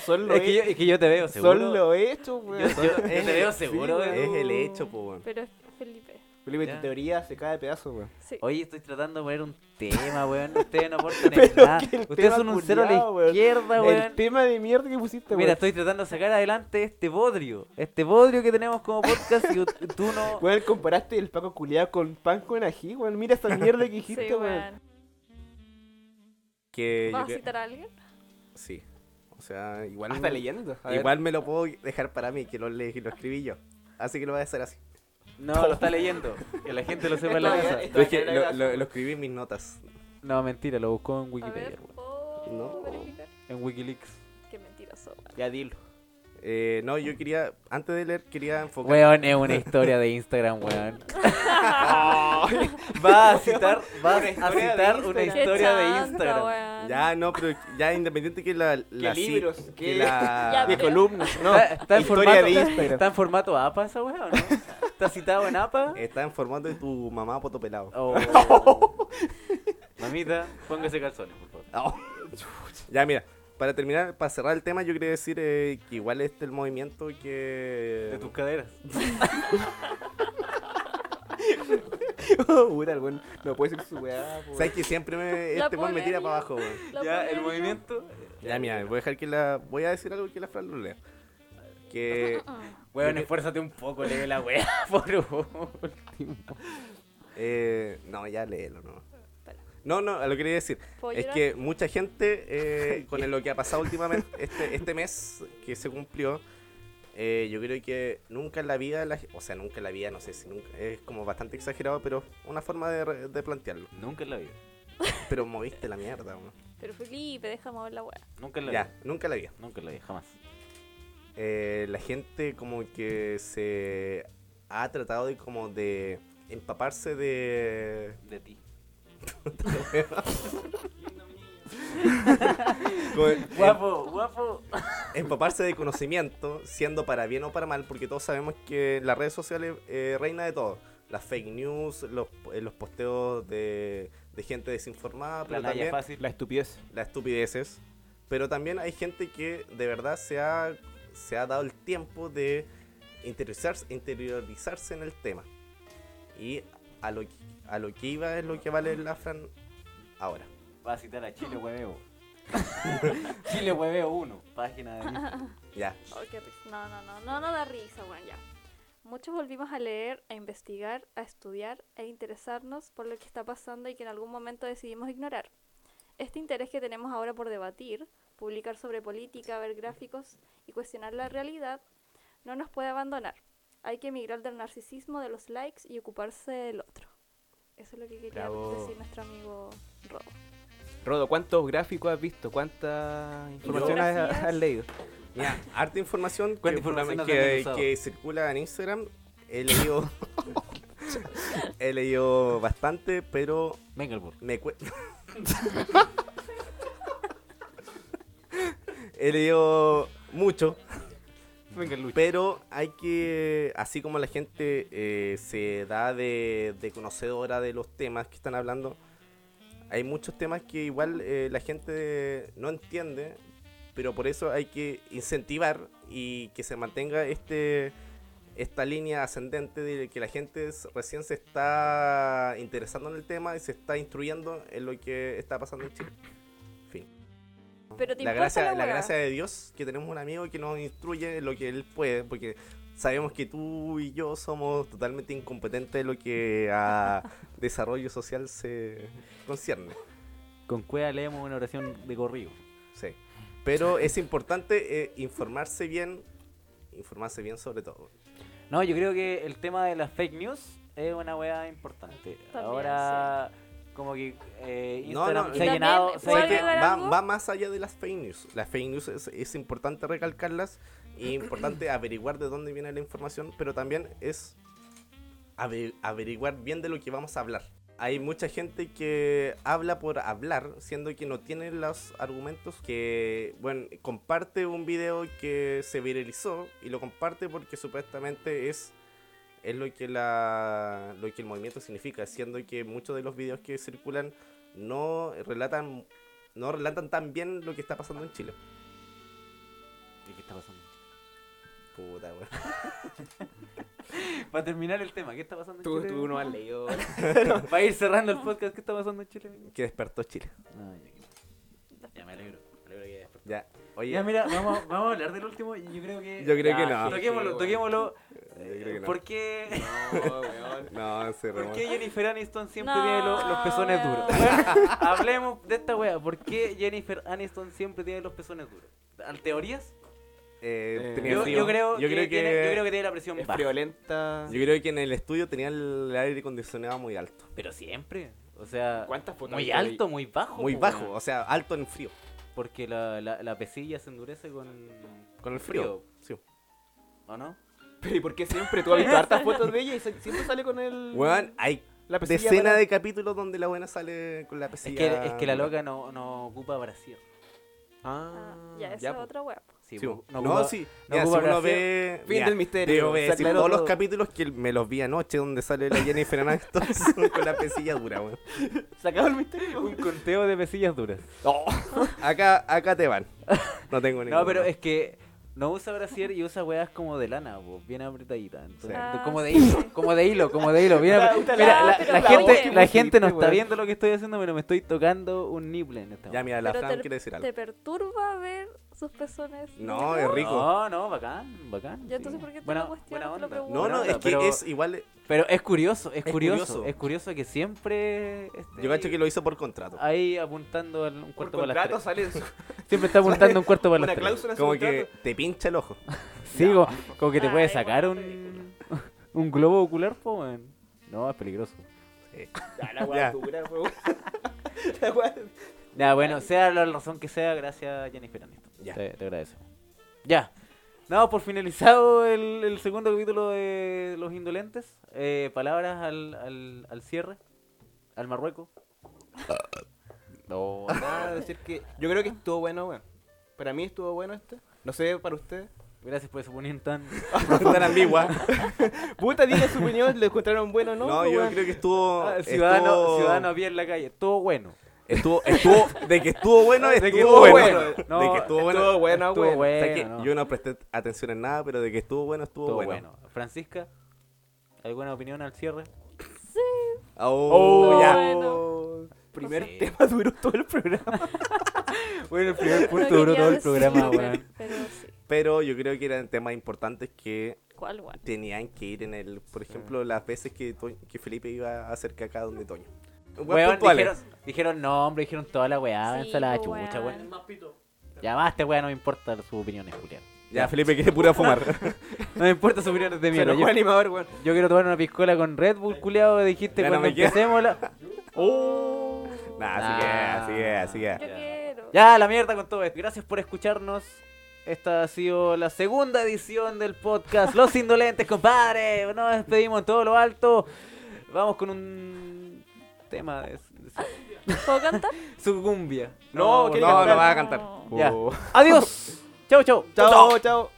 F: solo
A: Es que, yo, es que yo te veo, seguro.
F: Solo hecho, weón.
A: Yo- yo te
B: *laughs*
A: veo seguro,
F: weón.
B: Es el hecho, po, weón.
E: Pero es Felipe.
F: Felipe,
A: Ya.
F: tu teoría se cae de pedazos, weón.
E: Sí.
A: Oye, estoy tratando de poner un tema,
F: *laughs*
A: weón. Ustedes no aportan en
F: Pero
A: nada.
F: que el
A: Ustedes
F: tema
A: son un cero a
F: culiao,
A: la
F: weón.
A: izquierda,
F: El
A: weón.
F: tema de mierda que pusiste,
A: Mira,
F: weón.
A: estoy tratando de sacar adelante este bodrio. Este bodrio que tenemos como podcast y ut- tú no...
F: *laughs* Weón, comparaste el Paco culiado con pan con ají, weón. Mira esa mierda
E: *laughs*
F: que
E: Sí,
F: dijiste, weón.
E: weón.
B: Que yo
E: ¿Vas a
B: creo-
E: citar a alguien?
B: Sí. O sea, igual.
F: Hasta
B: me-
F: leyendo. a ver.
B: Igual me lo puedo dejar para mí, que lo, le- lo escribí yo. Así que lo voy a hacer así.
A: No, lo está leyendo. Que la gente lo sepa en la
F: Esto-
A: casa.
F: esto-
B: Pero es que
F: Está
B: lo,
F: bien,
B: lo-
F: gracias.
B: lo escribí en mis notas.
A: No, mentira, lo buscó en
E: A
A: Wikipedia,
E: ver.
A: weón.
E: Oh,
B: No.
E: verificar.
A: En Wikileaks.
E: Qué mentiroso, weón.
F: Ya dilo.
B: Eh, no, yo quería, antes de leer, quería enfocar.
A: Weón, es una historia de Instagram,
F: *laughs*
A: weón. Va a citar, va a
F: Una historia de
A: citar una
F: Instagram.
E: Qué
A: historia de
E: chanta,
A: Instagram.
E: weón.
B: Ya, no, pero ya independiente que la. la sí-
F: libros?
B: que
F: ¿Qué? *laughs*
B: la-
E: Ya,
F: De
A: *laughs*
E: pero-
F: columnas, no.
A: Está, está en
F: Historia
A: formato,
F: de Instagram.
A: está en formato APA esa weón, ¿no? ¿Está citado en APA?
B: Está en formato de tu mamá potopelado.
A: Oh. *laughs* Mamita, póngase calzones, por favor.
B: Ya, mira, para terminar, para cerrar el tema, yo quería decir eh, que igual este el movimiento que.
A: De tus caderas.
F: *laughs* Puta, el weón. No puede ser su weá, po,
B: ¿Sabes que siempre me,
E: *laughs* La
B: este weón me tira
E: polémica.
B: para abajo, weón?
E: La
A: Ya, el
E: polémica.
A: movimiento.
B: Ya, mira, voy a dejar que la. Voy a decir algo que la Fran lo lea.
E: *laughs*
B: Que.
A: Weón, esfuérzate un poco, lee la wea, *laughs* por favor.
B: eh, no, ya léelo, no.
E: Espera.
B: No, no, lo quería decir. Es
E: Pollera,
B: que mucha gente, eh,
E: *laughs*
B: con lo que ha pasado últimamente, este, este mes que se cumplió, eh, yo creo que nunca en la vida, la- o sea, nunca en la vida, no sé si nunca, es como bastante exagerado, pero una forma de, re- de plantearlo.
A: Nunca en la vida.
B: Pero moviste la mierda, weón.
E: Pero Felipe, deja mover la weá.
A: Nunca en la
B: Ya,
A: vida.
B: nunca en la vida.
A: Nunca en la vida, jamás.
B: eh, la gente como que se ha tratado de como de empaparse de
A: De ti.
B: como
A: *laughs*
B: de- em,
A: Guapo, guapo.
B: empaparse de conocimiento siendo para bien o para mal porque todos sabemos que las redes sociales eh, reina de todo las fake news los, eh, los posteos de, de gente desinformada
A: La
B: pero
A: talla
B: también
A: fácil.
F: La estupidez.
B: las estupideces, pero también hay gente que de verdad se ha, se ha dado el tiempo de interiorizarse, interiorizarse en el tema. Y a lo, que- a lo que iba es lo que vale la Fran ahora.
A: Va a citar a Chile Hueveo. *laughs* Chile Hueveo 1. Página de mí.
B: Ya.
E: Oh, qué risa. No, no, no, no, no da risa, bueno, ya. Muchos volvimos a leer, a investigar, a estudiar e interesarnos por lo que está pasando y que en algún momento decidimos ignorar. Este interés que tenemos ahora por debatir, publicar sobre política, ver gráficos y cuestionar la realidad, no nos puede abandonar. Hay que emigrar del narcisismo de los likes y ocuparse del otro. Eso es lo que quería
F: Bravo.
E: decir nuestro amigo Robo.
F: Rodo, ¿cuántos gráficos has visto? ¿Cuánta información has,
E: Infografías.
F: has leído?
B: Mira, harta información que,
A: ¿Cuánta información has
B: que,
A: analizado?
B: que circula en Instagram.
A: *laughs*
B: He leído, *laughs* he leído bastante, pero
A: Mengelburg.
B: Me cue- *laughs* He leído mucho, pero hay que, así como la gente eh, se da de, de conocedora de los temas que están hablando, hay muchos temas que igual eh, la gente no entiende, pero por eso hay que incentivar y que se mantenga este esta línea ascendente de que la gente es- recién se está interesando en el tema y se está instruyendo en lo que está pasando en Chile. Fin.
E: Pero te
B: La
E: importa
B: gracia,
E: la
B: la
E: hueá.
B: gracia de Dios que tenemos un amigo que nos instruye en lo que él puede, porque sabemos que tú y yo somos totalmente incompetentes en lo que
E: *laughs*
B: a desarrollo social se concierne.
A: Con Cuea leemos una oración de corrido.
B: Sí. Pero es importante eh, informarse bien, informarse bien sobre todo.
A: No, yo creo que el tema de las fake news es una weá importante.
E: También,
A: Ahora, como que eh,
B: No,
A: Instagram
B: no,
A: se ha
E: y-
A: llenado.
E: También,
A: Se
E: ¿puedo
A: ha
B: Sé que
A: llenado.
E: agregar
B: este va,
E: algo?
B: va más allá de las fake news. Las fake news es, es importante recalcarlas
E: *clears throat*
B: y importante averiguar de dónde viene la información, pero también es ave- averiguar bien de lo que vamos a hablar. Hay mucha gente que habla por hablar, siendo que no tiene los argumentos que, bueno, comparte un video que se viralizó y lo comparte porque supuestamente es es lo que la lo que el movimiento significa, siendo que muchos de los videos que circulan no relatan no relatan tan bien lo que está pasando en Chile.
A: ¿Y qué está pasando?
B: Puta, weón. *laughs*
A: Para terminar el tema, ¿qué está pasando en
F: Tú,
A: Chile?
F: tú no has leído.
A: *laughs* Para ir cerrando el podcast, ¿qué está pasando en Chile?
B: Que despertó Chile.
A: No, ya, ya me alegro. Me alegro que despertó.
B: Ya. Oye, eh,
A: Ya, mira, vamos, vamos a hablar del último. y Yo creo que.
B: Yo creo que
A: Ya,
B: no.
A: Toquémoslo,
F: Sí,
A: toquémoslo. Eh,
B: creo que
A: *laughs*
B: no.
A: ¿Por qué?
F: No, weón.
B: no, se
A: ¿Por
B: remó.
A: qué Jennifer Aniston siempre
E: No,
A: tiene lo- los pezones
E: weón.
A: duros? Hablemos de esta wea. ¿Por qué Jennifer Aniston siempre tiene los pezones duros? ¿Al- ¿Teorías?
B: Eh,
F: Eh,
B: tenía
A: Yo,
B: frío.
A: yo creo,
B: yo creo que,
A: tiene, yo creo que tiene la presión
F: *laughs* Es
A: baja.
F: friolenta.
B: yo creo que en el estudio tenía el aire acondicionado muy alto.
A: Pero siempre. O sea,
F: ¿Cuántas fotos
A: muy
F: hay por ahí?
A: alto, muy bajo.
B: Muy
A: po,
B: bajo,
A: weón.
B: o sea, alto en frío.
A: Porque la, la, la pecilla se endurece con.
B: Con el frío. Sí.
A: ¿O no?
F: Pero ¿y por qué siempre? Tú has visto hartas fotos de ella y se- siempre sale con el.
B: Weón, hay
F: la pecilla
B: decenas
F: para-
B: de capítulos donde la buena sale con la
A: Es
B: pesilla.
A: que, es que la
B: dura.
A: loca no, no ocupa brasier.
F: Ah,
E: Ah, ya, esa
F: ya,
E: es
F: po.
E: otra hueá.
A: Sí,
B: Sí,
A: po.
B: no,
A: ocupa-
B: sí.
A: no
B: Mira, si
A: ocupa
B: uno
A: brasier.
B: ve.
F: Fin
B: mira,
F: del misterio,
B: te voy a
F: se
B: decir
F: aclaró
B: todos los
F: todo.
B: capítulos que me los vi anoche donde sale la Jennifer Aniston *laughs* con la pesilla dura, weón.
F: Se acabó el misterio.
A: Un conteo de pesillas duras.
B: Acá, acá te van.
A: *laughs*
B: No tengo ningún
A: No, pero es que no usa brasier y usa weas como de lana, po, bien apretadita. Entonces,
B: Sí.
E: Ah,
A: como de
E: sí.
A: hilo, como de hilo, como de hilo. bien
F: Puta,
A: apre-
F: puta,
A: Mira,
E: la-
A: la,
E: pero
A: la
E: la voz
A: gente,
E: que
A: la
F: pusiste,
A: gente no está
F: weón.
A: viendo lo que estoy haciendo, pero me estoy tocando un nipple en este esta
B: Ya,
A: wea.
B: mira, la
E: Pero
B: Fran
E: te-
B: quiere decir
E: ¿Te
B: algo.
E: perturba ver sus pezones?
B: *laughs* No,
E: duros?
B: es rico.
A: No, no, bacán, bacán.
E: Ya, entonces, ¿por qué te lo cuestionas, te
B: No,
E: lo buena
B: no,
E: onda,
B: es que es igual. eh,
A: Pero es curioso, es,
B: Es
A: curioso,
B: curioso.
A: Es curioso que siempre. este,
B: Yo cacho que lo hizo por contrato.
A: Ahí apuntando al un
F: Por
A: cuarto para las
F: contrato
A: tres.
F: sale
A: *laughs* Siempre está apuntando un cuarto para
F: *laughs* una
A: las tres.
F: cláusula en su
B: Como que
F: contrato.
B: te pincha el ojo.
A: Sí,
F: No.
A: como, como que te
E: Ay,
A: puede sacar
E: bueno,
A: un, *laughs* un globo ocular, po, weón. No, es peligroso. *laughs*
F: Ah, la weá
B: Ya.
F: dura, weón. *laughs* La weá-
A: Ya, bueno, sea la razón que sea, gracias Jennifer Aniston.
B: Ya.
A: Te, te agradecemos. Ya. No, por finalizado el, el segundo capítulo de Los Indolentes. eh, palabras al, al, al cierre, al Marruecos. No,
F: *laughs* Nada, decir que yo creo que estuvo bueno, weón. Para mí estuvo bueno este. No sé, para usted.
A: gracias por esa opinión *laughs* tan...
B: Tan ambigua.
F: Puta, dile su opinión, ¿le encontraron bueno o no?
B: No, yo
F: weón?
B: creo que estuvo.
A: Ah, ciudadano,
B: estuvo-
A: ciudadano a pie en la calle. Todo bueno.
B: Estuvo, estuvo, de que estuvo bueno, estuvo,
F: que estuvo
B: bueno.
F: bueno.
A: No,
B: de que estuvo bueno.
F: estuvo bueno,
A: Estuvo
F: weón.
A: bueno.
B: O sea que
A: no.
B: Yo no presté atención en nada, pero de que estuvo bueno, estuvo,
A: Todo
B: bueno.
A: bueno. Francisca, ¿alguna opinión al cierre?
B: Oh,
E: Oh,
B: ya.
E: bueno.
F: Primer
A: Sí.
F: tema *laughs* duró todo el programa.
A: *laughs* Bueno, el primer
E: No
A: punto duró
E: quería
A: todo el
E: decirlo,
A: programa,
E: pero-
A: weón.
E: Pero sí.
B: Pero yo creo que eran temas importantes que
E: ¿Cuál, weón?
B: tenían que ir en el. Por ejemplo, las veces que, To- que Felipe iba a hacer caca donde Toño. Weas
A: Weón,
B: puntuales.
A: dijeron, dijeron nombre, dijeron toda la weá,
E: Sí,
A: avanza la
E: po,
A: chucha,
E: weón.
A: weón. Ya basta, weón, no me importa sus opiniones, Julián.
B: Ya, Felipe quiere pura fumar.
A: *laughs* No me importa sus opiniones de
F: Se
A: mierda.
F: enojó
A: Yo,
F: el animador, weón.
A: yo quiero tomar una piscola con Red Bull, culiado, dijiste
B: Ya no
A: cuando
B: me queda.
A: empecemos la... *laughs* Oh.
B: nah, así que, así que, así que.
E: Yo quiero.
A: Ya, la mierda con todo esto. Gracias por escucharnos. Esta ha sido la segunda edición del podcast Los Indolentes, compadre. Nos despedimos en todo lo alto. Vamos con un tema de, de su-
E: ¿Puedo cantar?
A: su cumbia.
F: No,
A: por
F: que
B: No,
A: favor.
B: no va a cantar.
E: No.
A: Ya.
F: Oh.
A: Adiós. *laughs* Chau, chau.
F: Chao, chao.